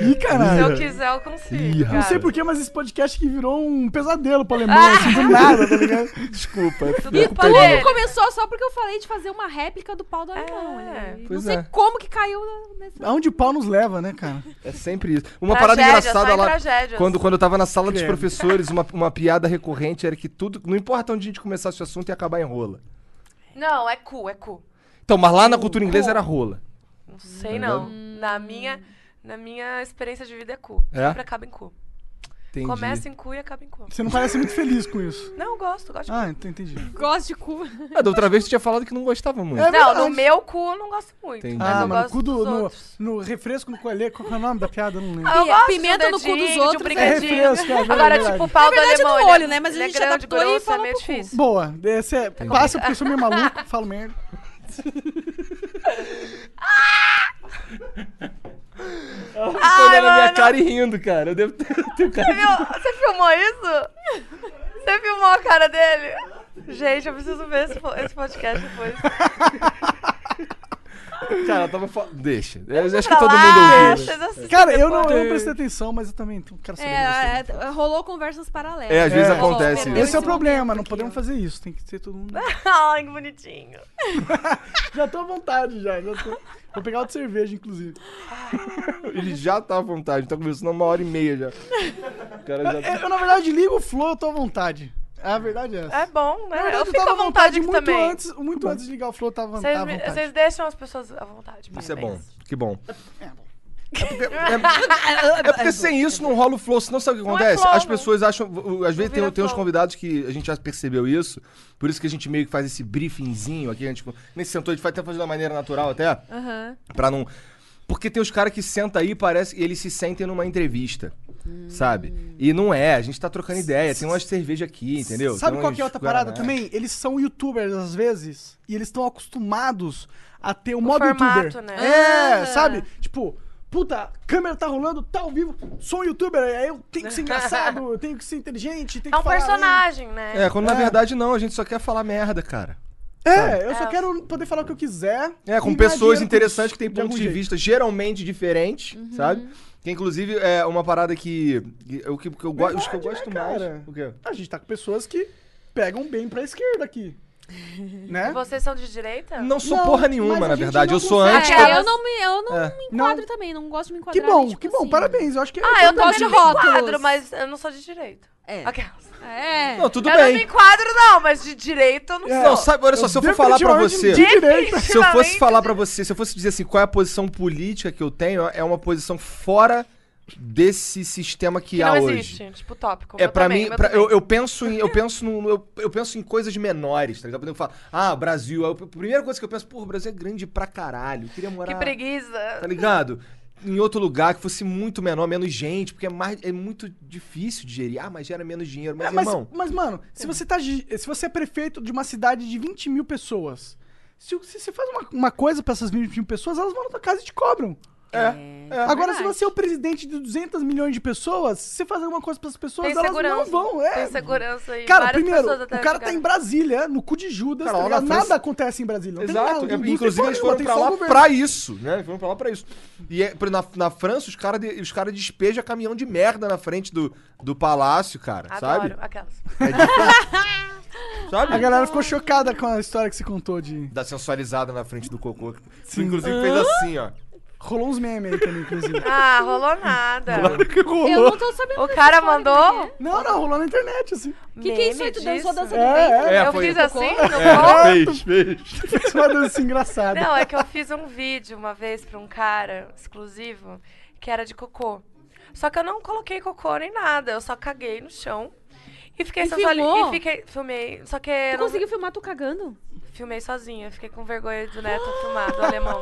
S2: Ih,
S5: Se
S2: caralho.
S5: eu quiser, eu
S3: Ih,
S5: consigo.
S3: rapaz.
S2: Não sei
S5: cara.
S2: porquê, mas esse podcast que virou um pesadelo pro alemão, assim, do nada, tá ligado?
S3: Desculpa. é
S5: Tudo
S3: Desculpa.
S5: bem.
S4: Tudo começou só porque eu falei de fazer uma réplica do pau do alemão. né? Não
S3: pois
S4: sei
S3: é.
S4: como que caiu na- nessa.
S2: Aonde o pau nos leva, né, cara?
S3: É sempre isso. Uma parada
S5: Tragédias, só
S3: engraçada
S5: em
S3: lá.
S5: tragédias.
S3: Quando, quando eu tava na sala dos
S2: Credo.
S3: professores, uma, uma piada recorrente era que tudo. Não importa onde a gente começasse o assunto ia acabar em rola.
S5: Não, é cu, é cu.
S3: Então, mas lá na cultura inglesa era rola. Tá
S5: Não sei não. Na minha, na minha experiência de vida é cu.
S3: É?
S5: Sempre acaba em cu.
S3: Entendi.
S5: Começa em cu e acaba em cu.
S2: Você não parece muito feliz com isso.
S5: Não, eu gosto, gosto de
S2: Ah, ent- entendi.
S4: Gosto de cu.
S3: Ah, da outra vez tu tinha falado que não gostava muito.
S2: É
S5: Não,
S2: verdade.
S5: no meu cu eu não gosto muito.
S3: Entendi.
S5: Mas
S2: Ah,
S5: eu
S2: mano,
S5: gosto
S2: cu do-
S5: dos
S2: no,
S5: outros.
S2: no refresco no coelho, qual que é o nome da piada? Eu não lembro.
S5: Ah, eu
S4: Pi-
S5: gosto de um
S4: pimenta no cu dos
S5: dedinho, de um
S4: outros, é
S5: brinquedinho.
S2: refresco, é verdade,
S5: Agora,
S2: é verdade.
S5: tipo, o pau
S4: Na verdade,
S5: do
S4: no
S5: alemão. ele-
S4: olho, né? Mas a
S5: ele é
S4: gente
S5: grande,
S4: adaptou e
S5: grosso,
S4: falou
S5: é meio
S4: pro cu.
S5: difícil.
S2: Boa. Esse é,
S5: Tá
S2: passa porque eu sou meio maluco, falo merda.
S3: Você olhando na minha cara e rindo, cara. Eu devo ter, ter cara.
S5: Viu? Ah, Você filmou isso? Você filmou a cara dele? Gente, eu preciso ver esse, po- esse podcast depois.
S3: Cara, eu tava falando. Deixa. Eu acho que
S5: Pra
S3: todo
S5: lá,
S3: mundo ouviu.
S5: vocês assistem
S2: Cara, eu não, eu não
S5: depois.
S2: prestei atenção, mas eu também não quero saber. de você.
S4: É, é, rolou conversas paralelas.
S3: É, às vezes acontece
S4: perdeu
S3: isso.
S2: Esse é o
S4: momento
S2: problema,
S5: um
S2: não
S4: aqui,
S2: podemos
S4: ó.
S2: fazer isso, tem que ser todo mundo.
S5: Ai, que bonitinho.
S2: Já tô à vontade, já. já tô- Vou pegar outra cerveja, inclusive.
S3: Ele já tá à vontade, tá conversando há uma hora e meia já. O cara já tá...
S2: Eu, na verdade, ligo o flow, eu tô à vontade. A verdade é essa.
S5: É bom, né?
S2: Na verdade,
S5: eu fico
S2: tava
S5: à vontade aqui
S2: muito
S5: também. Tá
S2: antes, muito antes de ligar o flow, eu tava
S5: Vocês
S2: à
S5: me-
S2: vontade.
S5: Vocês deixam as pessoas à vontade.
S3: Isso é bom,
S5: parabéns.
S3: que bom. É porque sem isso não rola o flow, senão sabe o que
S5: Não é
S3: acontece?
S5: flow,
S3: As
S5: não.
S3: pessoas acham. o- o- Às vezes tem,
S5: vira
S3: tem uns
S5: flow.
S3: convidados que a gente já percebeu isso, por isso que a gente meio que faz esse briefingzinho aqui, a gente nesse sentou, a gente faz até fazer de uma maneira natural até. Pra não. Porque tem os caras que sentam aí parece e eles se sentem numa entrevista.
S5: Hum.
S3: Sabe? E não é, a gente tá trocando ideia, tem umas cerveja aqui, entendeu? Então
S2: Sabe
S3: Tem
S2: qual que é
S3: uns
S2: outra parada
S3: guaraná.
S2: também? Eles são youtubers às vezes e eles estão acostumados a ter o modo
S5: formato,
S2: youtuber.
S5: né?
S2: É,
S4: Ah.
S2: sabe? Tipo, puta, a câmera tá rolando, tá ao vivo, sou um youtuber, aí eu tenho que ser engraçado, eu tenho que ser inteligente, tenho
S5: É
S2: que
S5: um
S2: falar,
S5: personagem, né?
S3: É, quando na verdade não, a gente só quer falar merda, cara.
S2: É, eu só
S5: É.
S2: quero poder falar o que eu quiser.
S3: É,
S2: e
S3: com
S2: ganhar
S3: pessoas
S2: dinheiro
S3: interessantes
S2: com
S3: que têm
S2: isso,
S3: pontos
S2: algum
S3: de
S2: jeito.
S3: vista geralmente diferentes,
S5: Uhum.
S3: sabe? Que inclusive é uma parada que. que é o que, que eu gosto. Os que eu
S2: Verdade,
S3: gosto
S2: né,
S3: mais.
S2: cara?
S3: O quê?
S2: A gente tá com pessoas que pegam bem pra esquerda aqui. Né?
S5: Vocês são de direita?
S3: É. Não sou
S2: Não,
S3: porra
S2: mas a
S3: nenhuma, na
S2: gente
S3: verdade.
S2: não
S3: Eu sou
S2: consegue.
S3: anti.
S5: Antes-
S4: É, eu não me, eu não
S3: É.
S4: me enquadro
S2: Não.
S4: também, não gosto de me
S2: Que
S4: enquadrar.
S2: bom,
S4: mas, tipo
S2: que bom,
S4: assim,
S2: parabéns. Eu acho que é
S5: Ah, eu
S4: não gosto
S5: também
S4: de
S5: não me enquadro,
S4: rótulos.
S5: mas eu não sou de direita.
S4: É.
S5: Aquelas.
S4: É.
S3: Não, tudo
S5: eu não me
S3: bem. É.
S5: enquadro, não, mas de direita eu não sou.
S3: Não, sabe, olha só, se eu for falar pra
S2: definitivamente
S3: você.
S2: De direita.
S3: Se eu fosse
S5: Definitivamente
S3: falar pra você, se eu fosse dizer assim, qual é a posição política que eu tenho, é uma posição fora desse sistema que,
S5: Que
S3: há
S5: não
S3: hoje.
S5: existe, tipo, tópico.
S3: É,
S5: Meu
S3: pra
S5: também,
S3: mim,
S5: meu
S3: pra-
S5: também.
S3: eu, eu penso em, eu penso num, eu, eu penso em coisas menores, tá ligado? Por exemplo, eu falo, ah, Brasil, Aí eu- a primeira coisa que eu penso, porra, o Brasil é grande pra caralho, eu queria morar,
S5: Que preguiça.
S3: tá ligado? Em outro lugar que fosse muito menor, menos gente, porque é mais é muito difícil de gerir. Ah, mas gera menos dinheiro, mas,
S2: É, mas,
S3: irmão,
S2: mas, mano, se você, tá, gi- se você é prefeito de uma cidade de 20 mil pessoas, se, se você faz uma, uma coisa pra essas 20 mil pessoas, elas vão na tua casa e te cobram.
S3: é.
S2: Agora, se
S4: verdade.
S2: você é o presidente de 200 milhões de pessoas, se você fazer alguma coisa pras pessoas,
S5: Tem
S2: elas
S5: segurança.
S2: não vão. É.
S5: Tem segurança aí.
S2: Cara,
S5: várias
S2: primeiro,
S5: pessoas
S2: o
S5: até
S2: cara tá em
S5: chegaram.
S2: Brasília, no cu de Judas,
S3: Cara,
S2: tá
S3: lá na
S2: ligado? Nada
S3: França-
S2: acontece em Brasília. Não tem
S3: Exato. é,
S2: nada, não- não tem
S3: Inclusive,
S2: porra
S3: eles
S2: nenhuma,
S3: foram
S2: tem
S3: pra
S2: só o
S3: lá
S2: governo.
S3: pra isso, né? Eles foram pra lá pra isso. E é, por- na, na França, os caras de- os cara despejam caminhão de merda na frente do, do palácio, cara,
S5: Adoro
S3: sabe?
S5: aquelas.
S3: É diferente. sabe?
S2: A galera ficou chocada com a história que se contou de.
S3: da sensualizada na frente do cocô. Inclusive
S2: Ah!
S3: fez assim, ó.
S2: Rolou uns memes aí também, inclusive.
S5: Ah, rolou nada.
S3: que rolou.
S4: Eu não tô sabendo.
S5: O
S4: dessa
S5: cara
S4: história,
S5: mandou.
S2: Não, não, rolou na internet, assim.
S4: O que, que é isso aí? Tu
S5: Meme
S4: dançou
S5: disso.
S4: dança do
S2: É,
S4: ventre?
S3: é.
S5: eu
S3: foi É.
S5: fiz
S3: o
S5: assim, não vou?
S3: Fez, fez.
S2: Fez uma dança engraçada.
S5: Não, é que eu fiz um vídeo uma vez pra um cara exclusivo que era de cocô. Só que eu não coloquei cocô nem nada, eu só caguei no chão. E fiquei
S4: E
S5: sensuali-
S4: filmou?
S5: E fiquei. Filmei. Só que eu
S4: Tu
S5: não
S4: conseguiu filmar tu cagando?
S5: filmei sozinha, fiquei com vergonha do neto filmar, do alemão.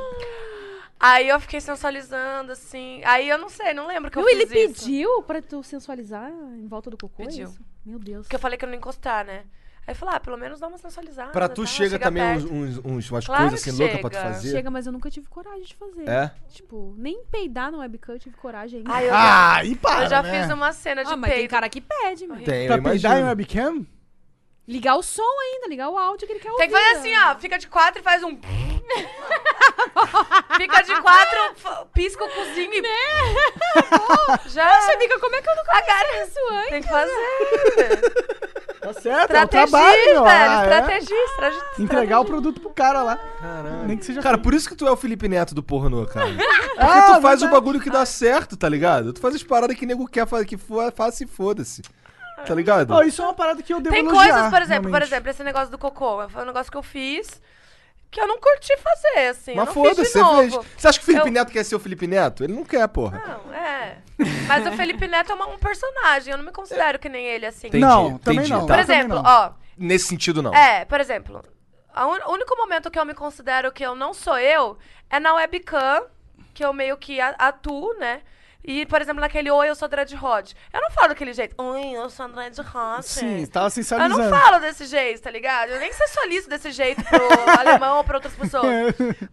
S5: Aí eu fiquei sensualizando, assim. Aí eu não sei, não lembro que eu
S4: Não, ele
S5: fiz isso.
S4: pediu pra tu sensualizar em volta do cocô? é
S5: Pediu.
S4: isso? Meu Deus.
S5: Porque eu falei que eu não ia encostar, né? Aí eu falei, ah, pelo menos dá uma sensualizada.
S3: Pra tu
S5: tal,
S3: chega, também uns,
S5: perto.
S3: uns, uns- umas
S5: Claro
S3: coisas
S5: que
S3: assim loucas pra tu
S5: chega.
S3: fazer.
S4: Chega, mas eu nunca tive coragem de fazer.
S3: É?
S4: Tipo, nem peidar na webcam eu tive coragem ainda.
S5: Ah, eu,
S2: Ah, e para,
S5: eu já
S2: né?
S5: fiz um uma cena de
S4: Ah, mas tem
S5: peito.
S4: cara que pede, meu.
S3: Tem, eu
S2: Pra peidar é em
S3: imagino.
S2: webcam?
S4: Ligar o som ainda, ligar o áudio que ele quer ouvir. né?
S5: Tem que fazer assim, ó. Fica de quatro e faz um. fica de quatro, f- pisca o cozinho e.
S4: Né?
S5: Já.
S4: Você fica, como é que eu não
S5: A
S4: conheço
S5: cara-
S4: isso antes?
S5: Tem que fazer.
S2: Tá certo, é o
S5: Estratégia,
S2: trabalho, meu.
S5: velho.
S2: Ah, é.
S5: Estratégia, estratégia.
S2: Entregar o produto pro cara lá.
S3: Caralho.
S2: Nem que seja
S3: Cara, por isso que tu é o Felipe Neto do pornô, cara. Porque
S2: Ah,
S3: tu faz o
S2: verdade.
S3: bagulho que dá certo, tá ligado? Tu faz as paradas que nego quer fa- que fa- faça e foda-se. Tá ligado?
S2: Ó, isso é uma parada que eu devo
S5: Tem
S2: elogiar,
S5: coisas, por exemplo, por
S2: realmente.
S5: exemplo, esse negócio do cocô. Foi um negócio que eu fiz. que eu não curti fazer, assim.
S3: Mas
S5: eu não fiz
S3: foda-se,
S5: de
S3: você
S5: novo.
S3: fez. Você acha que o Felipe
S5: Eu-
S3: Neto quer ser o Felipe Neto? Ele não quer, porra.
S5: Não, é. Mas o Felipe Neto é uma- um personagem, eu não me considero que nem ele, assim.
S3: Entendi,
S2: Não, também
S3: entendi,
S2: não.
S5: Por
S3: tá.
S2: também
S5: exemplo,
S2: não.
S5: ó,
S3: Nesse sentido, não.
S5: É, por exemplo, a un- o único momento que eu me considero que eu não sou eu é na webcam, que eu meio que a- atuo, né? E, por exemplo, naquele Oi, eu sou Dread Rod. Eu não falo daquele jeito. Oi, eu sou Dread Rod.
S2: Sim, tá
S3: tá
S2: tava
S5: Eu
S2: sensualizando.
S5: não falo desse jeito, tá ligado? Eu nem sensualizo desse jeito pro alemão ou pra outras pessoas.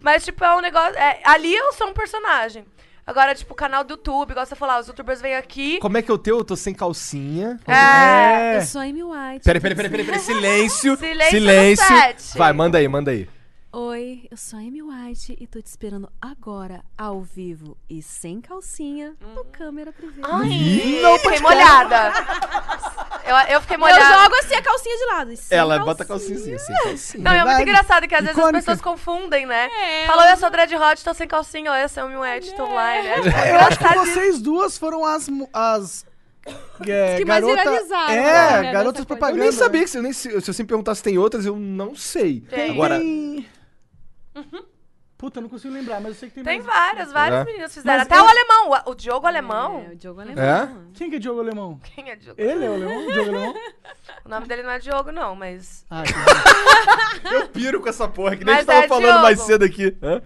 S5: Mas, tipo, é um negócio. é, ali eu sou um personagem. Agora, tipo, canal do YouTube, igual você falar, os youtubers vêm aqui.
S3: Como é que eu teu? Eu tô sem calcinha.
S5: É.
S2: É.
S4: Eu sou a Amy White.
S3: Peraí, peraí, peraí, peraí, peraí. Silêncio.
S5: Silêncio
S3: silêncio.
S5: no set.
S3: Vai, manda aí, manda aí.
S4: Oi, eu sou a Amy White e tô te esperando agora, ao vivo e sem calcinha, no câmera privê.
S5: Ah, Ai, eu fiquei molhada. Eu, eu fiquei molhada.
S4: eu jogo assim a calcinha de lado. e sem
S3: Ela bota calcinha sem calcinha.
S5: Não, é muito
S2: Verdade.
S5: engraçado que às vezes
S2: Icônica.
S5: as pessoas confundem, né?
S4: É,
S5: Falou, eu sou dread hot, tô sem calcinha, ou eu sou um Milwet, tô online. É, tipo,
S2: Eu acho que
S5: engraçadíssimo.
S2: vocês duas foram as. mu- as é,
S4: que mais
S2: garota-
S4: viralizaram,
S2: É,
S4: né, nessa
S2: garotas
S4: coisa.
S3: Eu
S2: propaganda.
S3: nem
S2: né?
S3: sabia que se eu, nem, se eu sempre perguntasse se tem outras, eu não sei.
S5: Tem. Uhum.
S3: Agora,
S2: Tem- Puta, eu não consigo lembrar, mas eu sei que tem,
S5: Tem
S2: mais.
S5: várias, várias
S3: É.
S5: meninas fizeram.
S2: Mas
S5: Até
S2: eu-
S5: o alemão, o- o Diogo Alemão.
S4: É, o Diogo
S3: É?
S4: Alemão.
S2: Quem que é Diogo Alemão?
S5: Quem é Diogo?
S2: Ele é o Alemão? Diogo Alemão?
S5: O nome dele não é Diogo, não, mas.
S2: Ah, que bom.
S3: eu piro com essa porra, que nem a gente
S5: Mas
S3: tava
S5: é
S3: falando
S5: Diogo.
S3: mais cedo aqui. Hã?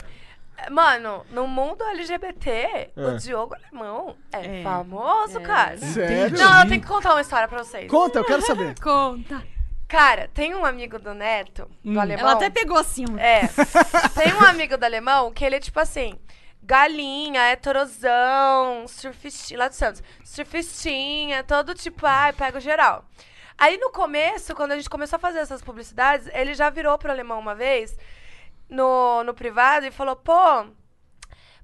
S5: Mano, no mundo
S2: É.
S5: LGBT, o Diogo Alemão é, famoso, cara.
S2: Sério?
S5: Não, eu tenho que contar uma história pra vocês.
S2: Conta, eu quero saber.
S4: Conta.
S5: Cara, tem um amigo do Neto, do alemão.
S4: Ela até pegou assim, ó.
S5: É. Tem um amigo do alemão que ele é tipo assim. Galinha, heterosão, surfistinha, lá de Santos, surfistinha, todo tipo, ai, pega o geral. Aí no começo, quando a gente começou a fazer essas publicidades, ele já virou pro alemão uma vez, no, no privado, e falou, pô,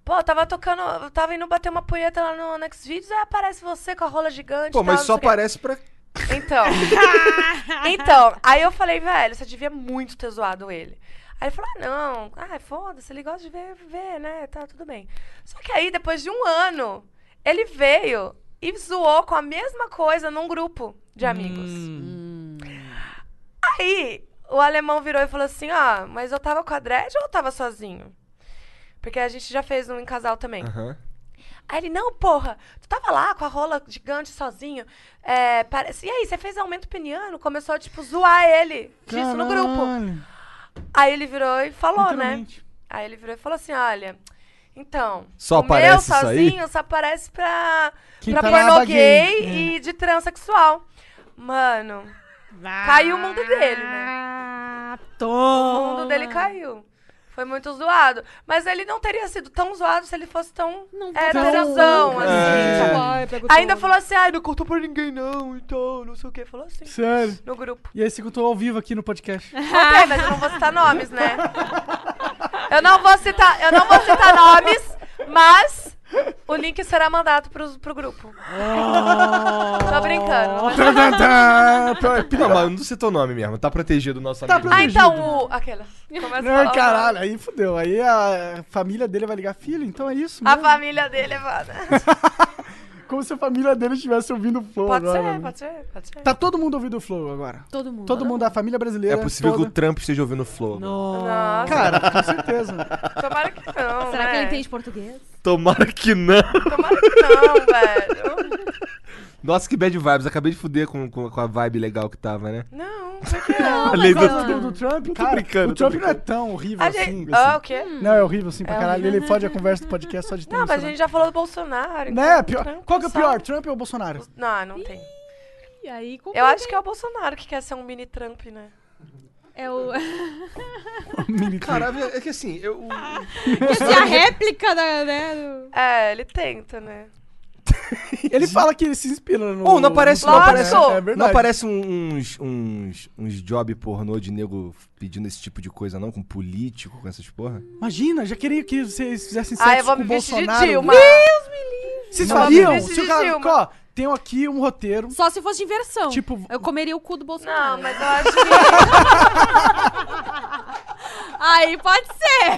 S5: pô, eu tava tocando, eu tava indo bater uma punheta lá no Next Videos, aí aparece você com a rola gigante.
S3: Pô,
S5: e tal,
S3: mas
S5: não
S3: só
S5: sei o quê."
S3: aparece pra.
S5: Então. então, aí eu falei, velho, você devia muito ter zoado ele. Aí ele falou, ah, não, ah, foda-se, ele gosta de ver, ver, né, tá tudo bem. Só que aí, depois de um ano, ele veio e zoou com a mesma coisa num grupo de amigos. Aí, o alemão virou e falou assim, ó, mas eu tava com a Dredd ou eu tava sozinho? Porque a gente já fez um em casal também.
S3: Aham.
S5: Aí ele, não, porra, tu tava lá com a rola gigante sozinho. É, parece... E aí, você fez aumento peniano? Começou a, tipo, zoar ele disso no grupo. né?
S2: Caralho,
S5: Aí ele virou e falou, né?
S2: literalmente.
S5: Aí ele virou e falou assim, olha... Então,
S3: Só
S5: o meu
S3: aparece isso aí?
S5: sozinho só aparece pra,
S2: Quem
S5: pra
S2: tá na
S5: pornô
S2: aba
S5: gay,
S2: gay,
S5: e de transexual. Mano, caiu o mundo dele, né? O
S4: Toma.
S5: mundo dele caiu. Foi muito zoado. Mas ele não teria sido tão zoado se ele fosse tão é,
S4: Não foi tão-
S5: heterosão, assim,
S3: É.
S5: sabe?
S8: Ai,
S4: Tipo,
S8: pega o
S4: um
S5: Ainda
S8: teu-
S5: falou assim, ai, não contou pra ninguém não, então, não sei o que. Falou assim,
S2: Sério.
S5: no grupo.
S2: E aí você contou ao vivo aqui no podcast.
S5: Contei, mas eu não vou citar nomes, né? Eu não vou citar, eu não vou citar nomes, mas o link será mandado pro, pro grupo. Tô brincando. Não vou
S2: Tá,
S5: citar.
S3: Não, mas não sei teu nome mesmo. Tá protegido o nosso
S2: é Tá
S3: amigo.
S5: Ah, então, o... Aquela. Começa a
S2: Não,
S5: falar.
S2: caralho, aí fudeu. Aí a família dele vai ligar, filho, então é isso
S5: A
S2: mesmo.
S5: família dele, é mano.
S2: Como se a família dele estivesse ouvindo o Flow
S5: Pode
S2: agora.
S5: ser,
S2: né?
S5: pode ser, pode ser.
S2: Tá todo mundo ouvindo o Flow agora.
S4: Todo mundo.
S2: Todo mundo, a família
S3: É
S2: brasileira.
S3: possível que
S2: toda.
S3: o Trump esteja ouvindo o Flow.
S5: Nossa,
S2: Cara, com certeza.
S5: tomara que não,
S4: Será que ele
S5: né?
S4: entende português?
S3: Tomara que não.
S5: Tomara que não, velho.
S3: Nossa, que bad vibes. Acabei de fuder com, com, com a vibe legal que tava, né?
S5: Não, por que
S3: a
S5: não?
S3: lei do...
S2: O do Trump, cara,
S3: brincando,
S2: o
S3: tô
S2: Trump não é
S3: brincando.
S2: tão horrível
S5: A
S2: assim.
S5: gente... Ah, o quê?
S2: Não, é horrível assim pra
S5: É
S2: caralho. Ele fode a conversa do podcast só de ter
S5: Não, mas a
S2: isso,
S5: gente já falou do Bolsonaro.
S2: né?
S5: então,
S2: Né? Pior...
S5: tranquilo,
S2: Qual que é o
S5: só-
S2: pior, Trump ou Bolsonaro?
S5: Não, não tem.
S4: E aí,
S5: Eu acho que é o Bolsonaro que quer ser um mini Trump, né?
S4: É o...
S2: Mini Trump.
S3: Cara, é que assim, eu...
S4: Se a réplica da... Né, do-
S5: É, ele tenta, né?
S2: Ele fala que ele se inspira no.
S5: Um,
S3: Ou não aparece,
S2: no-
S3: não aparece,
S5: Lógico.
S2: É
S3: não
S2: verdade.
S3: aparece um- uns, uns, uns job pornô de nego pedindo esse tipo de coisa, não? Com político, com essas porra?
S2: Imagina, já queria que vocês fizessem sexo
S5: Ah, eu vou
S2: com
S5: me
S2: o
S5: vestir
S2: Bolsonaro.
S5: de Dilma.
S2: Vocês
S5: Eu vou me
S2: fariam?
S5: vestir
S2: Se o
S5: de
S2: cara,
S5: Dilma.
S2: ó, tenho aqui um roteiro.
S4: Só se fosse de inversão.
S2: Tipo-
S4: Eu comeria o cu do Bolsonaro.
S5: Não, mas eu acho que.
S4: Aí pode ser.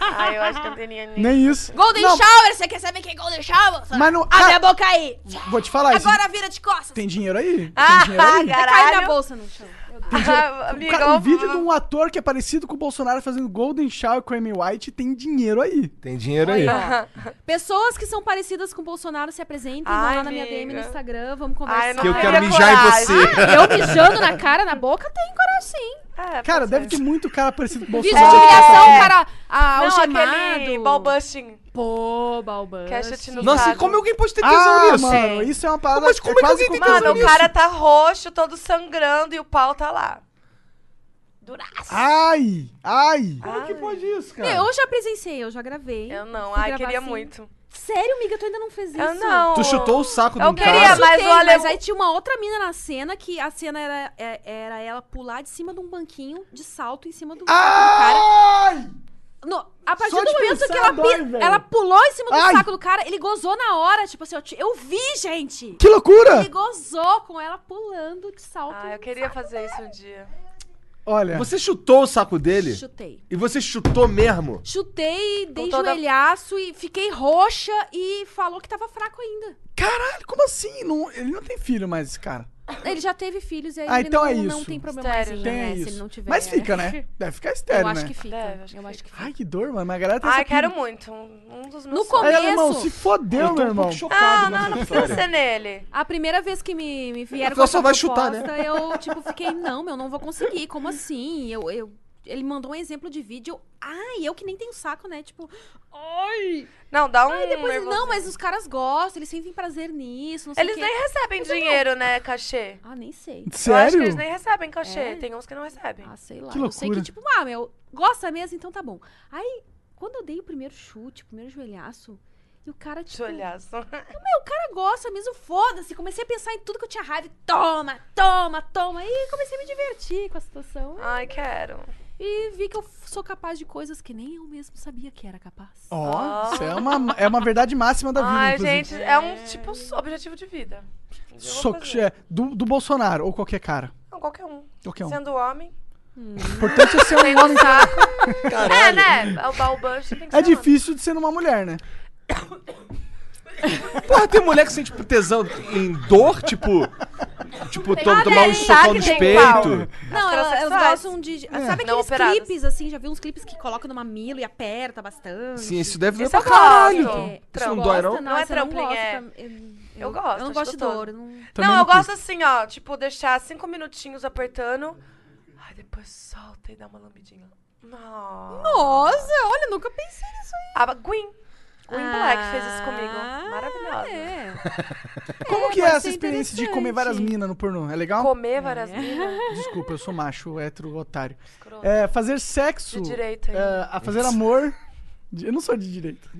S5: Ai, Ah, eu acho que é não tem ninguém.
S2: Nem isso.
S9: Golden
S2: Não,
S9: Shower, você quer saber quem é Golden Shower?
S2: Mas
S5: Ah,
S2: não.
S9: Abre a
S2: Cara,
S9: boca aí.
S2: vou te falar isso.
S3: um
S9: Agora vira de costas.
S2: Tem dinheiro aí? Tem
S5: Ah,
S2: dinheiro aí?
S4: Caiu na
S5: caralho. Ah,
S4: bolsa no chão. Meu Deus.
S5: Amiga,
S2: Cara, um
S5: vamos-
S2: vídeo de um ator que é parecido com o Bolsonaro fazendo Golden Shower com a Amy White tem dinheiro aí.
S3: Tem dinheiro aí.
S4: Olha, ó. Pessoas que são parecidas com o Bolsonaro se apresentem, vão
S5: Ai,
S4: lá na minha DM no
S5: amiga.
S4: Instagram, vamos
S5: Ai,
S4: conversar.
S5: não é
S3: Que eu
S5: teria
S3: quero mijar em
S5: coragem.
S3: você.
S4: Eu mijando na cara, na boca, tem coragem sim.
S5: É,
S2: Cara,
S5: pode
S2: deve
S5: ser.
S2: ter muito cara parecido com o
S4: Vídeo
S2: Bolsonaro.
S4: de humilhação,
S5: É.
S4: cara ah,
S5: Não, aquele
S4: algemado.
S5: ball busting.
S4: Pô, balbando.
S5: Que é chute no
S3: Nossa, e
S5: saco.
S3: como alguém pode ter tesão
S2: Ah,
S3: nisso?
S2: mano, isso é uma parada...
S3: Mas como é que
S2: quase
S3: alguém tem
S2: como-
S3: tesão
S5: Mano, o
S3: nisso?
S5: cara tá roxo, todo sangrando e o pau tá lá. Duraço.
S2: Ai, ai.
S3: Como é que pode isso, cara?
S4: Eu já presenciei, eu já gravei.
S5: Eu não,
S4: Fui
S5: ai,
S4: gravar
S5: queria
S4: assim.
S5: muito.
S4: Sério, amiga, tu ainda não fez isso?
S5: Eu não.
S3: Tu chutou o saco do
S5: Eu
S3: cara.
S5: queria,
S4: Eu
S5: mas
S4: chutei,
S5: o alemão-
S4: mas aí tinha uma outra mina na cena que a cena era, é- era ela pular de cima de um banquinho de salto em cima do, saco
S2: Ai!
S4: do cara. No- a partir
S2: Só
S4: do
S2: de
S4: momento
S2: pensar
S4: que ela,
S2: dói,
S4: pi-
S2: velho.
S4: ela pulou em cima do
S2: Ai.
S4: saco do cara, ele gozou na hora. Tipo assim, eu, te- eu vi, gente!
S2: Que
S4: Ele
S2: loucura!
S4: gozou com ela pulando de salto.
S5: Ah, eu queria fazer isso um dia.
S2: Olha,
S3: Você chutou o saco dele?
S4: Chutei.
S3: E você chutou mesmo?
S4: Chutei, dei
S5: toda-
S4: joelhaço e fiquei roxa e falou que tava fraco ainda.
S2: caralho, como assim? Não- ele não tem filho mais, esse cara.
S4: Ele já teve filhos e aí
S2: Ah,
S4: ele
S2: então
S4: não,
S2: é
S4: não
S2: isso.
S4: tem problema
S5: Estéreo,
S4: mais,
S5: né?
S4: né?
S2: Tem é
S4: Se ele
S2: isso.
S4: não tiver.
S2: Mas fica, né? Deve ficar
S4: Eu
S2: estéreo, né?
S4: acho que fica.
S5: Deve, acho que
S4: eu acho que fica.
S2: Ai, que dor, mano. Mas a galera tem
S5: Ai,
S2: essa
S5: quero
S2: pira.
S5: muito. Um um dos
S4: No
S5: meus
S4: começo-
S5: sonhos.
S2: Aí, irmão, se
S3: eu
S2: fodeu,
S3: tô
S2: meu
S3: um
S2: irmão.
S3: pouco chocado.
S5: Não, não, não precisa ser nele.
S4: A primeira vez que me, me vieram com
S3: Ela
S4: essa
S3: só vai chutar,
S2: né?
S4: proposta, eu, tipo, fiquei, não, meu, não vou conseguir. Como assim? Eu, eu... Ele mandou um exemplo de vídeo. eu- Ai, eu que nem tenho saco, né? Tipo, ai.
S5: Não, dá um
S4: Aí depois, ele, não,
S5: nervosinho.
S4: mas os caras gostam, eles sentem prazer nisso, não sei
S5: Eles
S4: o quê.
S5: nem recebem dinheiro, né, cachê?
S4: Ah, nem sei.
S5: Eu acho que
S2: Sério?
S5: eles nem recebem cachê.
S4: É?
S5: Tem uns que não recebem.
S4: Ah, sei lá.
S2: Que
S4: Eu sei que,
S2: loucura.
S4: tipo, ah, meu, gosta mesmo, então tá bom. Aí, quando eu dei o primeiro chute, o primeiro joelhaço, e o cara, tipo,
S5: Joelhaço.
S4: meu, o cara gosta mesmo, foda-se. Comecei a pensar em tudo que eu tinha raiva. e Toma, toma, toma. E comecei a me divertir com a situação.
S5: Ai, quero.
S4: E vi que eu f- sou capaz de coisas que nem eu mesmo sabia que era capaz.
S2: Ó, isso é uma, é uma verdade máxima da vida,
S5: Ai,
S2: inclusive.
S5: gente, é um tipo s- objetivo de vida. Eu vou
S2: So-
S5: fazer.
S2: é, do, do Bolsonaro, ou qualquer cara.
S5: assim. Não, qualquer um.
S2: Qualquer um.
S5: Sendo homem.
S2: Importante é ser
S5: Tem
S2: um
S5: um
S2: homem.
S5: saco. É, né? O baú bush tem que
S2: É
S5: ser
S2: difícil de ser uma mulher, né?
S3: Porra, tem mulher que sente tesão em dor, tipo. Tipo, to-
S5: nada,
S3: tomar um
S5: hein?
S3: socão no
S5: Sabe que tem
S3: peito.
S4: Não, ela- elas
S5: Transexuais.
S4: gostam de. Sabe
S5: É. Não
S4: aqueles
S5: operadas.
S4: clipes, assim? Já vi uns clipes que colocam no mamilo e aperta bastante.
S3: Sim, isso deve doer
S5: Esse eu
S3: pra caralho.
S5: gosto.
S4: É,
S5: Isso não
S3: dói,
S4: gosta,
S3: não?
S5: Não é
S4: Nossa, eu
S5: trampling,
S4: gosto
S5: é.
S4: tam- Eu,
S5: Eu gosto,
S4: Eu não
S5: acho
S4: gosto de
S5: gostoso.
S4: dor. eu não-
S2: Também
S5: não, eu
S2: não curto.
S5: gosto assim, ó. Tipo, deixar cinco minutinhos apertando. Ai, depois solta e dá uma lambidinha. Não.
S4: Nossa, olha, eu nunca pensei nisso aí.
S5: A Gwen. Gwen Black fez isso comigo.
S4: Ah,
S5: Maravilhosa.
S4: É.
S2: Como que é
S4: pode
S2: essa
S4: ser
S2: experiência de
S4: interessante.
S2: comer várias minas no pornô? É legal?
S5: Comer várias minas.
S2: Desculpa, eu sou macho, hétero, otário.
S5: Escroto.
S2: É, fazer sexo.
S5: De direita. ainda.
S2: é, a fazer amor. de- Eu não sou de direita.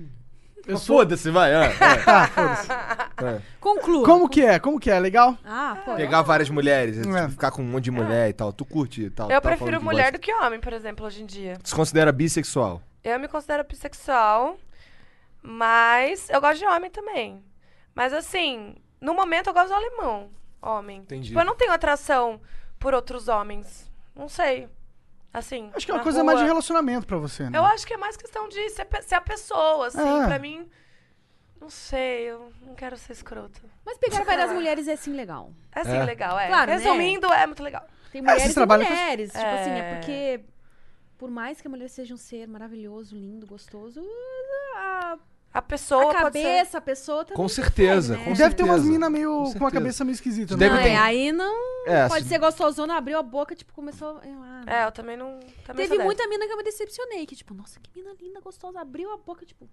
S2: Eu sou.
S3: Foda-se, vai. é, é.
S2: Tá, foda-se.
S4: Conclua.
S2: Como que é? Como que é? Legal?
S4: Ah, pô.
S3: Pegar várias mulheres,
S2: É.
S3: ficar com um monte de mulher e tal. Tu curte e tal. tá
S5: Eu
S3: falando
S5: prefiro
S3: que
S5: mulher
S3: gosta.
S5: do que homem, por exemplo, hoje em dia.
S3: Tu se considera bissexual?
S5: Eu me considero bissexual, mas eu gosto de homem também. Mas assim, no momento eu gosto do alemão, homem.
S3: Entendi.
S5: Tipo, eu não tenho atração por outros homens. Não sei. Assim.
S2: Acho que é uma
S5: na
S2: coisa mais de
S5: rua.
S2: relacionamento pra você, né?
S5: Eu acho que é mais questão de ser, pe- ser a pessoa, assim.
S2: É.
S5: Pra mim, não sei, eu não quero ser escrota.
S4: Mas pegar várias mulheres é assim legal.
S5: É assim,
S3: É.
S5: legal, é.
S4: Claro, né?
S5: Resumindo, é muito legal.
S4: Tem
S2: vocês
S4: mulheres e
S2: trabalham com-
S4: mulheres. Tipo assim, é
S5: É.
S4: porque por mais que a mulher seja um ser maravilhoso, lindo, gostoso, a,
S5: A
S4: a
S5: pessoa pode ser...
S4: cabeça, a pessoa também.
S3: Com certeza,
S4: né?
S3: com certeza.
S2: Deve ter umas minas meio
S3: Com
S2: com, a
S3: certeza.
S2: cabeça meio esquisita. né?
S3: Deve
S4: Não,
S3: ter.
S4: é, aí não
S3: É,
S4: pode
S3: se-
S4: ser gostosona, abriu a boca, tipo, começou. ah,
S5: É, eu também não... Também
S4: Teve
S5: sou
S4: muita mina que eu me decepcionei, que tipo, nossa, que mina linda, gostosa, abriu a boca, tipo,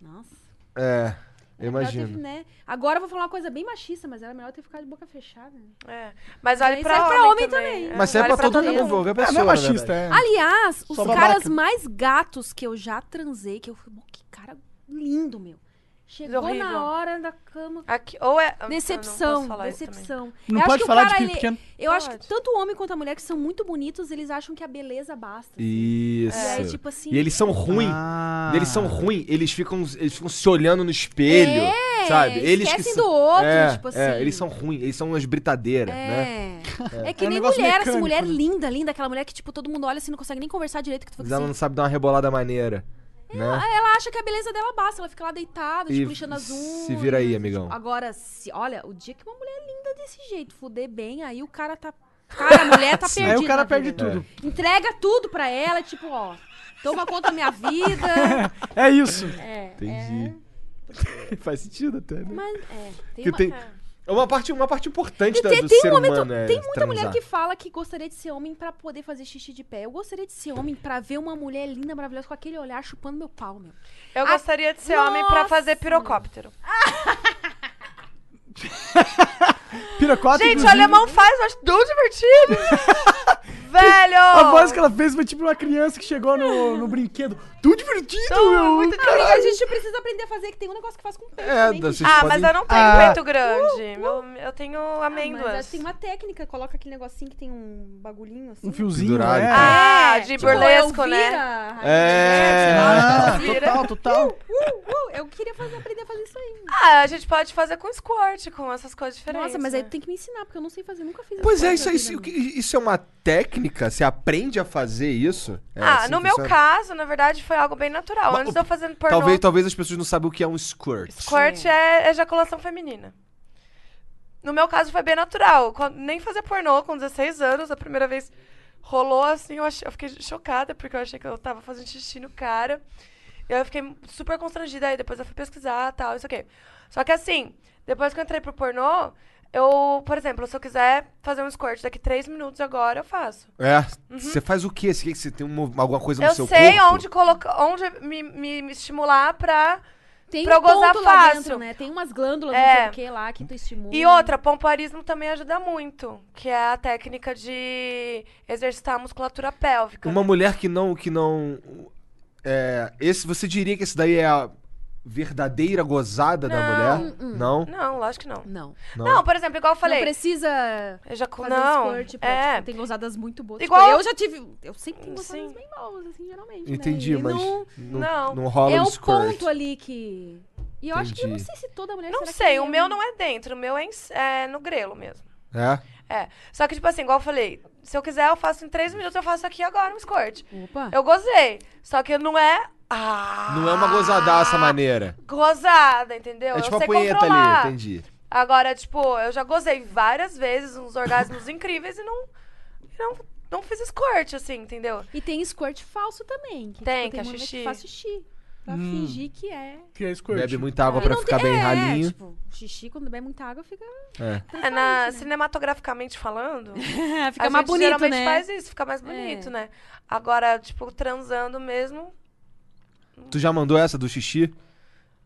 S4: nossa.
S3: É, eu
S4: era melhor ter,
S3: imagino.
S4: né? Agora eu vou falar uma coisa bem machista, mas era melhor ter ficado de boca fechada. né?
S5: dessa. É. Mas vale
S4: Mas
S5: pra
S4: serve
S5: homem,
S4: pra homem também.
S5: É,
S3: Mas serve
S5: vale
S3: pra todo
S4: todo
S3: mundo,
S4: mundo.
S3: qualquer
S2: É,
S3: pessoa.
S2: não é
S3: na
S2: machista,
S3: verdade.
S2: é.
S4: Aliás, os
S2: Só babaca.
S4: caras mais gatos que eu já transei, que eu fui, "Bom, que cara lindo, meu. Chegou
S5: é horrível.
S4: na hora da cama.
S5: Aqui, ou é... eu não
S4: Decepção,
S5: posso falar isso também.
S4: decepção.
S2: Não
S4: eu acho
S2: pode
S4: que o
S2: falar de tipo
S4: cara,
S2: que é
S4: ele-
S2: pequeno.
S4: Eu acho que
S5: Pode.
S4: tanto o homem quanto a mulher que são muito bonitos, eles acham que a beleza basta. assim.
S3: Isso.
S4: E aí, tipo assim,
S3: E eles são ruins.
S2: Ah.
S3: Eles são ruins, eles ficam, eles ficam se olhando no espelho,
S4: É,
S3: sabe? Eles que
S4: esquecem
S3: são-
S4: do outro,
S3: é,
S4: tipo
S3: é,
S4: assim.
S3: eles são ruins, eles são umas britadeiras, né?
S4: É. É que
S2: É um
S4: nem
S2: negócio
S4: mulher, assim,
S2: mecânico,
S4: mulher
S2: né?
S4: linda, linda, aquela mulher que, tipo, todo mundo olha assim, não consegue nem conversar direito, que tu
S3: Mas
S4: fica
S3: ela não
S4: assim.
S3: sabe dar uma rebolada maneira, né?
S4: "Ah, Ela acha que a beleza dela basta, ela fica lá deitada,
S3: E
S4: tipo, lixando as unhas.
S3: se vira aí, amigão.
S4: Agora, se, olha, o dia que uma mulher linda desse jeito fuder bem, aí o cara tá Cara, a mulher tá perdida.
S2: Aí o cara
S4: na
S2: perde
S4: vida.
S3: É.
S2: tudo.
S4: Entrega tudo pra ela, tipo, ó, toma conta da minha vida.
S2: É isso.
S4: É,
S3: Entendi. Faz sentido até, né?
S4: mas é, tem
S3: Que
S4: uma...
S3: tem... É uma parte, uma parte importante
S4: E
S3: da,
S4: tem,
S3: do
S4: tem
S3: ser
S4: um momento,
S3: humano, é
S4: tem muita mulher
S3: transar.
S4: que fala que gostaria de ser homem pra poder fazer xixi de pé. Eu gostaria de ser homem pra ver uma mulher linda, maravilhosa, com aquele olhar chupando meu pau, meu.
S5: Eu
S4: Ah,
S5: gostaria de ser homem pra fazer
S4: nossa.
S5: pirocóptero.
S2: Pirocóptero,
S5: Gente, o
S2: inclusive,
S5: alemão faz, eu acho tão divertido. Velho!
S2: A voz que ela fez foi tipo uma criança que chegou no, no brinquedo. Tudo divertido, meu.
S5: muito
S4: Amiga, a
S5: divertido.
S4: gente precisa aprender a fazer, que tem um negócio que faz com o peito
S3: É,
S4: também,
S3: da-
S4: que-
S3: vocês
S5: Ah,
S3: podem-
S5: mas eu não tenho
S2: Ah. uh.
S5: peito grande. Meu- eu tenho
S4: Ah, Mas acho
S5: amêndoas.
S4: que tem uma técnica, coloca aquele negocinho que tem um bagulhinho assim.
S2: Um fiozinho,
S3: Pendurado.
S2: né?
S3: Ah,
S5: Ah, de
S4: tipo,
S5: burlesco,
S4: eu
S5: né?
S4: vira-
S3: É.
S4: né?
S2: Ah,
S5: vira.
S2: total, total.
S4: Uh, uh, eu queria fazer, aprender a fazer isso aí.
S5: Ah, a gente pode fazer com squat, com essas coisas diferentes.
S4: Nossa, mas aí
S5: né?
S4: tu tem que me ensinar, porque eu não sei fazer, nunca fiz
S3: Pois é,
S4: coisas
S3: isso,
S4: Tá na
S3: aí, isso,
S4: vida,
S3: que- isso é uma técnica? Você aprende a fazer isso? É
S5: ah,
S3: assim
S5: no
S3: que
S5: meu
S3: funciona?
S5: caso, na verdade, foi algo bem natural.
S3: Mas
S5: Antes
S3: o-
S5: de eu fazer pornô,
S3: Talvez, talvez as pessoas não saibam o que é um squirt.
S5: squirt é ejaculação feminina. No meu caso, foi bem natural. Quando- nem fazer pornô com 16 anos, a primeira vez rolou assim, eu, achei- eu fiquei chocada, porque eu achei que eu tava fazendo xixi no cara. E aí eu fiquei super constrangida, aí depois eu fui pesquisar e tal, isso aqui. Só que assim, depois que eu entrei pro pornô, eu, por exemplo, se eu quiser fazer um squirt daqui 3 minutos agora, eu faço.
S3: É. Você faz o quê? Você, você tem uma- alguma coisa no
S5: Eu
S3: seu
S5: sei
S3: corpo?
S5: onde colocar, onde me, me- me estimular pra.
S4: Tem
S5: pra eu
S4: um
S5: gozar
S4: ponto lá dentro,
S5: é fácil.
S4: né? Tem umas glândulas,
S5: É.
S4: não sei o que lá, que tu estimula.
S5: E outra, pompoarismo também ajuda muito, que é a técnica de exercitar a musculatura pélvica.
S3: Uma
S5: né?
S3: mulher que não. Que não é, esse, você diria que esse daí é a verdadeira gozada da mulher? Não?
S5: Não, lógico que não.
S4: Não.
S3: Não.
S5: Não, por exemplo, igual eu falei.
S4: Não precisa
S5: ejacu-
S4: fazer
S5: não,
S4: squirt pra,
S5: é.
S4: tipo, tem gozadas muito boas.
S5: Igual-
S4: Tipo, eu já tive... Eu sempre tenho gozadas
S5: Sim.
S4: bem boas, assim, geralmente, né?
S3: Entendi,
S4: E
S3: mas.
S4: não-
S3: Não,
S5: não.
S3: não rola
S4: é
S3: um
S4: o
S3: squirt.
S4: ponto ali que... E eu acho que eu não
S3: Entendi.
S4: sei se toda mulher...
S5: Não
S4: será que
S5: sei, o
S4: é-
S5: meu não é dentro, o meu é, em- é no grelo mesmo.
S3: É?
S5: É. Só que, tipo assim, igual eu falei, se eu quiser, eu faço em três minutos, eu faço aqui agora um squirt.
S4: Opa.
S5: Eu gozei. Só que não é. Ah,
S3: Não é uma gozadaça maneira.
S5: Gozada, entendeu?
S3: É tipo
S5: eu
S3: a
S5: sei
S3: punheta
S5: controlar.
S3: ali, entendi.
S5: Agora, tipo, eu já gozei várias vezes, uns orgasmos incríveis e não, e não, não fiz escorte, assim, entendeu?
S4: E tem squirt falso também. Que,
S5: Tem,
S4: tipo,
S5: que é
S4: mulher
S5: xixi.
S4: Que faz xixi. Pra fingir que é.
S2: Que é squirt.
S3: Bebe muita água
S4: E
S3: Hum. pra
S4: não
S3: ficar
S4: tem-
S3: bem
S4: é,
S3: ralinho.
S4: tipo, xixi quando bebe muita água fica...
S5: É, na, Cinematograficamente falando,
S4: né? fica
S5: a
S4: mais
S5: gente
S4: bonito,
S5: geralmente
S4: né? É.
S5: faz isso, fica mais bonito, né? Agora, tipo, transando mesmo,
S3: Tu já mandou essa do xixi?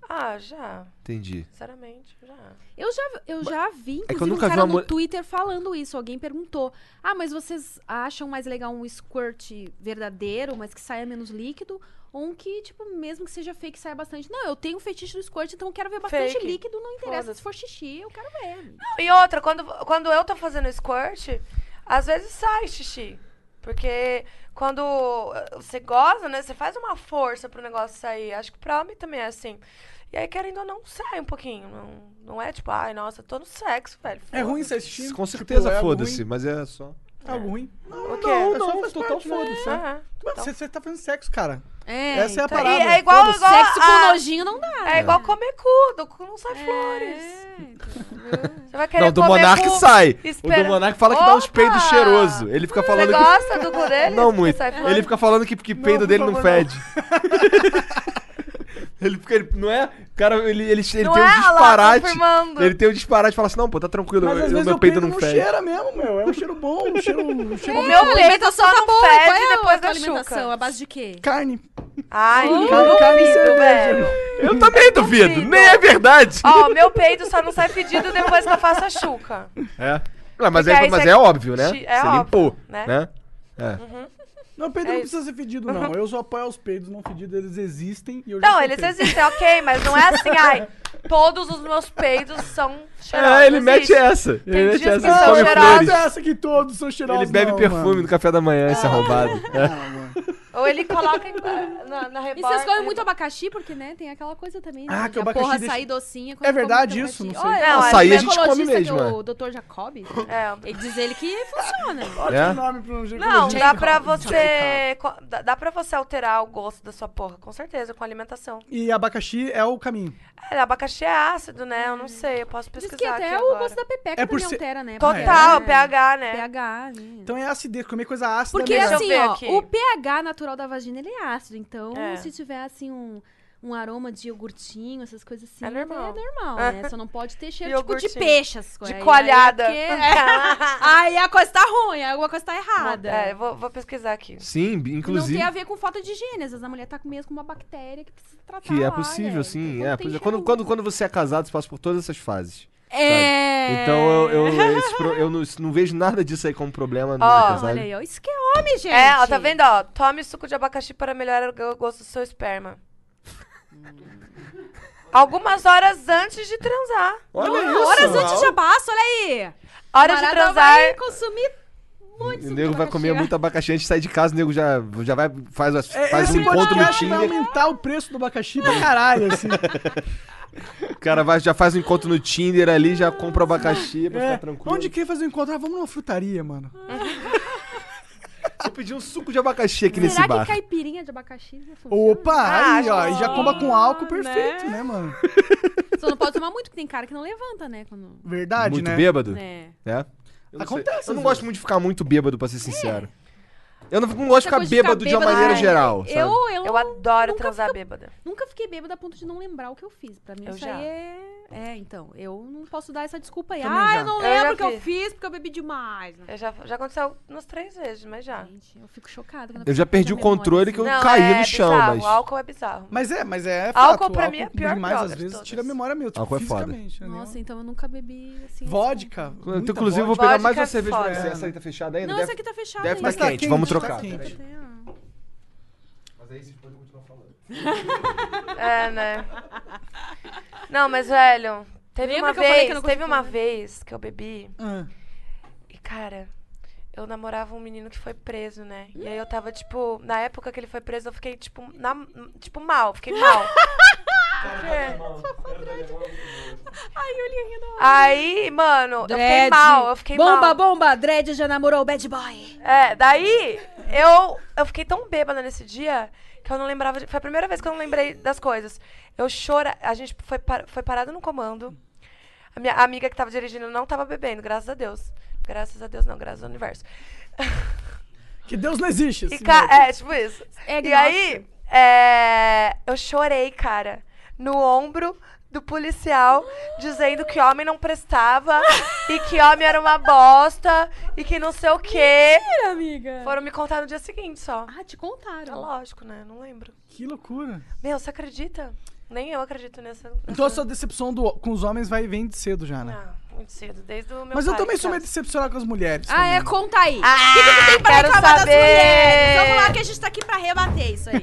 S5: ah, já,
S3: Entendi.
S5: sinceramente, já.
S4: Eu já, eu já vi,
S3: que eu
S4: inclusive,
S3: nunca vi
S4: um cara
S3: uma
S4: no
S3: mulher-
S4: Twitter falando isso. Alguém perguntou, ah, mas vocês acham mais legal um squirt verdadeiro, mas que saia menos líquido? Ou um que, tipo, mesmo que seja fake, saia bastante? Não, eu tenho um fetiche do squirt, então eu quero ver bastante
S5: Fake.
S4: líquido, não interessa
S5: Foda-se.
S4: se for xixi, eu quero ver.
S5: E outra, quando, quando eu tô fazendo squirt, às vezes sai xixi. Porque quando eh, você goza, né? Você faz uma força pro negócio sair. Acho que pra homem também é assim. E aí, querendo ou não, sai um pouquinho. Não, não é tipo, ai, nossa, eu tô no sexo, velho.
S2: É ruim
S5: foda-se."
S2: você assistir.
S3: Com
S2: Tipo,
S3: certeza,
S2: é algo
S3: foda-se,
S2: ruim.
S3: mas é só.
S2: É algo ruim.
S5: O quê?
S3: Não,
S2: É só
S3: não,
S2: faz
S3: total
S2: parte, né?
S3: foda-se. é.
S5: Uhum. Aham.
S2: Mano, você você tá fazendo sexo, cara.
S4: É,
S2: Essa é a
S5: Então,
S2: parada.
S5: e Então. é igual-
S2: Foda-se.
S5: igual-
S4: Sexo
S5: a-
S4: com nojinho não dá.
S5: É igual comer cu, do cu não sai
S4: É,
S5: flores.
S4: então. flores.
S5: Você vai querer
S3: Não, do
S5: comer
S3: Monark
S5: cu,
S3: sai. O do
S5: espera-
S3: Monark fala que dá uns
S5: Opa!
S3: peidos cheiroso. Ele fica
S5: Você
S3: falando que.
S5: gosta do cu dele?
S3: Não
S5: Que
S3: muito.
S5: sai flores?
S3: Ele fica falando que, que peido
S2: por
S3: dele não
S2: favor,
S3: fede. ele fica. ele- não é? Cara, ele, ele, ele
S5: Não
S3: tem um
S5: é? Olha lá,
S3: disparate.
S5: confirmando.
S3: ele tem um disparate e fala assim: não, pô, tá tranquilo,
S2: Mas
S3: eu-
S2: às
S3: eu-
S2: vezes
S3: meu
S2: eu um
S3: peido
S2: peito
S3: não
S2: não
S3: fede.
S2: cheira mesmo, meu. É um cheiro bom, um cheiro, um cheiro
S5: O meu
S4: A
S5: peito só
S4: alimentação tá
S5: não
S4: boa, qual
S5: fede
S4: é
S5: depois
S4: a
S5: da
S4: tua alimentação?
S5: chuca.
S4: A base de quê?
S2: carne.
S5: Ai, eu
S2: Carne, carne e
S5: duvido,
S2: cerveja.
S5: velho.
S3: Eu também duvido,
S5: Duvido.
S3: nem é verdade.
S5: Ó, meu peito só não sai fedido depois que eu faço a chuca.
S3: É. Não, mas,
S5: Porque
S3: é,
S5: aí
S3: mas
S5: você-
S3: é óbvio, né?
S5: Xi- é
S3: você
S5: óbvio,
S3: limpou,
S5: né?
S3: né? É.
S2: Não, peito
S5: É
S2: não
S5: isso.
S2: precisa ser fedido, não. Eu só apoio os peidos não fedidos, eles existem e eu já
S5: Não,
S2: soltei.
S5: eles existem, ok, mas não é assim, ai, todos os meus peidos são cheirosos.
S3: É, ele
S5: não
S3: mete
S5: existe.
S3: essa. Ele
S5: Tem
S3: mete
S5: dias
S3: essa,
S5: que
S3: ele
S5: são
S3: come
S2: Não,
S5: cheirosos.
S2: não
S3: flores.
S2: é essa que todos são cheirosos,
S3: Ele bebe
S2: não,
S3: perfume
S2: mano.
S3: no café da manhã, esse arrombado. É.
S2: Ah, mano.
S5: Ou ele coloca em- na, na
S4: E
S5: Reborn.
S4: vocês comem muito abacaxi, porque, né, tem aquela coisa também.
S2: Ah,
S4: né,
S2: que
S4: de
S2: o
S4: a
S2: abacaxi
S4: porra
S2: deixa-
S4: sair docinha. quando
S2: É
S4: come muito
S2: verdade isso?
S4: abacaxi.
S2: Não
S4: Olha, é
S5: sei. Não,
S4: o
S5: açaí a
S3: gente come
S4: ginecologista,
S3: mesmo,
S4: que é
S3: é.
S4: O Dr. Jacob,
S5: É.
S4: ele diz ele que funciona.
S2: Ótimo
S3: É?
S2: nome pra um ginecologista.
S5: Não, dá pra
S4: Jacob,
S5: você. co- Dá dá pra você alterar o gosto da sua porra, com certeza, com alimentação.
S2: E abacaxi é o caminho.
S5: É, abacaxi é ácido, né? Eu não sei, eu posso
S4: Hum. Diz
S5: pesquisar.
S4: que até
S5: aqui
S4: o
S5: agora.
S4: gosto da pepeca
S2: É por
S4: também
S2: ser-
S4: altera, né?
S5: Total,
S4: Porque-
S5: pH, né?
S4: pH, né?
S2: Então é acidez, comer coisa ácida
S4: Porque
S2: é melhor.
S4: assim,
S5: Deixa eu ver
S4: ó,
S5: aqui.
S4: o pH natural da vagina ele é ácido, então
S5: É.
S4: se tiver assim um, um aroma de iogurtinho, essas coisas assim,
S5: É
S4: até
S5: normal.
S4: é normal, né? Só não pode ter cheiro tipo de
S5: Iogurtinho.
S4: peixe, essas coisas.
S5: De
S4: Aí-
S5: coalhada.
S4: Aí, é porque- aí a coisa tá ruim, aí alguma coisa tá errada.
S5: É, eu vou, vou pesquisar aqui.
S3: Sim,
S4: E não
S3: inclusive.
S4: tem a ver com falta de higiene, às vezes a mulher tá com mesmo com uma bactéria que precisa tratar.
S3: Que é
S4: lá,
S3: possível,
S4: né?
S3: sim.
S4: Então,
S3: É,
S4: tem
S3: pois é. Quando,
S4: cheiro.
S3: quando, quando você é casado, você passa por todas essas fases.
S4: É.
S3: Então eu, eu, esse pro- eu não, isso- não vejo nada disso aí como problema no
S5: Ó,
S3: casal.
S4: Olha aí, ó, isso que é homem, gente.
S5: É, ó, tá vendo, ó? Tome suco de abacaxi para melhorar o gosto do seu esperma.
S4: Hum.
S5: Algumas horas antes de transar.
S3: Olha isso.
S4: Horas antes já basta, olha aí.
S5: Hora de
S4: Marada
S5: transar.
S4: vai consumir muito
S3: O
S4: suco
S3: nego
S4: de
S3: vai comer
S4: abacaxi.
S3: muito abacaxi antes de sair de casa, o nego já, já vai, faz, as- faz um
S2: É, Esse
S3: encontro no
S2: podcast vai
S3: Tinder. Tá
S2: aumentar o preço do abacaxi pra caralho, assim.
S3: O cara vai, já faz um encontro no Tinder ali, já compra o abacaxi pra
S2: É.
S3: ficar tranquilo.
S2: Onde quer fazer um encontro? Ah, vamos numa frutaria, mano.
S3: eu pedi um suco de abacaxi aqui nesse
S4: Será
S3: bar?
S4: que caipirinha de abacaxi já funciona?
S2: Opa,
S5: Ah,
S2: aí, ó.
S5: acho
S2: E
S5: que
S2: já
S5: sim.
S2: comba com álcool
S4: Ah,
S2: perfeito,
S4: né?
S2: né, mano?
S4: Só não pode tomar muito, porque tem cara que não levanta, né? Quando...
S2: Verdade,
S3: muito
S2: né?
S3: bêbado?
S4: né.
S3: É. Eu não sei.
S2: Acontece,
S3: Eu não
S2: às É.
S3: gosto muito de ficar muito bêbado, pra ser sincero. Eu não, não gosto de
S4: Essa
S3: ficar
S4: coisa
S3: bêbado de uma
S4: bêbada-
S3: maneira
S4: Ai,
S3: geral. sabe?
S4: Eu, eu,
S5: Eu adoro
S4: nunca
S5: transar
S4: fico-
S5: bêbada.
S4: nunca fiquei bêbada a ponto de não lembrar o que eu fiz. Pra mim,
S5: Eu
S4: isso
S5: já.
S4: aí é... É, então, eu não posso dar essa desculpa aí.
S2: Também
S4: ah,
S2: já.
S4: eu não
S5: Eu já
S4: lembro o que eu
S5: fiz.
S4: fiz porque eu bebi demais. né?
S5: Eu já, já aconteceu umas três vezes, mas já.
S4: Gente, eu fico chocada. Quando
S3: Eu já
S4: pessoa
S3: perdi
S4: perde
S3: o
S4: a memória,
S3: controle
S4: assim.
S3: que eu- caí no chão,
S5: bizarro.
S3: mas-
S5: O álcool é bizarro.
S2: Mas é, mas é fato.
S5: Álcool pra
S2: o
S5: mim é a
S2: álcool
S5: pior
S2: demais, às
S5: droga de
S2: vezes,
S5: todas.
S2: tira a memória meu, tipo,
S3: Álcool é foda.
S2: fisicamente, né?
S4: Nossa, então eu nunca bebi, assim... esse
S2: Vodka.
S4: ponto.
S3: Então,
S2: muita
S3: Inclusive, eu vou
S2: vodka.
S3: pegar
S5: Vodka
S3: mais uma
S5: é
S3: cerveja pra
S5: foda.
S3: você. Essa aí tá fechada ainda?
S4: Não,
S3: Deve-
S4: essa aqui tá fechada.
S3: deve
S4: ainda.
S3: tá quente, vamos trocar.
S2: quente.
S4: Tá quente.
S3: Mas aí vocês podem continuar falando.
S5: É, né? Não, mas, velho, teve
S4: Lembra
S5: uma
S4: que eu falei que eu não
S5: vez. teve
S4: consigo
S5: uma
S4: comer?
S5: vez que eu bebi.
S2: Ah,
S5: E, cara, eu namorava um menino que foi preso, né? E
S4: Hum.
S5: aí eu tava, tipo, na época que ele foi preso, eu fiquei, tipo, na, tipo mal, fiquei mal. Porque-
S4: Ai, eu li rindo.
S5: Aí, mano, eu fiquei
S4: Dread.
S5: mal, eu fiquei
S4: bomba,
S5: mal.
S4: bomba, Dredd já namorou o bad boy.
S5: É, daí eu, eu fiquei tão bêbada nesse dia que eu não lembrava. de- foi a primeira vez que eu não lembrei das coisas. Eu chora. A gente foi, par- foi parado no comando. A minha amiga que tava dirigindo não tava bebendo, graças a Deus. Graças a Deus, não, graças ao universo.
S2: Que Deus não existe.
S5: E
S2: assim,
S5: ca-
S2: né?
S5: É, tipo isso.
S4: É
S5: e aí, é, eu chorei, cara, no ombro do policial, dizendo que homem não prestava e que homem era uma bosta e que não sei o quê.
S4: Mentira, amiga.
S5: Foram me contar no dia seguinte só.
S4: Ah, te
S5: É
S4: contaram.
S5: lógico, né? Não lembro.
S2: Que loucura.
S5: Meu, você acredita? Nem eu acredito nessa.
S2: Então a
S5: nessa-
S2: sua decepção do- com os homens vai vem de cedo já, né?
S5: Ah, muito cedo, desde o meu
S2: Mas eu
S5: pai, tá. é
S2: também sou meio
S5: sabe?
S2: decepcionado com as mulheres.
S4: Ah, é,
S2: também.
S4: conta aí.
S5: Ah,
S4: o que, que tem pra
S5: quero
S4: reclamar
S5: saber.
S4: das mulheres? Vamos lá que a gente tá aqui pra rebater isso aí.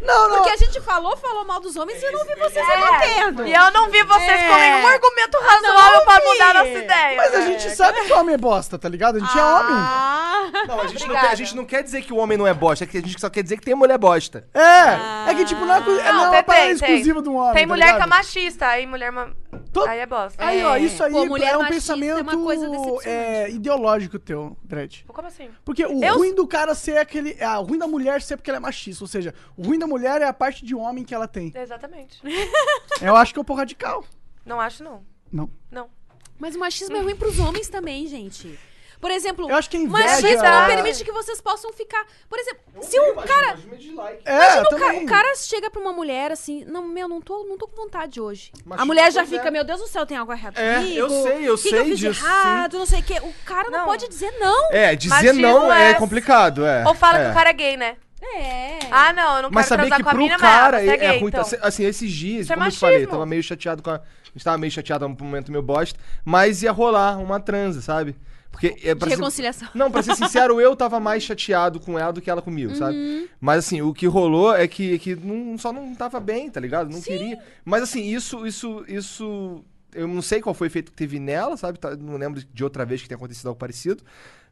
S2: Não, não.
S4: Porque a gente falou, falou mal dos homens e eu não vi vocês rebatendo.
S5: É. E eu não vi vocês com
S4: É.
S5: nenhum argumento razoável pra
S4: vi.
S5: mudar nossa ideia.
S2: Mas a gente sabe que homem é bosta, tá ligado? A gente é homem.
S4: Ah,
S3: Não, a gente não, quer- a gente não quer dizer que o homem não é bosta, é que a gente só quer dizer que tem mulher bosta.
S2: É. É que, tipo, não é, co- não, é uma
S5: tem-
S2: parada
S5: tem, tem.
S2: exclusiva de um homem.
S5: Tem
S2: tá
S5: mulher que é
S2: ligado?
S5: machista, aí mulher. ma-
S2: Todo-
S5: Aí é bosta.
S2: Aí, ó,
S4: É.
S2: isso aí
S4: Pô, mulher
S2: é um
S4: machista é uma
S2: pensamento
S4: coisa decepcionante.
S2: é, ideológico teu, Dredd.
S5: Como assim?
S2: Porque o
S5: Eu-
S2: ruim do cara ser aquele. ah, o ruim da mulher ser porque ela é machista. Ou seja, o ruim da mulher é a parte de homem que ela tem.
S5: Exatamente.
S2: Eu acho que é um pouco radical.
S5: Não acho, não.
S2: Não.
S5: Não.
S4: mas o machismo é ruim pros homens também, gente. Por exemplo,
S2: Eu acho que é inveja.
S4: machismo
S5: ó.
S4: não permite que vocês possam ficar... Por exemplo, se um cara...
S2: É,
S4: Imagina o, ca-
S2: também.
S4: o cara chega pra uma mulher assim, não, meu, não tô, não tô com vontade hoje.
S3: Mas
S4: a mulher
S3: pois
S4: já
S3: é.
S4: fica, meu Deus do céu, tem algo errado
S3: É,
S4: comigo?
S3: eu sei, eu
S4: que que
S3: sei
S4: eu fiz de
S3: disso,
S4: errado, não sei o quê. O cara não,
S5: Não.
S4: pode dizer não.
S3: É, dizer
S5: Machismo
S3: não é,
S5: é-
S3: complicado, é.
S5: Ou fala
S3: é.
S5: que o cara é gay, né?
S4: É.
S5: Ah, não, eu não
S3: Mas
S5: quero
S3: saber
S5: transar
S3: que
S5: com a
S3: pro
S5: mina,
S3: cara
S5: mas você
S3: é,
S5: é gay,
S3: ruim.
S5: então.
S3: assim- Assim, esses dias,
S5: Isso é
S3: como eu te falei, eu
S5: machismo.
S3: tava meio chateado com a. A gente tava meio chateado num momento meio bosta, mas ia rolar uma transa, sabe? Porque é pra
S4: de
S3: ser-
S4: reconciliação.
S3: Não, pra ser sincero, eu tava mais chateado com ela do que ela comigo,
S4: Uhum.
S3: sabe? Mas assim, o que rolou é que, que não, só não tava bem, tá ligado? Não queria. Mas assim, isso, isso, isso. Eu não sei qual foi o efeito que teve nela, sabe? Tá- Não lembro de outra vez que tenha acontecido algo parecido.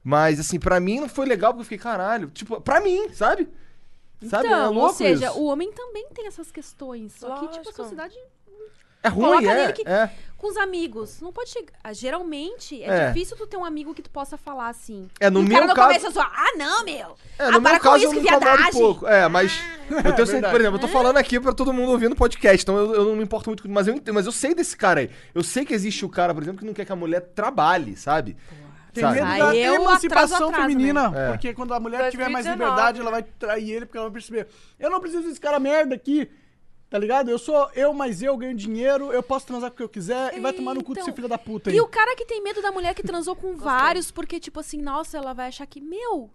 S3: Mas assim, pra mim não foi legal, porque eu fiquei, caralho, tipo, pra mim, sabe? Sabe?
S4: Então,
S3: é louco
S4: ou seja,
S3: isso.
S4: o homem também tem essas questões. Só que, tipo, a
S5: Lógico.
S4: sociedade
S3: É ruim,
S4: coloca
S3: é,
S4: nele que-
S3: é.
S4: com os amigos. Não pode chegar. ah, Geralmente é,
S3: É.
S4: difícil tu ter um amigo que tu possa falar assim.
S3: É, no
S4: E o
S3: meu
S4: cara no
S3: caso...
S4: começo eu sou, ah, não, meu!
S3: É,
S4: ah,
S3: no
S4: para
S3: meu
S4: com
S3: caso
S4: isso,
S3: eu me
S4: que
S3: incomodo um
S4: viadagem!
S3: pouco. É, mas.
S5: Ah.
S3: eu tenho certeza,
S2: verdade.
S3: por exemplo, eu tô falando aqui pra todo mundo ouvindo podcast, então eu, eu não me importo muito com mas eu entendo- mas eu sei desse cara aí. Eu sei que existe o cara, por exemplo, que não quer que a mulher trabalhe, sabe?
S2: Tem
S3: Sabe?
S2: medo
S4: Aí
S2: da
S4: eu atraso,
S2: emancipação
S4: atraso,
S2: feminina.
S3: né? É.
S2: Porque quando a mulher tiver mais
S5: 2019,
S2: liberdade, ela vai trair ele, porque ela vai perceber. Eu não preciso desse cara merda aqui. Tá ligado? Eu sou eu, mas eu ganho dinheiro, eu posso transar com o que eu quiser e vai tomar no cu do
S4: Então,
S2: seu filho da puta aí.
S4: E o cara que tem medo da mulher que transou com vários, porque, tipo assim, nossa, ela vai achar que, meu,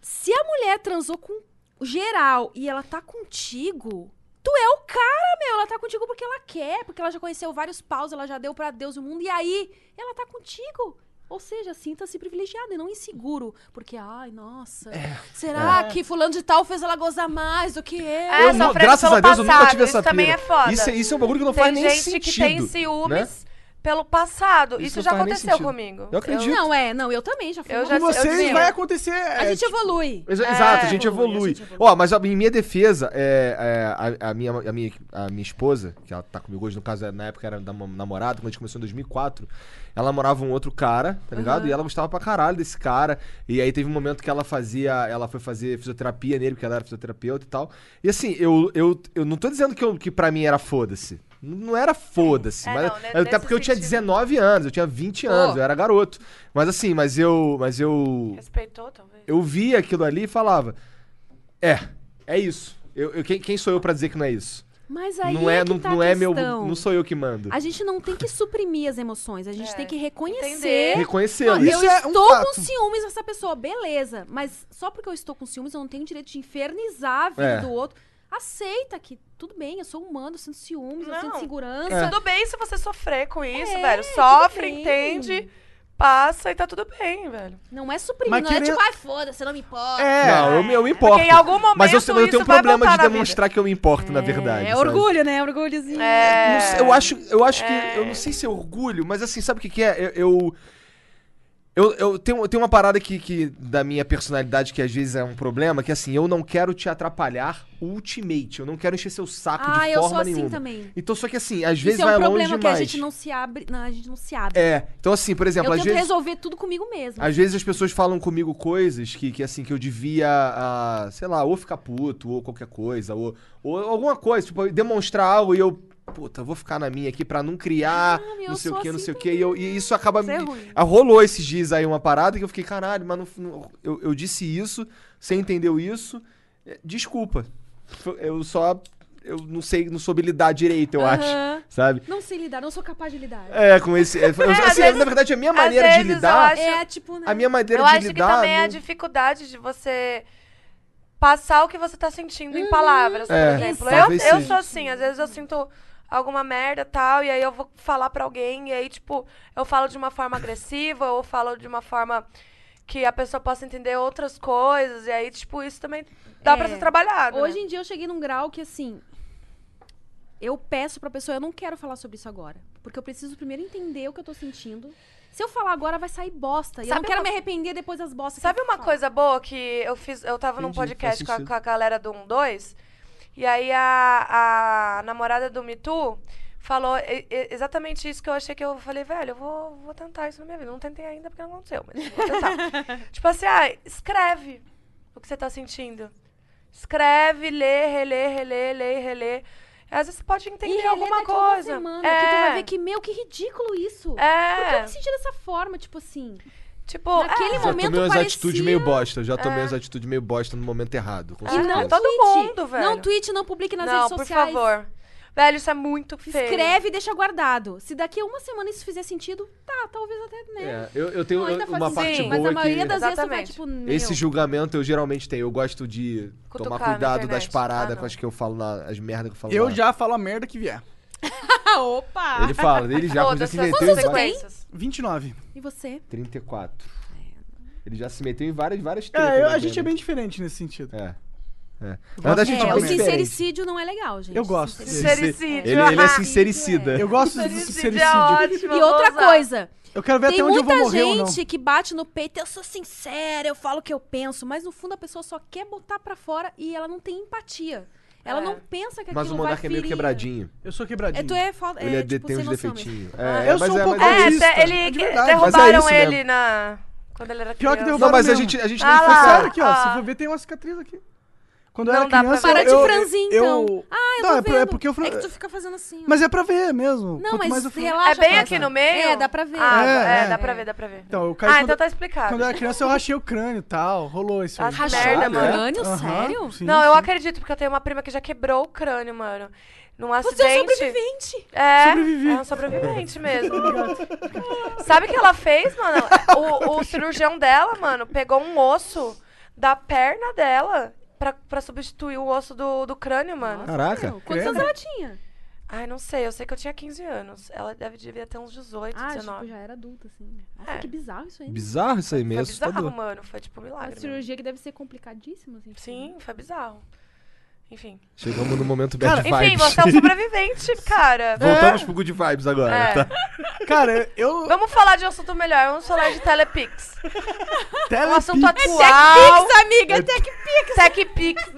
S4: se a mulher transou com geral e ela tá contigo, tu é o cara, meu. Ela tá contigo porque ela quer, porque ela já conheceu vários paus, ela já deu pra Deus e o mundo, e aí ela tá contigo. Ou seja, sinta-se privilegiado e não inseguro. Porque, ai, nossa, será que fulano de tal fez ela gozar mais do que eu?
S5: É,
S3: Eu
S5: só
S3: nu-
S5: frente
S3: graças
S5: pelo
S3: a Deus eu nunca
S5: passado,
S3: tive essa
S5: isso também
S3: pira.
S5: é foda.
S3: Isso, é- isso é um bagulho que não
S5: tem
S3: faz nem
S5: gente
S3: sentido.
S5: que tem
S3: né?
S5: ciúmes pelo passado.
S3: Isso
S5: Isso,
S3: não
S5: já
S3: faz nem
S5: aconteceu
S3: sentido.
S5: comigo.
S3: Eu acredito.
S4: Não, é, não, eu também já fui.
S5: Eu
S4: uma
S5: já-
S2: Com
S4: vez.
S2: vocês
S5: digo.
S2: vai acontecer.
S4: A
S2: é,
S4: gente evolui.
S3: Exa- Exato, a gente
S4: evolui,
S3: evolui.
S4: a gente evolui.
S3: Ó, mas ó, em minha defesa, é, é, a, a minha, a, minha, a minha esposa, que ela tá comigo hoje, no caso, na época era da mo- namorada, quando a gente começou em 2004, ela namorava um outro cara, tá ligado? E ela gostava pra caralho desse cara. E aí teve um momento que ela fazia, ela foi fazer fisioterapia nele, porque ela era fisioterapeuta e tal. E assim, eu, eu, eu não tô dizendo que, eu, que pra mim era foda-se. Não era foda-se,
S5: É,
S3: mas
S5: não, ne-
S3: até
S5: nesse
S3: porque eu tinha
S5: sentido.
S3: 19 anos, eu tinha 20 anos, eu era garoto. Mas assim, mas eu, mas eu
S5: Respeitou, talvez.
S3: eu via aquilo ali e falava: É, é isso. Eu, eu- quem, quem sou eu pra dizer que não é isso?
S4: Mas aí
S3: não é,
S4: que
S3: não,
S4: tá
S3: não
S4: a
S3: é meu,
S4: questão.
S3: não sou eu que mando.
S4: A gente não tem que suprimir as emoções, a gente
S5: É,
S4: tem que reconhecer.
S5: entender.
S4: Não,
S3: Reconhecê-lo.
S4: eu
S3: Isso é um
S4: estou
S3: fato.
S4: com ciúmes dessa pessoa, beleza. Mas só porque eu estou com ciúmes, eu não tenho direito de infernizar a vida
S3: É.
S4: do outro. Aceita que tudo bem, eu sou humano, eu sinto ciúmes, eu
S5: Não.
S4: sinto segurança.
S3: É.
S5: Tudo bem se você sofrer com isso,
S4: É,
S5: velho.
S4: tudo
S5: Sofre,
S4: bem.
S5: entende, passa e tá tudo bem, velho.
S4: Não é suprimir,
S2: Mas
S4: não
S2: querendo-
S4: é tipo, ai, foda-se, não me importa.
S3: É, não, eu, me- eu me importo.
S5: Porque em algum momento
S3: mas eu, eu tenho
S5: isso
S3: um
S5: vai
S3: problema de
S5: voltar na
S3: demonstrar que eu me importo, na verdade.
S4: É
S3: sabe?
S4: orgulho, né? Orgulhozinho.
S5: É.
S3: Não sei, eu acho, eu acho que. Eu não sei se é orgulho, mas assim, sabe o que, que é? Eu. eu... Eu, eu tenho, eu tenho uma parada que, que da minha personalidade que às vezes é um problema, que assim, eu não quero te atrapalhar ultimate. Eu não quero encher seu saco
S4: ah,
S3: de
S4: eu
S3: forma
S4: sou assim
S3: nenhuma.
S4: também.
S3: Então, só que assim, às vezes
S4: Isso é
S3: vai
S4: um
S3: longe
S4: problema
S3: demais.
S4: que a gente não se abre. Não, a gente não se abre.
S3: É. Então, assim, por exemplo,
S4: eu
S3: às
S4: tento
S3: vezes,
S4: resolver tudo comigo mesmo.
S3: às vezes as pessoas falam comigo coisas que, que assim, que eu devia, ah, sei lá, ou ficar puto, ou qualquer coisa, ou, ou alguma coisa, tipo, demonstrar algo e eu, puta, vou ficar na minha aqui pra não criar,
S4: Ah, meu,
S3: não
S4: eu
S3: sei o
S4: sou
S3: que, não
S4: assim
S3: sei o que, e, eu- e isso acaba
S4: Isso
S3: me.
S4: é ruim.
S3: Ah, Rolou esses dias aí uma parada que eu fiquei, caralho, mas não, não- eu, eu disse isso, você entendeu isso, é, desculpa. Foi- Eu só. Eu não sei, não soube lidar direito, eu
S4: Aham.
S3: acho. Sabe?
S4: Não sei lidar, não sou capaz de lidar.
S3: É, com esse. é, eu-
S5: às
S3: assim,
S5: vezes-
S3: na verdade, a minha
S5: às
S3: maneira de
S5: vezes eu
S3: lidar.
S5: acho-
S4: É, tipo, né?
S3: A minha maneira
S5: Eu
S3: de
S5: acho que
S3: lidar.
S5: também é a
S3: não-
S5: dificuldade de você passar o que você tá sentindo
S4: Hum,
S5: em palavras, por
S3: É,
S5: exemplo.
S3: talvez
S5: Eu, eu
S3: seja.
S5: sou assim, às vezes eu sinto alguma merda tal, e aí eu vou falar pra alguém, e aí, tipo, eu falo de uma forma agressiva, ou falo de uma forma que a pessoa possa entender outras coisas, e aí, tipo, isso também dá pra
S4: É.
S5: ser trabalhado. né?
S4: Hoje em dia eu cheguei num grau que, assim, eu peço pra pessoa, eu não quero falar sobre isso agora. Porque eu preciso primeiro entender o que eu tô sentindo. Se eu falar agora, vai sair bosta. E eu
S5: Sabe
S4: não quero
S5: uma-
S4: me arrepender depois das bostas. que
S5: Sabe
S4: eu
S5: uma
S4: falo.
S5: coisa boa que eu fiz? Eu tava num
S3: Entendi, faz
S5: podcast com a,
S3: sentido.
S5: com a galera do 1-2, e aí a, a namorada do Me Too falou e- e- exatamente isso que eu achei que eu falei, velho, eu vou, vou tentar isso na minha vida. Não tentei ainda porque não aconteceu, mas eu vou tentar. tipo assim, ah, escreve o que você tá sentindo. Escreve, lê, relê, relê, lê, relê. Às vezes você pode
S4: E
S5: entender
S4: relê
S5: alguma
S4: daqui a uma
S5: coisa.
S4: Semana, Que tu vai ver que, meu, que ridículo isso. Por que eu
S5: É,
S4: me senti dessa forma? Tipo assim,
S5: tipo,
S4: naquele
S5: é.
S3: Já
S4: momento
S3: tomei umas
S4: parecia...
S3: atitudes meio bosta. Já tomei umas atitudes meio bosta no momento errado. Com
S5: E
S4: E
S3: certeza.
S4: não
S5: é. Ah, todo
S4: tweet.
S5: mundo, velho.
S4: Não tweet, não publique nas
S5: não,
S4: redes
S5: por
S4: sociais.
S5: favor. Velho, isso é muito feio.
S4: Escreve e deixa guardado. Se daqui a uma semana isso fizer sentido, tá, talvez até, né?
S3: É, eu, eu tenho
S4: Não, ainda faz
S3: uma
S4: sentido,
S3: parte
S5: sim,
S3: boa é
S4: Mas a maioria
S3: que
S4: das vezes tu vai,
S5: Exatamente.
S4: tipo, meu,
S3: esse julgamento eu geralmente tenho. Eu gosto de
S5: Cutucar
S3: tomar
S5: na
S3: cuidado das
S5: internet.
S3: paradas
S5: Ah,
S3: com as que eu falo, na, as merdas que eu falo.
S2: Eu
S3: na-
S2: já falo a merda que vier.
S4: opa!
S3: Ele fala, ele já, quando já
S5: Todas
S3: se
S5: as
S3: meteu em
S4: você
S3: várias...
S4: tem?
S5: consequências.
S2: 29.
S3: 34. Ele já se meteu em várias, várias tretas,
S2: É, eu-
S3: né,
S2: a gente é
S3: velho?
S2: bem diferente nesse sentido.
S3: É. É. Na verdade, a gente
S4: É, o
S3: bem diferente.
S4: sincericídio não é legal, gente.
S2: Eu gosto dele.
S4: Sincericídio.
S5: Sincericídio.
S3: Ele,
S2: Ah,
S3: ele é sincericida.
S2: Eu gosto do
S5: Sincericídio
S2: sincericídio.
S5: é ótimo.
S4: E
S5: eu vou
S4: outra
S5: usar.
S4: coisa,
S2: Eu quero ver
S4: tem
S2: até onde eu
S4: muita
S2: vou morrer ou não.
S4: gente que bate no peito, eu sou sincera, eu falo o que eu penso, mas no fundo a pessoa só quer botar pra fora e ela não tem empatia. Ela
S5: É.
S4: não pensa que aquilo
S3: Mas o
S4: vai
S3: Monarca é meio
S4: ferir.
S3: quebradinho.
S2: Eu sou
S4: É,
S2: quebradinho.
S4: tu é, fal- é,
S3: ele é de-
S4: tipo,
S3: tem
S4: sem
S3: uns
S4: noção mesmo.
S3: defeitinhos.
S2: Ah,
S3: É,
S2: eu
S3: mas
S2: sou um
S3: é-
S2: pouco
S3: mas é-
S5: É,
S2: autista,
S5: até ele
S2: é de verdade.
S5: derrubaram
S3: Mas é isso
S5: ele na. Quando ele era
S2: Pior que
S5: criança.
S3: Não, mas a
S2: mesmo.
S3: gente, a gente
S5: Ah
S3: nem
S2: Foi
S5: lá.
S3: foi
S2: É sério aqui, ó.
S5: Ah.
S2: Se for ver, tem uma cicatriz aqui. Quando eu
S5: Não
S2: era
S5: dá pra
S2: criança...
S5: ver.
S2: eu-
S4: Para de
S2: eu-
S4: franzir, então.
S2: eu-
S4: Ah, eu
S2: Não,
S4: tô
S2: é
S4: vendo.
S2: pra- é porque eu fran-
S4: que tu fica fazendo assim, ó.
S2: Mas é pra ver mesmo.
S4: Não,
S2: Quanto
S4: mas
S2: mais eu fran-
S4: relaxa.
S5: É bem
S4: cara.
S5: aqui no meio?
S4: É, dá pra ver.
S5: Ah,
S2: É,
S5: é,
S2: é.
S5: dá pra ver, dá pra ver.
S2: Então, eu caí
S5: Ah,
S2: quando-
S5: então tá explicado.
S2: Quando eu era criança, eu rachei o crânio e tal. Rolou isso. aí.
S5: As
S4: Rachou
S5: merda,
S4: o
S5: mano.
S4: crânio?
S2: Aham,
S4: Sério?
S2: sim,
S5: Não, eu
S2: sim.
S5: acredito, porque eu tenho uma prima que já quebrou o crânio, mano. Num
S4: Você é um
S5: acidente.
S4: sobrevivente.
S5: É,
S2: Sobrevivi.
S5: é um sobrevivente mesmo. Sabe o que ela fez, mano? O, o cirurgião dela, mano, pegou um osso da perna dela pra, pra substituir o osso do, do crânio, mano.
S3: Caraca.
S4: Não, Quantos anos ela tinha?
S5: Ai, não sei, eu sei que eu tinha 15 anos. Ela deve devia ter uns 18,
S4: Ah, tipo,
S5: 19.
S4: já era adulta, assim. Nossa,
S5: É.
S4: que bizarro isso aí. né?
S3: Bizarro isso aí
S5: Foi
S3: mesmo.
S5: bizarro,
S3: assustador.
S5: mano. Foi tipo um
S4: Uma
S5: milagre. mano.
S4: cirurgia que deve ser complicadíssima, assim. tipo,
S5: Sim, foi bizarro. Enfim.
S3: Chegamos no momento bad
S5: Enfim,
S3: vibes.
S5: você é um sobrevivente, cara.
S3: Voltamos pro good vibes agora,
S5: É.
S3: tá?
S2: Cara, eu...
S5: Vamos falar de um assunto melhor. Vamos falar de Telepix. Um
S2: Telepix.
S5: assunto atual.
S4: Pix, amiga, é TechPix.
S5: TechPix,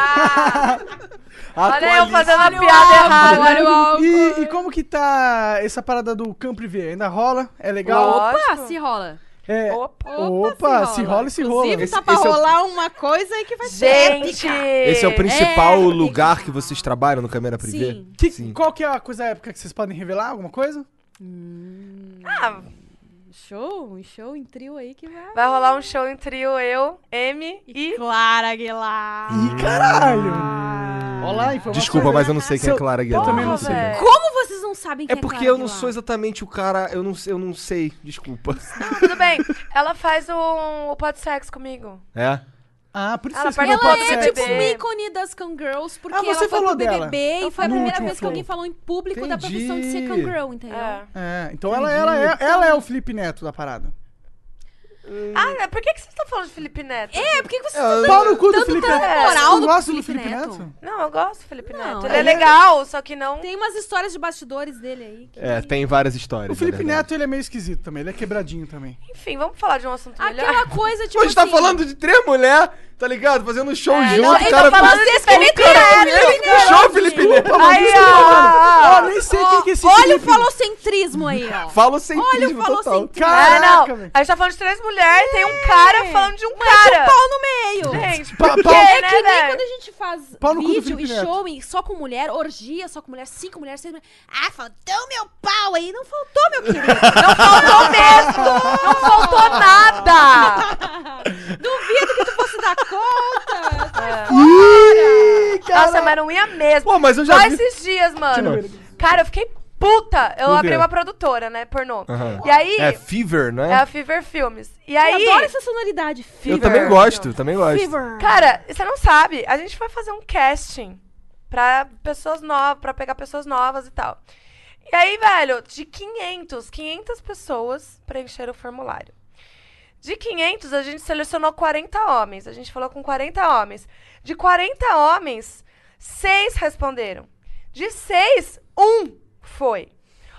S5: merda! Olha eu
S3: Atualiza.
S5: fazendo a piada errada.
S4: Olha o álcool.
S2: E, e como que tá essa parada do Camp Privé? Ainda rola? É legal?
S5: Lógico.
S4: Opa, se rola.
S2: É,
S5: Opa.
S2: Opa, se rola, se rola.
S4: Inclusive, tá
S3: Esse-
S4: pra
S3: esse é o-
S4: rolar uma coisa aí que vai ser
S5: Gente!
S4: épica.
S3: Esse é o principal
S4: É.
S3: lugar que vocês trabalham no Câmera Privê?
S4: Sim.
S2: Que-
S3: Sim.
S2: qual que é a coisa épica que vocês podem revelar? Alguma coisa?
S5: Ah,
S4: Show, um show em trio aí que vai.
S5: vai rolar um show em trio, eu, M e...
S4: Clara Aguilar.
S2: Ih, caralho! Olá, informação.
S3: Desculpa, mas eu não sei quem é
S2: Seu-
S3: Clara Aguiar.
S2: Eu também não
S5: Porra,
S2: sei.
S5: velho.
S4: Como vocês não sabem
S3: É
S4: quem é
S3: porque
S4: Clara
S3: eu não
S4: Aguilar?
S3: sou exatamente o cara, eu não, sei- eu não sei, desculpa.
S5: Tudo bem, ela faz o, o pod sex comigo.
S3: É?
S2: Ah, por isso
S5: Ela
S2: que vocês não
S5: participou
S2: podem
S5: do
S2: ser assim.
S4: É tipo
S5: BBB.
S4: um ícone das Cangirls, porque
S2: Ah, você
S4: ela foi
S2: falou
S4: pro BBB
S5: dela.
S4: e foi a
S2: No
S4: primeira
S2: último
S4: vez que
S2: show.
S4: alguém falou em público da
S3: Entendi.
S4: profissão de ser Cangirl, entendeu?
S5: É.
S2: É, então ela, ela, é, ela é o Felipe Neto da parada.
S5: Ah, por que, que vocês estão falando de Felipe Neto?
S4: É, por que que vocês
S3: É,
S4: estão
S2: Pau no cu do
S4: dando
S2: Felipe É.
S4: tanta
S2: Neto.
S4: moral
S2: Vocês
S4: no
S2: não gostam do
S4: Felipe
S2: Felipe Neto?
S4: Neto?
S5: Não, eu gosto do Felipe
S4: Não,
S5: Neto. Ele é
S4: ele é-
S5: legal, só que não...
S4: Tem umas histórias de bastidores dele aí. que-
S3: É, tem várias histórias. né?
S2: O Felipe
S3: na verdade.
S2: Neto, ele é meio esquisito também. Ele é quebradinho também.
S5: Enfim, vamos falar de um assunto melhor.
S4: Aquela coisa, tipo
S3: a gente tá
S4: assim,
S3: falando de três mulheres, tá ligado? Fazendo um show junto,
S5: É, não, então assim, eu
S3: cara.
S5: tô falando de Felipe Neto!
S3: O show Felipe é Neto.
S5: Aí,
S2: Ó,
S5: ó!
S2: nem sei quem que é esse
S4: Olha o
S2: Felipe.
S4: falocentrismo aí, ó.
S3: Falo sem
S4: Olha o
S3: crisma total.
S4: falocentrismo.
S5: Ah, não.
S2: Caraca, velho.
S5: A gente tá falando de três mulheres, tem um cara falando de um
S4: Mete o
S5: cara.
S4: é pau no meio.
S5: Gente,
S2: Pa-
S5: por
S2: pau-
S5: quê,
S4: É
S5: né,
S4: que nem
S5: velho?
S4: quando a gente faz
S2: Pau no cu do
S4: vídeo e
S2: Felipe Neto.
S4: show e só com mulher, orgia só com mulher, cinco mulheres, seis mulheres. Ah, faltou meu pau aí. Não faltou, meu querido.
S5: Não faltou mesmo! Não faltou nada!
S4: Duvido que tu fosse dar conta.
S2: Ih,
S5: Nossa,
S2: cara.
S5: mas não ia mesmo.
S3: Pô, mas eu já
S5: Só
S3: vi-
S5: esses dias, mano.
S3: Tira
S5: Cara, eu fiquei puta. Eu
S3: Por quê?
S5: abri uma produtora, né, pornô.
S3: Aham.
S5: E aí...
S3: É Fever, não
S5: É
S3: é?
S5: a Fever Filmes. E
S4: Eu
S5: aí...
S4: adoro essa sonoridade. Fever.
S3: Eu também gosto, também gosto.
S4: Fever.
S5: Cara, você não sabe. A gente foi fazer um casting pra pessoas novas, pra pegar pessoas novas e tal. E aí, velho, de 500, 500 pessoas preencheram o formulário. De 500, a gente selecionou 40 homens. A gente falou com 40 homens. De 40 homens, seis responderam. De seis, um foi.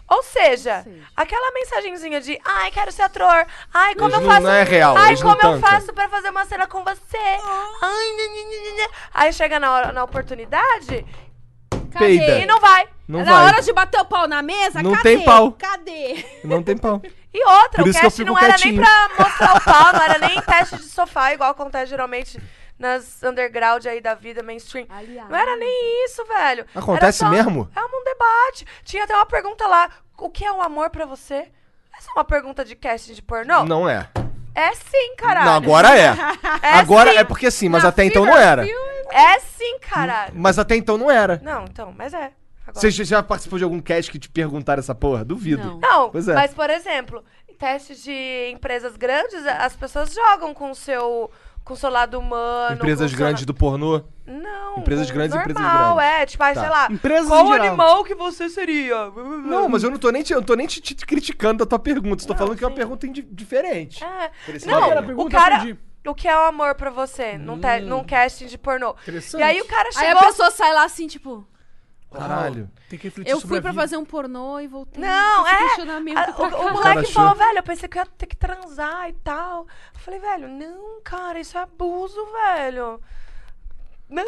S5: Ou seja, aquela mensagenzinha de ai, quero ser ator, ai, como
S3: Eles
S5: eu
S3: não-
S5: faço.
S3: não é real,
S5: ai,
S3: eles não
S5: como eu
S3: tancam.
S5: faço pra fazer uma cena com você. Ai, nhe, nhe, nhe, nhe, nhe. Aí chega na hora, na oportunidade
S3: Peida.
S5: e não vai.
S3: Não
S4: Na
S3: vai.
S4: hora de bater o pau na mesa,
S3: Não
S4: cadê?
S3: tem pau.
S4: Cadê?
S3: Não tem pau.
S5: E outra,
S3: Por
S5: o
S3: isso que eu
S5: cast
S3: fico
S5: não era
S3: quietinho.
S5: nem pra mostrar o pau, não era nem teste de sofá, igual acontece geralmente nas underground aí da vida mainstream.
S4: Aliás.
S5: Não era nem isso, velho. Era
S3: Acontece
S5: só-
S3: mesmo?
S5: É um debate. Tinha até uma pergunta lá: o que é um amor pra você? Essa é uma pergunta de casting de pornô?
S3: Não é.
S5: É sim, caralho.
S3: Não, agora é.
S5: É
S3: agora
S5: sim.
S3: é porque sim, mas
S5: Na
S3: até então
S5: Fever
S3: não era.
S5: Filmes- É sim, caralho.
S3: Mas até então não era.
S5: Não, então, mas é. Agora.
S3: Você já- já participou de algum cast que te perguntaram essa porra? Duvido.
S4: Não.
S5: Não,
S3: Pois é.
S5: mas por exemplo, em testes de empresas grandes, a- as pessoas jogam com o seu, com o seu lado humano.
S3: Empresas
S5: com o seu
S3: grandes
S5: la-
S3: do pornô?
S5: Não.
S3: Empresas
S5: com o
S3: grandes,
S5: normal,
S3: empresas grandes.
S5: é. Tipo, aí,
S3: Tá.
S5: sei lá.
S2: Empresas
S5: qual
S2: em geral.
S5: animal que você seria?
S3: Não, mas eu não tô nem te, eu tô nem te, te criticando da tua pergunta. Eu tô falando que é uma pergunta indi- diferente.
S5: É.
S3: Por isso
S5: Não,
S3: que eu-
S2: a pergunta,
S5: o cara,
S2: eu perdi.
S5: o que é o amor pra você num,
S3: Hum.
S5: te- num casting de pornô.
S2: Interessante.
S5: E aí o cara chegou.
S4: Aí a pessoa sai lá assim, tipo,
S3: Caralho.
S2: Tem que refletir
S4: eu
S2: sobre
S4: fui
S2: a
S4: pra
S2: vida.
S4: fazer um pornô e voltei.
S5: Não,
S4: Esse
S5: é.
S4: questionamento
S5: a-
S4: tá pra
S5: o, o
S4: cá.
S3: cara
S5: moleque
S3: achou.
S5: falou, velho, eu pensei que eu ia ter que transar e tal. Eu falei, velho, não, cara, isso é abuso, velho. Não.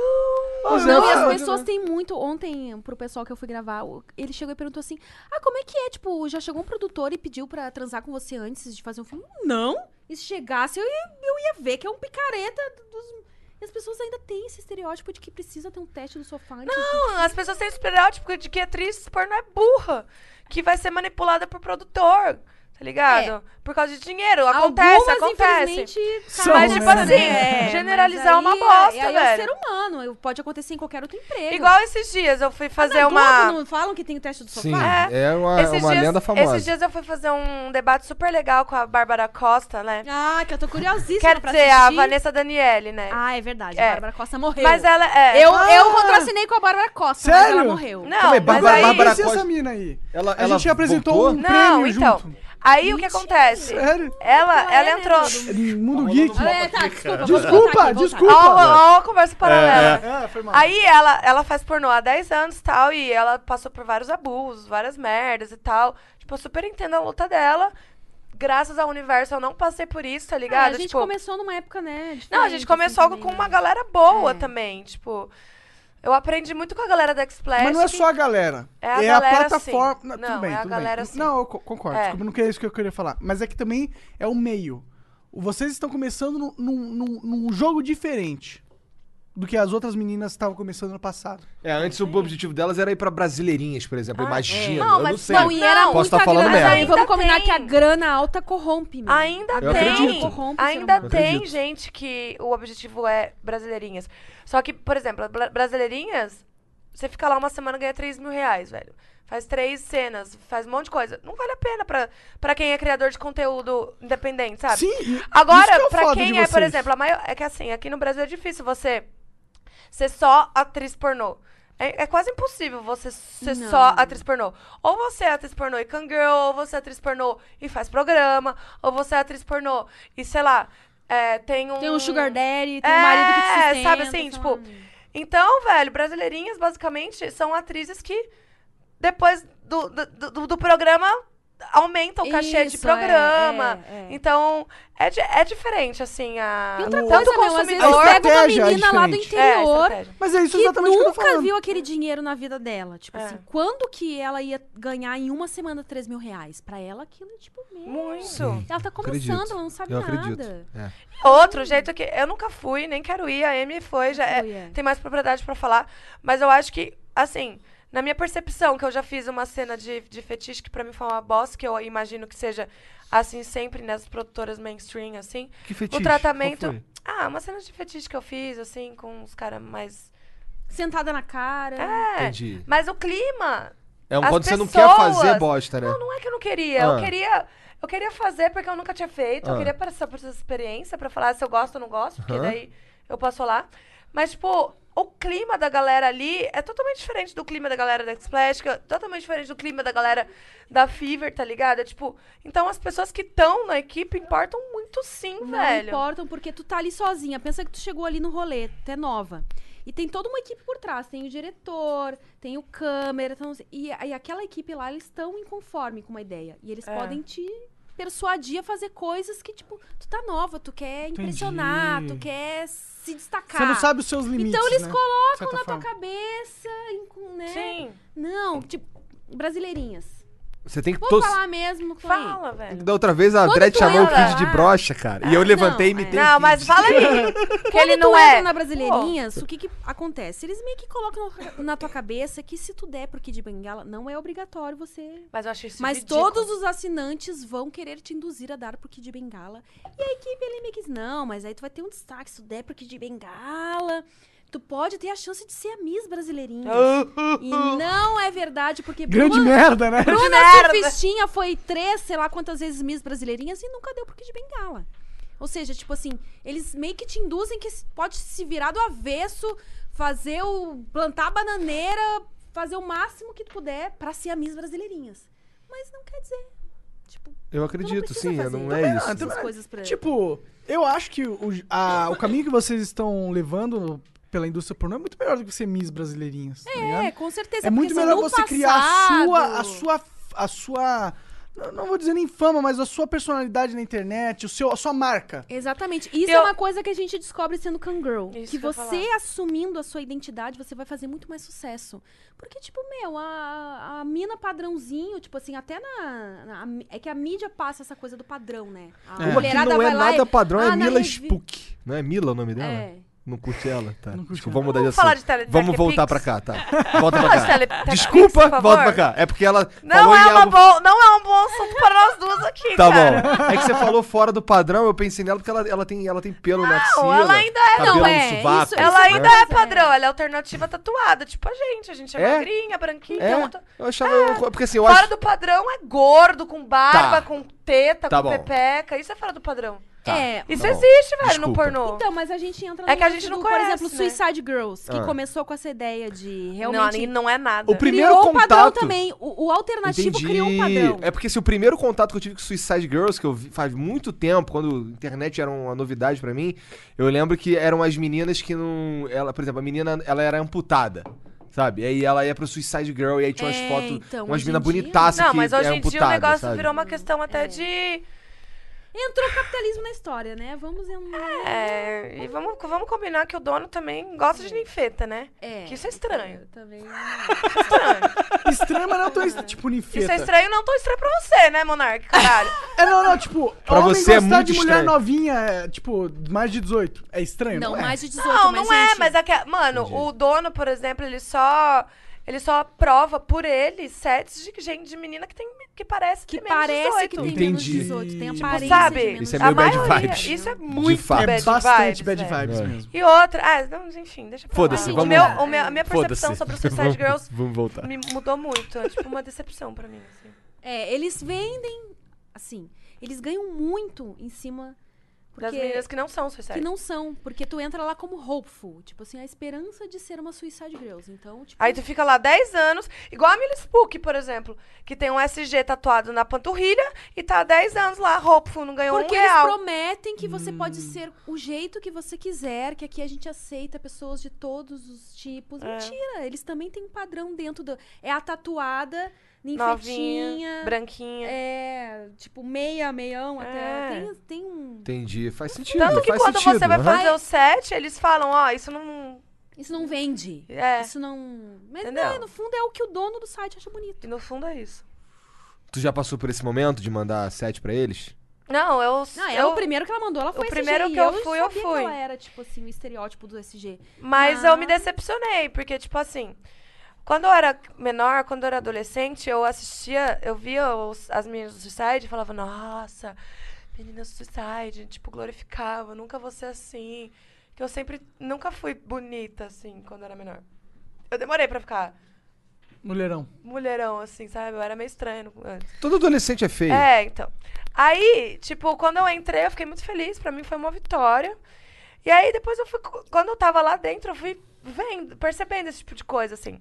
S3: Mas
S4: Não,
S3: é-
S4: e as
S3: Ah,
S4: pessoas têm muito. Ontem, pro pessoal que eu fui gravar, o- ele chegou e perguntou assim: Ah, como é que é? Tipo, já chegou um produtor e pediu pra transar com você antes de fazer um filme? Não! E se chegasse, eu ia, eu ia ver que é um picareta dos. E as pessoas ainda têm esse estereótipo de que precisa ter um teste no sofá. antes de-
S5: Não, Hum, as pessoas têm esse estereótipo de que atriz pornô é burra, que vai ser manipulada por produtor, tá ligado? Por causa de dinheiro. Acontece,
S4: É. Algumas,
S5: acontece.
S4: infelizmente,
S2: São,
S4: caem
S5: mas, tipo
S4: nessa,
S5: assim,
S4: né?
S5: generalizar
S4: Mas
S5: é uma
S4: aí é-
S5: bosta,
S4: aí
S5: velho.
S4: É o ser humano, eu- pode acontecer em qualquer outro emprego.
S5: Igual esses dias, eu fui fazer
S4: Na
S5: uma.
S4: Globo Ah, Não falam que tem o teste do sofá?
S3: Sim,
S5: É.
S3: é uma,
S5: Esses
S3: uma
S5: dias-
S3: lenda famosa.
S5: Esses dias eu fui fazer um debate super legal com a Bárbara Costa, né?
S4: Ah, que eu tô curiosíssima
S5: Quer
S4: pra
S5: dizer, a
S4: assistir.
S5: Vanessa Daniele, né?
S4: Ah, é verdade.
S5: É.
S4: A Bárbara Costa morreu.
S5: mas ela é.
S4: Eu,
S2: Ah!
S4: eu contracinei com a Bárbara Costa, mas ela
S2: Sério?
S4: morreu.
S5: Não,
S2: é?
S3: Calma aí,
S5: mas
S3: Bárbara-
S5: aí.
S2: Eu
S3: Bárbara
S2: conheci essa
S3: Costa-
S2: mina aí.
S3: Ela,
S2: a gente apresentou
S3: voltou?
S2: um
S5: Não,
S2: prêmio
S5: então.
S2: junto.
S5: Aí o que acontece?
S2: Sério?
S5: Ela, ela entrou.
S2: Mundo Geek.
S4: É, tá, desculpa. vou
S2: Desculpa,
S4: voltar aqui, voltar.
S5: Ah,
S2: desculpa.
S5: Ó, ó, a conversa paralela.
S2: É, foi mal.
S5: Aí ela, ela faz pornô há 10 anos e tal, e ela passou por vários abusos, várias merdas e tal. Tipo, eu super entendo a luta dela. Graças ao universo, eu não passei por isso, tá
S4: Ah,
S5: ligado?
S4: a gente
S5: tipo,
S4: começou numa época, né?
S5: Não, a
S4: diferente,
S5: gente
S4: assim,
S5: começou
S4: também,
S5: com
S4: né?
S5: uma galera boa também, tipo... Eu aprendi muito com a galera da X-Plastic.
S2: Mas não é só a galera.
S5: É a
S2: É a,
S5: galera,
S2: plataforma.
S5: sim.
S2: Não,
S5: Não,
S2: tudo bem,
S5: é a
S2: tudo bem.
S5: galera, sim.
S2: Não, eu co- concordo.
S5: É.
S2: Desculpa, não é isso que eu queria falar. Mas é que também é o meio. Vocês estão começando num, num- num- num jogo diferente do que as outras meninas estavam começando no passado.
S3: É, antes o objetivo delas era ir pra brasileirinhas, por exemplo. Imagina.
S5: Não,
S3: eu não
S5: mas
S3: sei.
S4: é. Não, e era
S5: Posso
S4: muita
S3: tá falando
S4: grana.
S3: merda.
S4: Aí vamos
S5: Ainda
S4: combinar
S5: tem.
S4: que a grana alta corrompe, meu.
S5: Ainda
S3: Eu
S5: tem,
S3: acredito.
S4: Corrompe o ser
S5: ainda
S4: humano.
S3: Eu
S5: tem
S3: acredito.
S5: gente que o objetivo é brasileirinhas. Só que, por exemplo, bra- brasileirinhas, você fica lá uma semana e ganha 3 mil reais, velho. Faz três cenas, faz um monte de coisa. Não vale a pena pra, pra quem é criador de conteúdo independente, sabe?
S2: Sim, isso
S5: Agora,
S2: que é o
S5: pra
S2: foda
S5: quem
S2: de
S5: é, por
S2: vocês.
S5: exemplo, a maior. É que assim, aqui no Brasil é difícil você ser só atriz pornô. É, é quase impossível você ser
S4: Não.
S5: só atriz pornô. Ou você é atriz pornô e cangirl, ou você é atriz pornô e faz programa, ou você é atriz pornô e, sei lá, é, tem um.
S4: Tem um sugar daddy, tem
S5: é,
S4: um marido que te sustenta.
S5: sabe assim,
S4: sei
S5: tipo.
S4: lá.
S5: Então, velho, brasileirinhas basicamente são atrizes que depois do, do, do- do programa aumentam o cachê de
S4: Isso,
S5: programa.
S4: é, é, é.
S5: Então, é, di- é diferente, assim, a.
S4: E outra
S5: o-
S4: coisa, né,
S5: tanto
S4: meu, às vezes
S5: consumidor.
S2: A
S4: pega uma
S2: estratégia é
S4: menina lá do
S2: diferente.
S5: É, a
S4: interior
S5: estratégia.
S2: Mas é isso
S4: que
S2: exatamente o que eu tô
S4: nunca
S2: falando.
S4: viu aquele dinheiro na vida dela. Tipo
S5: É.
S4: assim, quando que ela ia ganhar em uma semana 3 mil reais? Pra ela, aquilo é tipo mesmo.
S5: Muito.
S4: Ela tá começando,
S3: acredito.
S4: ela não sabe
S3: Eu
S4: nada.
S3: acredito. É.
S5: Outro jeito que. Eu nunca fui, nem quero ir, a Amy foi, já é-
S4: Fui, é.
S5: tem mais propriedade pra falar. Mas eu acho que, assim, na minha percepção, que eu já fiz uma cena de, de fetiche que pra mim foi uma bosta, que eu imagino que seja assim sempre nas produtoras mainstream, assim.
S3: Que fetiche?
S5: O tratamento. Ah, uma cena de fetiche que eu fiz, assim, com os caras mais.
S4: Sentada na cara.
S5: É.
S3: Entendi.
S5: Mas o clima.
S3: É um
S5: as
S3: quando você não quer fazer
S5: pessoas-
S3: bosta, né?
S5: Não, não é que eu não queria.
S3: Ah.
S5: Eu queria. Eu queria fazer porque eu nunca tinha feito.
S3: Ah.
S5: Eu queria passar por essa experiência pra falar se eu gosto ou não gosto, porque
S3: Aham.
S5: daí eu posso lá. Mas, tipo, o clima da galera ali é totalmente diferente do clima da galera da Splash, que é totalmente diferente do clima da galera da Fever, tá ligado? É tipo, então as pessoas que estão na equipe importam muito sim,
S4: Não
S5: velho.
S4: importam, porque tu tá ali sozinha. Pensa que tu chegou ali no rolê, tu é nova. E tem toda uma equipe por trás. Tem o diretor, tem o câmera. então, e, e aquela equipe lá, eles estão inconforme com uma ideia. E eles
S5: É.
S4: podem te persuadir a fazer coisas que, tipo, tu tá nova, tu quer impressionar,
S2: Entendi.
S4: tu quer se destacar.
S2: Você não sabe os seus limites.
S4: Então eles
S2: né? De
S4: colocam
S2: certa
S4: na
S2: forma.
S4: tua cabeça, em- com- né?
S5: Sim,
S4: Não, tipo, brasileirinhas.
S3: Você tem que.
S4: Vou
S3: tos-
S4: falar mesmo, Chloe.
S5: fala, velho.
S3: Da outra vez a
S4: Quando
S3: Dredd
S4: tu
S3: chamou o
S5: entra
S3: Kid de
S4: lá-
S3: brocha, cara. E eu
S4: Ah,
S3: levantei e
S4: não,
S3: me
S4: é.
S3: dei. um
S5: Não, mas fala aí. que ele
S4: Quando tu
S5: não
S4: entra
S5: é.
S4: na Brasileirinhas, o que que acontece? Eles meio que colocam na tua cabeça que se tu der pro Kid Bengala, não é obrigatório você...
S5: Mas eu achei isso é
S4: Mas
S5: ridículo.
S4: todos os assinantes vão querer te induzir a dar pro Kid Bengala. E a equipe ali meio que diz, não, mas aí tu vai ter um destaque se tu der pro Kid Bengala. Tu pode ter a chance de ser a Miss Brasileirinha. e não é verdade, porque...
S2: Grande
S4: Bruna-
S2: merda, né?
S4: Bruna
S5: merda.
S4: Surfistinha foi três, sei lá quantas vezes Miss Brasileirinhas e nunca deu pro Kid Bengala. Ou seja, tipo assim, eles meio que te induzem que se- pode se virar do avesso, fazer o. plantar a bananeira, fazer o máximo que tu puder pra ser a Miss Brasileirinhas. Mas não quer dizer. Tipo,
S3: Eu acredito,
S4: precisa
S3: sim, eu
S4: fazer
S3: não é
S4: essas
S3: isso.
S4: coisas pra
S2: Tipo, eu acho que o, a- o caminho que vocês estão levando pela indústria pornô é muito melhor do que ser Miss brasileirinhas. tá ligado?
S4: É, com certeza.
S2: É muito
S4: porque são
S2: melhor
S4: no
S2: você criar a sua. A
S4: passado.
S2: sua. A sua não, não vou dizer nem fama, mas a sua personalidade na internet, o seu, a sua marca.
S4: Exatamente. Isso
S5: Eu-
S4: é uma coisa que a gente descobre sendo cangirl.
S5: Isso
S4: que
S5: que eu ia
S4: você assumindo a sua identidade, você vai fazer muito mais sucesso. Porque, tipo, meu, a, a mina padrãozinho, tipo assim, até na, na- É que a mídia passa essa coisa do padrão, né? A
S3: Uma que não é nada padrão é
S4: Ah, na
S3: Mila
S4: revi-
S3: Spook. Não é Mila o nome dela?
S4: É.
S3: Não curte ela? Tá.
S2: curte
S3: Desculpa, vamos mudar de
S5: Vamos
S3: assunto.
S5: falar de tele-
S3: Vamos voltar pra
S5: Telepix?
S3: cá, tá. Volta pra
S5: Fala de
S3: cá.
S5: Telepix,
S3: Desculpa,
S5: Tá, por favor.
S3: volta pra cá. É porque ela
S5: Não
S3: falou em
S5: é, uma
S3: algo...
S5: boa, não é um bom assunto para nós duas aqui,
S3: Tá
S5: cara.
S3: bom. É que você falou fora do padrão, eu pensei nela porque ela, ela, tem, ela tem pelo na axila.
S5: ela ainda é-
S3: cabelo
S4: não,
S3: no
S4: é,
S3: sovaco,
S4: isso-
S5: Ela
S3: né?
S5: ainda é padrão, ela é alternativa tatuada, tipo a gente. A gente é,
S3: É?
S5: magrinha, branquinha.
S3: É,
S5: outra-
S3: eu achava... eu- porque assim, eu
S5: Ah, Fora
S3: acho...
S5: do padrão é gordo, com
S3: Tá.
S5: barba, com teta,
S3: Tá
S5: com
S3: bom.
S5: pepeca. Isso é fora do padrão.
S3: Tá.
S4: É.
S5: Isso
S3: Tá bom.
S5: existe, velho, no
S3: Desculpa.
S5: pornô.
S4: Então, mas a gente entra
S5: É que a
S4: lance
S5: gente não
S4: do,
S5: conhece,
S4: Por exemplo,
S5: né?
S4: Suicide Girls, que
S3: Ah.
S4: começou com essa ideia de
S5: não,
S4: realmente...
S5: ali não é nada.
S3: O primeiro
S4: criou o padrão
S3: contato...
S4: também. O, o alternativo criou um padrão.
S3: É porque se o primeiro contato que eu tive com Suicide Girls, que eu vi faz muito tempo, quando a internet era uma novidade pra mim, eu lembro que eram as meninas que não. Ela, por exemplo, a menina ela era amputada. Sabe? E aí ela ia pro Suicide Girl e aí tinha umas
S4: É,
S3: fotos,
S4: então,
S3: umas
S4: hoje
S3: meninas
S4: em dia-
S3: bonitaças
S5: Não,
S3: que
S5: mas hoje
S3: é
S5: em dia o
S3: amputada,
S5: negócio
S3: sabe?
S5: virou uma questão
S4: É.
S5: até de.
S4: Entrou o capitalismo na história, né? Vamos... em-
S5: É, e vamos, vamos combinar que o dono também gosta de ninfeta, né?
S4: É.
S5: Que isso é estranho.
S4: Também...
S5: Isso é estranho.
S2: Estranho, mas não tão est- tipo ninfeta.
S5: Isso é estranho, não tô estranho pra você, né, Monark? Caralho.
S2: É, não, não, tipo,
S3: Pra
S2: homem
S3: você é
S2: gostar
S3: muito
S2: de mulher
S3: estranho.
S2: novinha, é, tipo, mais de 18. É estranho, não,
S4: Não,
S2: é?
S4: mais de 18,
S5: Não,
S4: mas,
S5: não é,
S4: gente,
S5: mas é que, mano, o dono, por exemplo, ele só ele só aprova por ele sets de gente de menina que tem que parece
S4: que
S5: ter menos de
S4: parece
S5: 18.
S4: que tem menos
S3: Entendi.
S4: de 18, tem
S2: Tipo,
S4: aparência de
S5: sabe?
S4: menos
S3: Isso é
S4: de
S3: meio
S5: a
S4: 18.
S3: bad
S5: maioria,
S3: vibes.
S5: Isso é muito
S3: fato.
S5: bad
S2: É
S5: vibes.
S2: bastante bad
S5: velho.
S2: vibes
S3: Tá. É.
S2: mesmo.
S5: E outra, ah, não, mas enfim, deixa pra
S3: Foda-se,
S5: lá.
S4: vamos
S5: o meu,
S4: lá.
S5: o meu- a minha percepção
S3: Foda-se.
S5: sobre o Suicide Girls
S3: Vamos voltar.
S5: me mudou muito, é tipo uma decepção pra mim, assim.
S4: É, eles vendem, assim, eles ganham muito em cima
S5: Das
S4: porque
S5: meninas que não são Suicide.
S4: que não são, porque tu entra lá como hopeful, tipo assim, a esperança de ser uma suicide girls, então, tipo,
S5: Aí tu fica lá 10 anos, igual a Millie Spook, por exemplo, que tem um SG tatuado na panturrilha e tá há 10 anos lá, roupa, não ganhou
S4: porque
S5: um
S4: eles
S5: real.
S4: prometem que você pode ser o jeito que você quiser, que aqui a gente aceita pessoas de todos os tipos. Mentira, eles também têm um padrão dentro do é a tatuada,
S5: Novinha,
S4: ninfetinha,
S5: branquinha.
S4: É, tipo, meia, meião,
S5: É.
S4: até. Tem, tem um.
S3: Entendi. Faz sentido.
S5: Tanto que
S3: faz
S5: quando
S3: sentido. né?
S5: você vai
S3: aham.
S5: fazer o set, eles falam, ó, isso não...
S4: Isso não vende.
S5: É.
S4: Isso não. Mas
S5: Entendeu?
S4: né, no fundo é o que o dono do site acha bonito.
S5: E no fundo é isso.
S3: Tu já passou por esse momento de mandar sete pra eles?
S5: Não, eu...
S4: Não, ela,
S5: eu
S4: o primeiro que ela mandou, ela foi SG,
S5: primeiro
S4: e
S5: que eu fui, eu
S4: sabia
S5: fui.
S4: Que ela era, tipo assim, o estereótipo do SG.
S5: Mas eu me decepcionei, porque, tipo assim, quando eu era menor, quando eu era adolescente, eu assistia, eu via os- as meninas do Suicide e falava, nossa, meninas do Suicide, tipo, glorificava, nunca vou ser assim. Que eu sempre, nunca fui bonita, assim, quando eu era menor. Eu demorei pra ficar
S2: Mulherão.
S5: mulherão, assim, sabe? Eu era meio estranha no- antes.
S3: Todo adolescente é feio.
S5: É, então. Aí, tipo, quando eu entrei, eu fiquei muito feliz. Pra mim foi uma vitória. E aí, depois eu fui. Quando eu tava lá dentro, eu fui vendo, percebendo esse tipo de coisa, assim.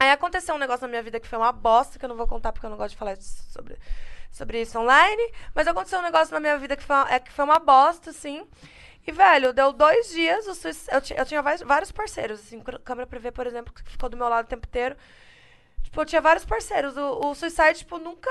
S5: Aí aconteceu um negócio na minha vida que foi uma bosta, que eu não vou contar porque eu não gosto de falar sobre, sobre isso online. Mas aconteceu um negócio na minha vida que foi, uma- é, que foi uma bosta, assim. E, velho, deu dois dias. o suic- eu, ti- eu tinha vai- vários parceiros, assim, cr- câmera prevê, por exemplo, que ficou do meu lado o tempo inteiro. Tipo, eu tinha vários parceiros. O, o Suicide, tipo, nunca.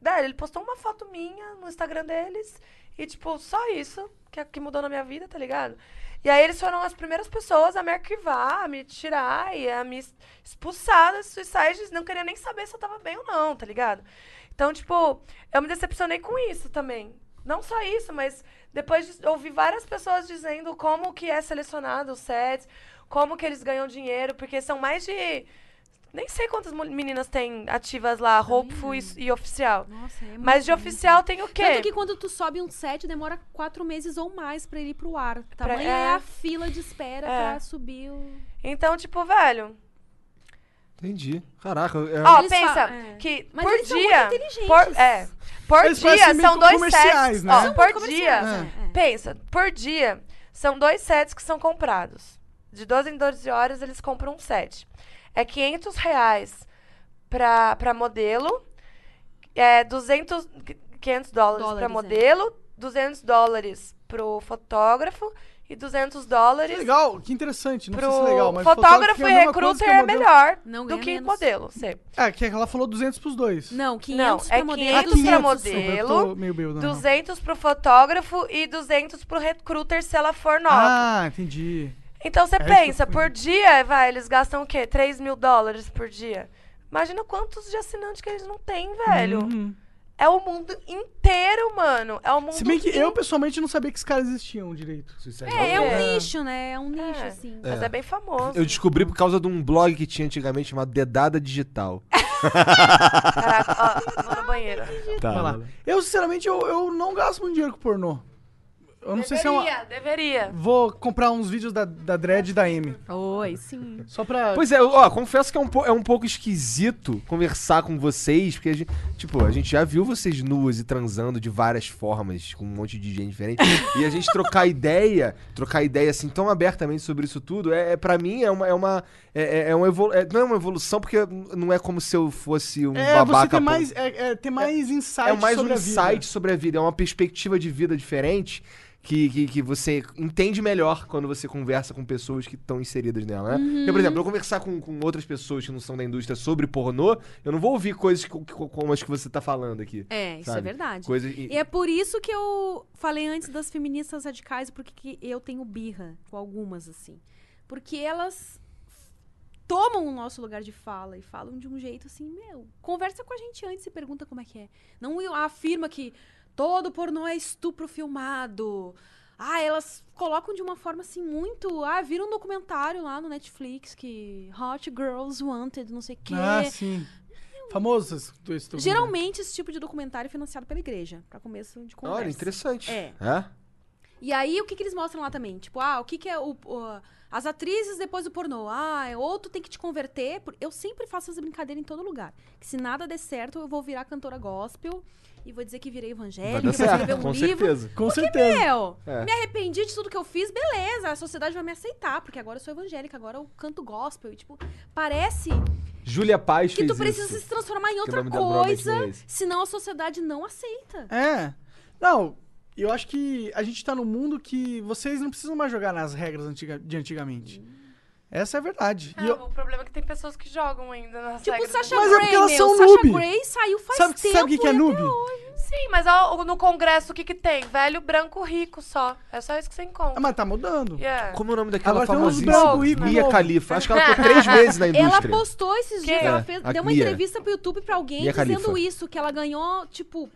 S5: Velho, ele postou uma foto minha no Instagram deles. E, tipo, só isso que, que mudou na minha vida, tá ligado? E aí eles foram as primeiras pessoas a me arquivar, a me tirar e a me es- expulsar desse Suicide. Não queria nem saber se eu tava bem ou não, tá ligado? Então, tipo, eu me decepcionei com isso também. Não só isso, mas depois de ouvir várias pessoas dizendo como que é selecionado os sets, como que eles ganham dinheiro, porque são mais de nem sei quantas mul- meninas tem ativas lá, Hopeful e, e oficial.
S4: Nossa, é
S5: Mas de
S4: muito,
S5: oficial tem o
S4: muito. Tanto
S5: quê?
S4: que quando tu sobe um set, demora quatro meses ou mais pra ele ir pro ar. Tamanho
S5: é.
S4: é a fila de espera
S5: É.
S4: pra subir o.
S5: Então, tipo, velho.
S3: Entendi. Caraca. é-
S5: Ó,
S4: Eles
S5: pensa
S4: falam- é.
S5: que
S4: Mas
S5: por
S4: eles são muito
S5: dia. por,
S4: inteligentes.
S5: é. Por
S2: Eles
S5: dia
S2: parecem meio
S5: são dois
S2: comerciais,
S5: sets.
S2: né?
S5: Ó,
S2: São
S4: muito
S5: por dia.
S4: comerciais, é, é.
S5: Pensa, por dia são dois sets que são comprados. De 12 em 12 horas eles compram um set. É 500 reais pra, pra modelo é, 200, 500 dólares,
S4: Dólares,
S5: pra
S4: é.
S5: modelo, 200 dólares pro fotógrafo e 200
S2: Que
S5: dólares
S2: legal, que interessante. Não
S5: pro
S2: sei se é legal, mas
S5: fotógrafo,
S2: é a
S5: e
S2: mesma coisa que
S5: recruiter é
S2: modelo.
S5: melhor
S4: Não,
S5: do
S4: ganha
S5: que
S4: menos.
S5: modelo sempre.
S2: É, que ela falou 200 pros dois. Ah,
S4: Não, 500
S5: Não,
S4: pra
S5: é
S4: modelo.
S5: 500 pra
S4: 200.
S5: modelo.
S2: Eu tô meio bêbado, não.
S5: 200 pro fotógrafo e 200 pro recruiter se ela for nova.
S2: Ah, entendi.
S5: então você
S2: É isso que eu
S5: pensa, por dia, vai, eles gastam o quê? 3 mil dólares por dia. Imagina quantos de assinante que eles não têm, velho.
S2: Uhum.
S5: É o mundo inteiro, mano. É o mundo
S2: Se bem que eu,
S5: inteiro.
S2: pessoalmente, não sabia que esses caras existiam direito.
S4: É, é um
S5: É.
S4: nicho, né? É um nicho,
S5: É.
S4: assim.
S5: Mas é. bem famoso.
S3: Eu descobri por causa de um blog que tinha antigamente chamado Dedada Digital.
S5: Caraca, ó, vou no banheiro.
S3: Tá.
S2: Vai lá. Eu, sinceramente, eu, eu não gasto muito dinheiro com pornô. Eu não sei se é uma...
S5: Deveria, deveria.
S2: Vou comprar uns vídeos da, da Dread e da M.
S4: Oi, sim.
S2: Só pra...
S3: Pois é, eu- ó, confesso que é um, po- é um pouco esquisito conversar com vocês, porque a gente, tipo, a gente já viu vocês nuas e transando de várias formas, com um monte de gente diferente, e a gente trocar ideia, trocar ideia assim tão abertamente sobre isso tudo, é, é para mim é uma é uma é, é- é uma evolu- é- não é uma evolução porque não é como se eu fosse um
S2: é,
S3: babaca
S2: você ter
S3: pô.
S2: mais, é, é, ter mais insight
S3: é mais um
S2: sobre a vida.
S3: insight sobre a vida, é uma perspectiva de vida diferente. Que, que, que você entende melhor quando você conversa com pessoas que estão inseridas nela, né?
S4: Uhum.
S3: Eu, por exemplo, eu conversar com, com outras pessoas que não são da indústria sobre pornô, eu não vou ouvir coisas co- co- como as que você tá falando aqui.
S4: É, isso
S3: Sabe?
S4: é verdade.
S3: Coisas.
S4: E é por isso que eu falei antes das feministas radicais, porque que eu tenho birra com algumas, assim. Porque elas tomam o nosso lugar de fala e falam de um jeito assim, meu, conversa com a gente antes e pergunta como é que é. Não afirma que todo pornô é estupro filmado. Ah, elas colocam de uma forma assim muito. Ah, viram um documentário lá no Netflix que Hot Girls Wanted, não sei o quê.
S2: Ah, sim. Famosos dois tô-
S4: Geralmente esse tipo de documentário é financiado pela igreja, pra começo de conversa.
S3: Olha, interessante.
S4: É.
S3: É?
S4: E aí, o que, que eles mostram lá também? Tipo, ah, o que, que é o, o- As atrizes depois do pornô. Ah, é ou tu tem que te converter. por- Eu sempre faço essa brincadeira em todo lugar. Que se nada der certo, eu vou virar cantora gospel e vou dizer que virei
S3: Vai
S4: evangélica,
S3: dar
S4: vou escrever
S3: Tá certo,
S4: um
S3: com
S4: livro.
S3: certeza.
S2: Com certeza.
S4: Meu,
S3: É.
S4: me arrependi de tudo que eu fiz, beleza, a sociedade vai me aceitar, porque agora eu sou evangélica, agora eu canto gospel. E, tipo, parece
S3: Júlia Paz
S4: que
S3: fez
S4: tu precisa
S3: isso.
S4: se transformar em
S3: Que o
S4: outra
S3: nome da Broadway é
S4: coisa,
S3: esse.
S4: senão a sociedade não aceita.
S2: É. Não, eu acho que a gente tá num mundo que vocês não precisam mais jogar nas regras antiga- de antigamente. Essa é a verdade.
S5: Ah,
S2: E eu-
S5: O problema é que tem pessoas que jogam ainda nas
S4: Tipo,
S5: regras.
S4: Sasha
S2: Mas é porque
S4: Grey,
S2: elas
S4: meu,
S2: são
S4: Sasha
S2: noob.
S4: Grey saiu faz
S2: sabe,
S4: tempo né,
S2: sabe o que, que é
S4: e até
S2: noob?
S5: Sim, mas ó, o- no congresso o que que tem? Velho branco rico só. É só isso que você
S2: Ah,
S5: encontra.
S2: mas tá mudando.
S5: Yeah.
S3: Como é o nome daquela
S2: Agora tem uns
S3: famosíssima?
S2: brancos ricos
S3: Mia
S2: novos.
S3: Khalifa. Acho que ela ficou três meses na indústria.
S4: né, Ela postou esses dias,
S5: Quem?
S4: ela
S3: É,
S4: fez,
S3: a
S4: deu uma
S3: Mia.
S4: entrevista pro YouTube pra alguém
S3: Mia
S4: dizendo
S3: Khalifa.
S4: isso, que ela ganhou, tipo,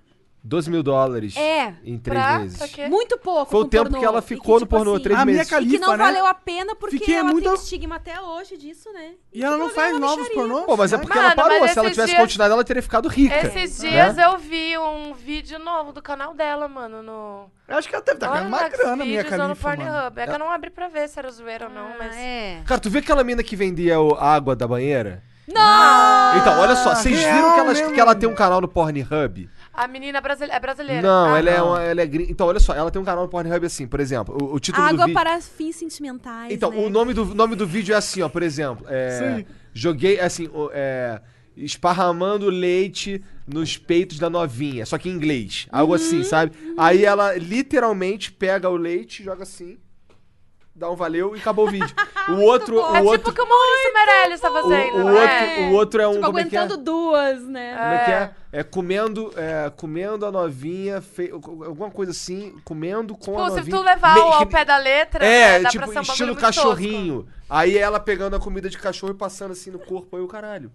S3: 12 mil dólares
S4: É.
S3: em três
S5: Pra,
S3: meses.
S5: pra quê?
S4: muito pouco.
S3: Foi o
S4: com
S3: tempo
S4: pornô,
S3: que ela
S4: e
S3: ficou no
S4: tipo
S3: pornô,
S4: assim,
S3: três
S2: A Mia
S3: meses.
S4: E que
S2: Khalifa,
S4: não
S2: né?
S4: valeu a pena porque
S2: Fiquei
S4: ela
S2: muito-
S4: tem estigma até hoje disso, né?
S2: E ela não
S4: tipo,
S2: faz
S4: ela
S2: novos
S4: mexeria.
S2: pornôs? né?
S3: Pô, mas é porque
S5: Mano,
S3: ela parou.
S5: mas
S3: Se ela
S5: esses
S3: tivesse
S5: dias-
S3: continuado, ela teria ficado rica.
S5: Esses dias
S3: Né?
S5: eu vi um vídeo novo do canal dela, mano, no...
S2: Eu acho que ela deve estar
S3: Tá
S5: Olha
S2: ganhando uma
S5: Max
S2: grana, minha
S5: Vídeos ou no
S2: Khalifa, mano.
S5: Pornhub. É que eu não abri pra ver se era zoeira ou não, mas...
S4: Ah, é.
S3: Cara, tu viu aquela mina que vendia o- a água da banheira?
S4: Não!
S3: então, olha só, vocês
S2: real
S3: viram que ela,
S2: mesmo.
S3: que ela tem um canal no Pornhub?
S5: A menina brasile... é brasileira.
S3: Não,
S5: Ah,
S3: ela é
S2: não.
S3: uma. Ela é gringa. Então, olha só, ela tem um canal no Pornhub assim, por exemplo. O, o título do
S4: Água
S3: vídeo.
S4: para fins sentimentais,
S3: Então,
S4: né?
S5: é
S3: o nome do, nome do vídeo é assim, ó, por exemplo. É,
S2: Sim.
S3: joguei, assim, o- é, esparramando leite nos peitos da novinha, só que em inglês. Algo
S5: Hum,
S3: assim, sabe? Aí ela literalmente pega o leite, joga assim, dá um valeu e acabou o vídeo. O outro.
S5: É
S3: O
S5: tipo
S3: outro
S5: que o Maurício Meirelles tá
S3: o,
S5: fazendo,
S3: o
S5: né?
S3: outro, o outro é um.
S4: Tipo,
S3: como é que é?
S4: aguentando duas, né?
S3: Como é que é? É comendo, é, comendo a novinha, fe- alguma coisa assim, comendo com a
S5: Pô,
S3: novinha.
S5: Tipo, se tu levar
S3: Me-
S5: o- ao pé da letra,
S3: É,
S5: né, dá pra
S3: tipo,
S5: ser um bagulho
S3: estilo
S5: muito tosco.
S3: cachorrinho. Aí ela pegando a comida de cachorro e passando assim no corpo, aí o caralho.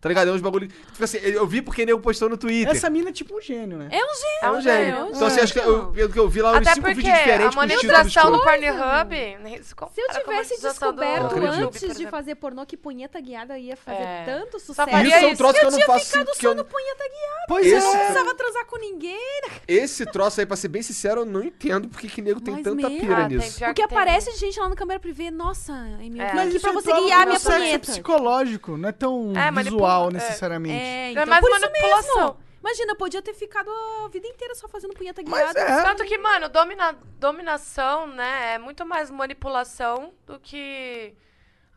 S3: Tá ligado? É uns bagulho. Tipo assim, eu vi porque nego postou no Twitter.
S2: Essa mina é tipo um gênio, né?
S4: É um gênio.
S5: É um gênio.
S4: né? É um
S3: Então, assim, acho que eu, pelo que eu vi lá, uns
S5: Até
S3: cinco
S5: porque
S3: vídeos diferentes
S5: a
S3: tipo com os
S5: monetização do
S3: títulos.
S5: Pornhub... nem se compara
S4: Se eu
S5: com a
S4: tivesse
S5: monetização do
S4: descoberto
S3: Eu acredito.
S5: YouTube, por
S4: antes de
S5: exemplo.
S4: fazer pornô que punheta guiada ia fazer
S5: É.
S4: tanto
S5: Só
S4: sucesso.
S5: faria
S3: Isso é um
S5: isso.
S3: troço que eu
S4: eu
S3: não
S4: tinha
S3: faço.
S4: ficado
S3: que eu
S4: só no punheta guiada.
S2: Pois
S3: Esse-
S4: Não
S2: é.
S4: precisava transar com ninguém.
S3: Esse troço aí, pra ser bem sincero, eu não entendo porque que nego tem
S4: Mas
S3: tanta
S4: mesmo.
S3: pira
S5: Ah, tem
S3: nisso.
S5: pior
S4: O que
S5: que tem.
S4: aparece de gente lá no câmera privê. Nossa, Emil,
S5: É.
S4: é.
S2: Mas
S4: aqui
S2: isso
S4: pra você
S2: entrava
S4: guiar a
S2: no
S4: minha
S2: sexo
S4: punheta.
S2: psicológico, não é tão
S5: É,
S2: visual
S5: manipula- é.
S2: necessariamente.
S4: É, então,
S5: mais
S4: por isso
S5: manipulação.
S4: mesmo. Imagina, podia ter ficado a vida inteira só fazendo punheta
S2: Mas
S4: guiada.
S2: é.
S5: Tanto que, mano, domina- dominação, né, é muito mais manipulação do que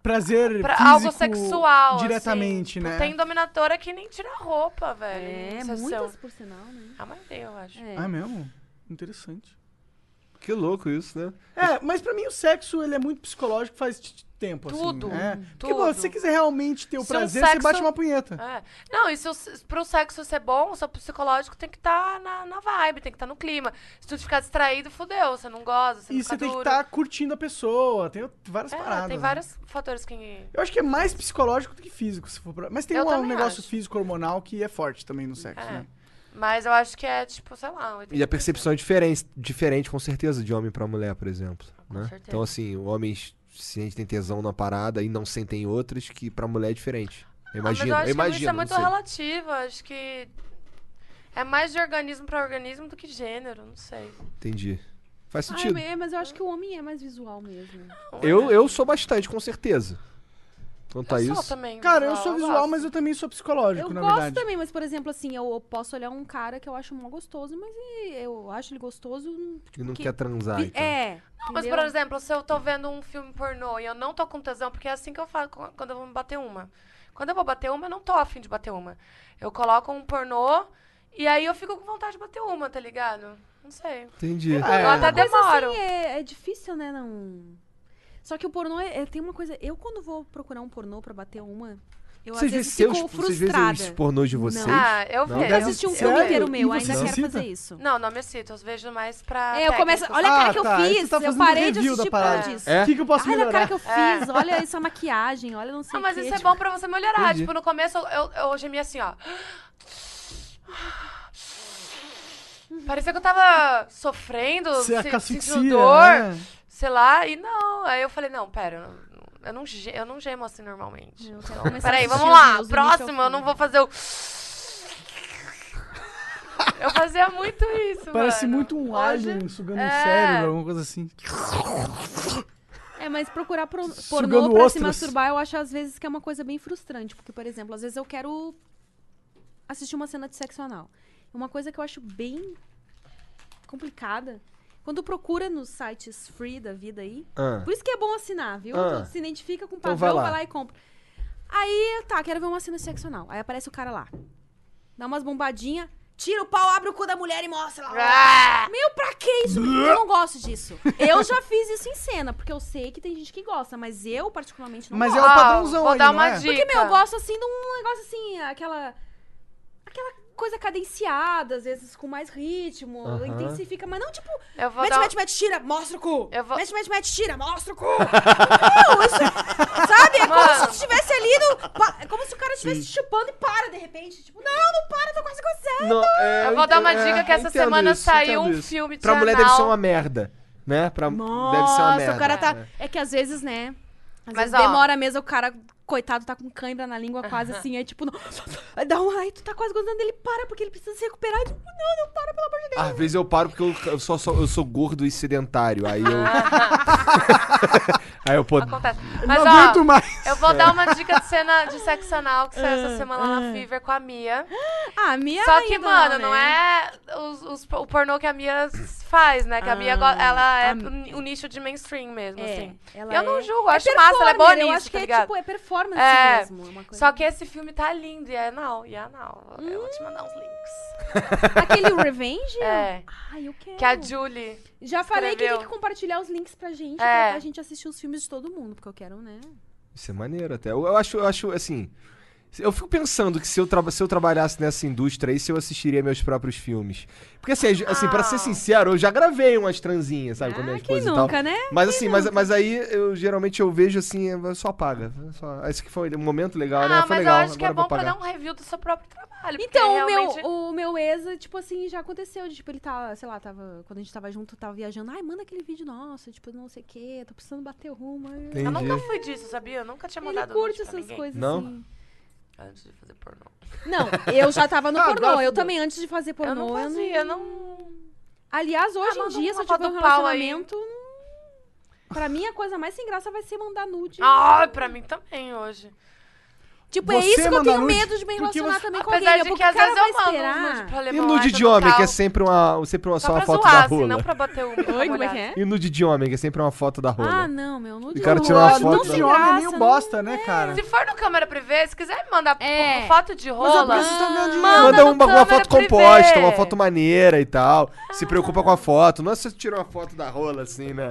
S2: prazer
S5: Pra
S2: físico
S5: algo sexual,
S2: diretamente,
S5: assim.
S2: né?
S5: Tem dominadora que nem tira roupa, velho.
S4: É,
S5: Sensação.
S4: muitas, por sinal, né?
S5: A maioria, eu acho.
S4: É.
S2: Ah, é mesmo? Interessante.
S3: Que louco isso, né?
S2: É, mas pra mim o sexo, ele é muito psicológico faz t- t- tempo,
S5: Tudo,
S2: assim. É. Porque,
S5: tudo.
S2: pô, se você quiser realmente ter o
S5: Se um
S2: prazer, você
S5: sexo-
S2: bate uma punheta.
S5: É. Não, e se o, se- pro sexo ser bom, o seu psicológico tem que estar na, na vibe, tem que estar no clima. Se tu ficar distraído, fudeu. Você não goza, você
S2: E
S5: não
S2: você
S5: fica
S2: tem que
S5: duro.
S2: estar curtindo a pessoa, tem várias
S5: É,
S2: paradas.
S5: tem
S2: né?
S5: vários fatores que...
S2: Eu acho que é mais psicológico do que físico, se for pra... Mas tem
S5: Eu
S2: um, um
S5: também
S2: negócio
S5: acho.
S2: físico hormonal que é forte também no sexo,
S5: É.
S2: né?
S5: Mas eu acho que é, tipo, sei lá... um
S3: E a percepção é diferente, diferente com certeza, de homem pra mulher, por exemplo. né?
S5: certeza.
S3: Então, assim, homens sentem tesão na parada e não sentem outras que pra mulher é diferente. Eu
S5: Ah,
S3: Imagino,
S5: mas eu acho
S3: eu imagino.
S5: que isso é
S3: não
S5: muito
S3: sei.
S5: relativo. eu Acho que é mais de organismo pra organismo do que gênero, não sei.
S3: Entendi. Faz
S4: Ah,
S3: sentido.
S4: é, mas eu acho que o homem é mais visual mesmo.
S5: é.
S3: eu, eu sou bastante, com certeza. Então tá
S5: eu
S3: isso.
S5: sou também.
S2: Cara, eu sou visual,
S5: gosto.
S2: mas eu também sou psicológico,
S4: Eu
S2: É na
S4: gosto
S2: verdade.
S4: também, mas, por exemplo, assim, eu posso olhar um cara que eu acho mó gostoso, mas e- eu acho ele gostoso.
S3: E não
S4: que-
S3: quer transar,
S4: vi-
S3: então.
S4: É.
S5: Não, mas, por
S4: entendeu?
S5: exemplo, se eu tô vendo um filme pornô e eu não tô com tesão, porque é assim que eu falo co- quando eu vou me bater uma. Quando eu vou bater uma, eu não tô afim de bater uma. Eu coloco um pornô e aí eu fico com vontade de bater uma, tá ligado? Não sei.
S3: Entendi.
S5: eu até
S4: Mas,
S5: demoro.
S4: assim, é, é difícil, né? Não. Só que o pornô é, é- tem uma coisa. Eu, quando vou procurar um pornô pra bater uma, eu às
S3: Vocês vê
S4: vezes
S3: seus,
S4: fico
S3: vocês vê
S4: frustrada.
S3: os pornôs de vocês?
S5: Ah, eu
S3: Não,
S5: vejo.
S4: Eu assisti um filme
S2: Sério?
S4: inteiro meu,
S2: E você
S4: ainda quero
S2: se
S4: fazer
S2: excita?
S4: isso.
S5: Não, não me excito. Eu vejo mais pra.
S4: É, eu começo.
S5: técnicas.
S4: Olha a cara
S2: Ah,
S4: que eu
S2: tá, aí
S4: fiz,
S2: você tá
S4: eu
S2: fazendo um
S4: parei de
S2: review da
S4: assistir por
S2: parada.
S4: causa disso.
S3: É?
S2: O que, que eu posso
S4: Olha a
S2: melhorar?
S4: cara que eu fiz, olha essa maquiagem, olha não sei
S5: Não,
S4: o
S5: mas
S4: quê,
S5: isso é
S4: tipo,
S5: bom pra você melhorar.
S3: Entendi.
S5: Tipo, no começo eu, eu, eu gemia assim, ó. Parecia que eu tava sofrendo,
S2: Você é
S5: se-
S2: asfixia,
S5: sentindo dor,
S2: né?
S5: sei lá, e não. Aí eu falei, não, pera, eu não- eu não, ge- eu não gemo assim normalmente.
S4: Eu quero
S5: Então,
S4: começar a
S5: peraí,
S4: assistir
S5: vamos
S4: os
S5: lá,
S4: meus do início ao
S5: próximo, eu
S4: fim.
S5: não vou fazer o... Eu fazia muito isso,
S2: Parece
S5: mano.
S2: muito um
S5: Hoje-
S2: alien sugando o
S5: é.
S2: cérebro, alguma coisa assim.
S4: É, mas procurar pro, pornô
S2: Sugando
S4: pra se
S2: ostras.
S4: masturbar, eu acho às vezes que é uma coisa bem frustrante. Porque, por exemplo, às vezes eu quero assistir uma cena de sexo anal. Uma coisa que eu acho bem complicada. Quando procura nos sites free da vida aí.
S3: Ah.
S4: Por isso que é bom assinar, viu?
S3: Ah.
S4: Tu Se identifica com o
S3: Então
S4: padrão,
S3: vai lá.
S4: vai lá e compra. Aí, tá, quero ver uma cena de sexo anal. Aí aparece o cara lá. Dá umas bombadinhas, tira o pau, abre o cu da mulher e mostra lá.
S5: Ah!
S4: Meu, pra que isso? Eu não gosto disso. Eu já fiz isso em cena, porque eu sei que tem gente que gosta, mas eu particularmente não
S2: Mas é
S4: gosto.
S2: o
S5: Ó,
S2: padrãozão
S5: Vou
S2: aí,
S5: dar
S2: não
S5: uma
S2: é?
S5: dica.
S4: Porque, meu, eu gosto assim de um negócio assim, aquela. aquela coisa cadenciada, às vezes com mais ritmo,
S3: Aham.
S4: intensifica, mas não tipo.
S5: Eu vou
S4: Mete,
S5: dar... um
S4: mete, mete, tira, mostra o cu.
S5: Eu vou-
S4: Mete, mete, mete, tira, mostra o cu. Não, isso. Sabe? É como se
S5: Mano.
S4: tu estivesse ali no. pa- É como se o cara estivesse chupando e para de repente. Tipo, não, não para, tô quase gozando.
S3: Não, é,
S5: Eu vou dar uma
S3: é,
S5: dica que essa
S3: entendo
S5: semana
S3: isso,
S5: saiu
S3: entendo
S5: um
S3: isso.
S5: filme de
S3: Pra mulher deve ser
S5: anal.
S3: uma merda, né? Pra, deve ser uma
S4: Nossa,
S3: merda.
S4: o cara tá.
S3: né?
S4: É que às vezes, né? Às
S5: Mas,
S4: vezes
S5: ó.
S4: demora mesmo, o cara, coitado, tá com cãibra na língua quase assim. Aí, tipo, não... Aí dá um ai, tu tá quase gozando, ele para porque ele precisa se recuperar. E, tipo, não, não para, pelo amor de Deus.
S3: Às vezes eu paro porque eu, eu só, só- eu sou gordo e sedentário. Aí eu. aí eu pô.
S5: Acontece. Mas,
S2: Não
S5: ó,
S2: aguento mais.
S5: eu vou
S4: É.
S5: dar uma dica de cena de sexo anal que saiu essa semana lá na Fever com a Mia.
S4: Ah, minha
S5: Só que,
S4: ainda
S5: mano,
S4: né?
S5: não é os- os- o pornô que a Mia s- faz, né? Que a Mia, go- ela é
S4: Ah, a-
S5: pro ni- o nicho de mainstream mesmo,
S4: É,
S5: assim.
S4: ela
S5: eu não
S4: é-
S5: julgo,
S4: é
S5: acho massa, ela é boa
S4: performer, Eu
S5: nisso,
S4: acho que
S5: tá
S4: é
S5: ligado?
S4: tipo, é performance
S5: É.
S4: mesmo. é uma coisa-
S5: Só que esse filme tá lindo, e é anal, e é anal. Eu vou
S4: Hum,
S5: te mandar uns links.
S4: Aquele Revenge?
S5: É.
S4: Ai, eu quero.
S5: Que a Julie...
S4: Já falei que tem que
S5: escreveu.
S4: compartilhar os links pra gente,
S5: É.
S4: pra a gente assistir os filmes de todo mundo, porque eu quero, né?
S3: Isso é maneiro até. Eu, eu acho, eu acho assim. Eu fico pensando que se eu, traba- se eu trabalhasse nessa indústria aí, se eu assistiria meus próprios filmes. Porque assim, assim para
S5: Ah.
S3: ser sincero, eu já gravei umas transinhas, sabe, com a minha
S4: ah,
S3: esposa
S4: quem
S3: e tal.
S4: nunca, né?
S3: Mas assim, mas, mas aí eu geralmente eu vejo assim, eu só apaga. Só, esse que foi um momento legal, né?
S5: Ah,
S3: Foi
S5: mas
S3: legal,
S5: eu acho que é
S3: agora eu vou
S5: bom pra
S3: apagar.
S5: dar um review do seu próprio trabalho. porque
S4: Então, o
S5: realmente...
S4: meu, o meu ex, tipo assim, já aconteceu. de, Tipo, ele tava, sei lá, tava. Quando a gente tava junto, tava viajando. Ai, manda aquele vídeo nosso, tipo, não sei o quê, tô precisando bater rumo.
S3: Entendi.
S5: Eu nunca fui disso, sabia? Eu nunca tinha
S4: Ele
S5: mandado
S4: curte
S5: nude pra
S4: essas
S5: ninguém
S4: coisas
S3: Não?
S4: assim.
S5: Antes de fazer pornô.
S4: Não, eu já tava no
S2: Ah,
S4: pornô.
S2: agora
S4: Eu
S2: fudeu.
S4: também, antes de fazer pornô,
S5: eu não fazia, eu não...
S4: Aliás, hoje
S5: Ah,
S4: em
S5: manda
S4: dia,
S5: uma
S4: se eu
S5: foto
S4: tiver um
S5: do pau aí.
S4: relacionamento. hum, Pra mim, a coisa mais sem graça vai ser mandar nude.
S5: Ah, pra mim também hoje.
S4: Tipo, é
S2: Você
S4: isso que eu
S2: mandar
S4: tenho
S2: nude?
S4: medo de me
S2: Porque
S4: relacionar
S2: você-
S4: também com
S5: Apesar
S4: alguém.
S5: de
S4: Porque
S5: que às
S4: o cara
S5: vezes eu
S4: vai
S5: mando
S4: esperar.
S5: um nude pra
S3: E
S5: levar
S3: nude de homem, que é sempre uma, sempre uma, só,
S5: Só
S3: uma
S5: pra
S3: foto
S5: zoar,
S3: da né?
S5: assim,
S3: rola.
S5: não pra bater o
S4: Oi, como é que é?
S3: E nude de homem, que é sempre uma foto da rola.
S4: Ah,
S2: é?
S4: não, meu nude.
S3: O cara
S4: não
S3: tirou uma
S4: rola,
S2: Olha,
S3: foto
S4: não
S2: nude
S4: tem
S2: de homem é
S4: graça,
S2: meio
S4: não-
S2: bosta, né, cara?
S5: Se for no câmera privê, se quiser me mandar
S9: É.
S5: p- foto de
S2: Mas é
S5: rola,
S2: porque vocês
S3: tá
S2: estão ganhando dinheiro.
S5: Manda
S3: Manda um,
S5: no
S3: uma, uma
S5: câmera
S3: foto composta,
S5: privê.
S3: uma foto maneira e tal. Se preocupa com a foto. Não é se você tirou uma foto da rola assim, né?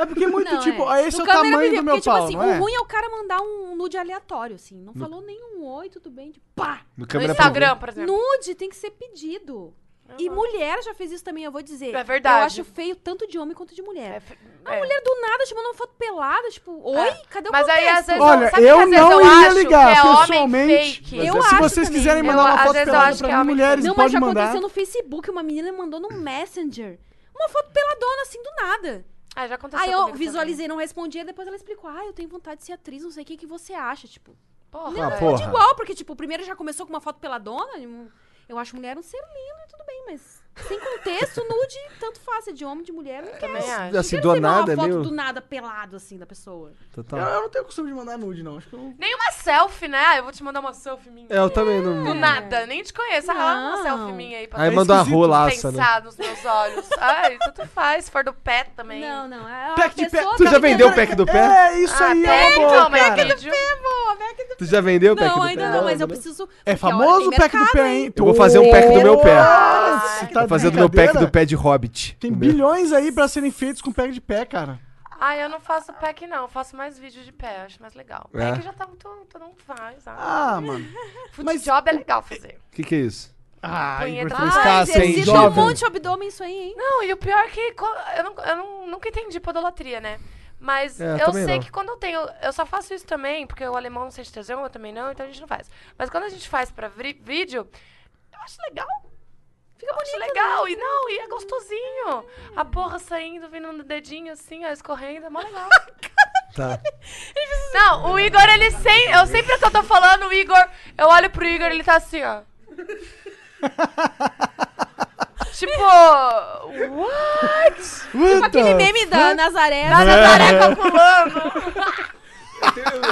S2: É porque muito,
S4: Não,
S2: tipo,
S4: é.
S2: esse é
S4: No
S2: o
S4: câmera
S2: tamanho
S4: privê,
S2: do meu
S4: porque,
S2: pau,
S4: tipo assim,
S2: não é?
S4: o ruim é o cara mandar um nude aleatório, assim. Não falou nenhum oi, tudo bem. Tipo, pá!
S3: No
S5: no
S3: câmera
S5: Instagram, por
S2: é.
S5: exemplo.
S4: Nude tem que ser pedido. E mulher já fez isso também, eu vou dizer.
S5: É verdade.
S4: Eu acho feio tanto de homem quanto de mulher.
S5: É, f-
S4: A
S5: é.
S4: mulher do nada te mandou uma foto pelada, tipo, oi?
S5: É.
S4: Cadê o
S5: Mas aí, às
S4: contexto?
S5: vezes,
S2: Olha,
S5: sabe que
S2: eu
S5: às vezes
S2: não
S5: eu
S2: ia
S5: acho
S2: ligar,
S5: que é
S2: pessoalmente.
S5: Homem fake.
S4: Eu
S2: Se
S4: acho
S2: vocês
S4: também.
S2: quiserem
S4: Eu-
S2: mandar uma
S5: às
S2: foto
S5: vezes eu
S2: pelada
S5: acho que
S2: pra
S5: é
S2: mim,
S5: homem
S2: mulheres,
S4: Não, mas
S2: pode
S4: já
S2: mandar.
S4: aconteceu no Facebook, uma menina mandou no Messenger. Uma foto peladona, assim, do nada.
S5: Ah, já aconteceu
S4: Aí eu
S5: comigo
S4: visualizei, não respondia, depois ela explicou. Ah, eu tenho vontade de ser atriz, não sei o que, que você acha, tipo.
S5: também. Porra,
S3: Ah,
S5: velho.
S3: porra.
S4: Igual, porque, tipo, primeiro já começou com uma foto peladona. um- Eu acho mulher um ser lindo e tudo bem, mas sem contexto, nude, tanto faz. É de homem, de mulher, não quero.
S5: Também acho.
S3: Assim,
S4: Quero
S3: do
S4: ver uma
S3: nada, é
S4: foto
S3: meio.
S4: do nada pelado, assim, da pessoa.
S2: Eu,
S3: Total.
S2: eu não tenho costume de mandar nude, não. Acho que eu...
S5: Nem uma selfie, né? Ah, eu vou te mandar uma selfie minha.
S3: É, eu também não.
S5: Do nada, nem te conheço. Ah, uma
S4: Não.
S5: selfie minha aí pra
S3: Aí
S2: É
S3: manda uma
S2: esquisito
S3: rolaça, né?
S5: pensar nos meus olhos. Ai, tanto faz. Se for do pé também.
S4: Não, não. É uma
S2: Pack de pé.
S4: pessoa
S3: Tu
S4: que-
S3: já vendeu o pack do pé?
S2: É, isso
S5: Ah,
S2: aí é
S5: pé,
S2: uma boa,
S5: então, mas é
S2: cara.
S5: que do pé,
S3: Tu já vendeu o pack do
S4: Não,
S3: pé?
S4: ainda não, mas eu
S3: né?
S4: preciso.
S2: É
S4: porque, olha,
S2: famoso o
S4: tem
S2: pack do
S4: mercado,
S2: pé, hein?
S3: Eu vou fazer um pack do meu pé.
S2: Olha, você tá
S3: Tô
S2: de
S3: fazendo meu pack do
S2: brincadeira?
S3: pé de hobbit.
S2: Tem
S3: O meu.
S2: bilhões aí pra serem feitos com pack de pé, cara.
S5: Ai, Ah, eu não faço pack, não. Eu faço mais vídeo de pé. Acho mais legal.
S3: É?
S5: Pack já tá muito... Todo mundo faz. Ah,
S2: Ah, mano.
S5: Food
S2: mas-
S5: job é legal fazer.
S3: Que que é isso?
S2: Ah, Igor,
S5: Punheta.
S2: foi
S5: Ah,
S2: escasso,
S3: Sem
S2: hein,
S4: Existe um
S2: jovem.
S4: monte de abdômen isso aí, hein?
S5: Não, e o pior é que co- eu, não, eu não- nunca entendi podolatria, né? Mas
S3: É, eu
S5: eu
S3: também
S5: sei
S3: não.
S5: que quando eu tenho. Eu só faço isso também, porque o alemão não sei de tesão, eu também não, então a gente não faz. Mas quando a gente faz pra vri- vídeo, eu acho legal. Fica muito legal. E não, e é gostosinho. A porra saindo, vindo no dedinho assim, ó, escorrendo, é mó legal.
S3: Tá.
S5: não, o Igor, ele sem. Eu sempre que eu tô falando, o Igor. Eu olho pro Igor, ele tá assim, ó. tipo. What?
S4: Tipo aquele meme da Nazaré.
S5: Nazaré calculando.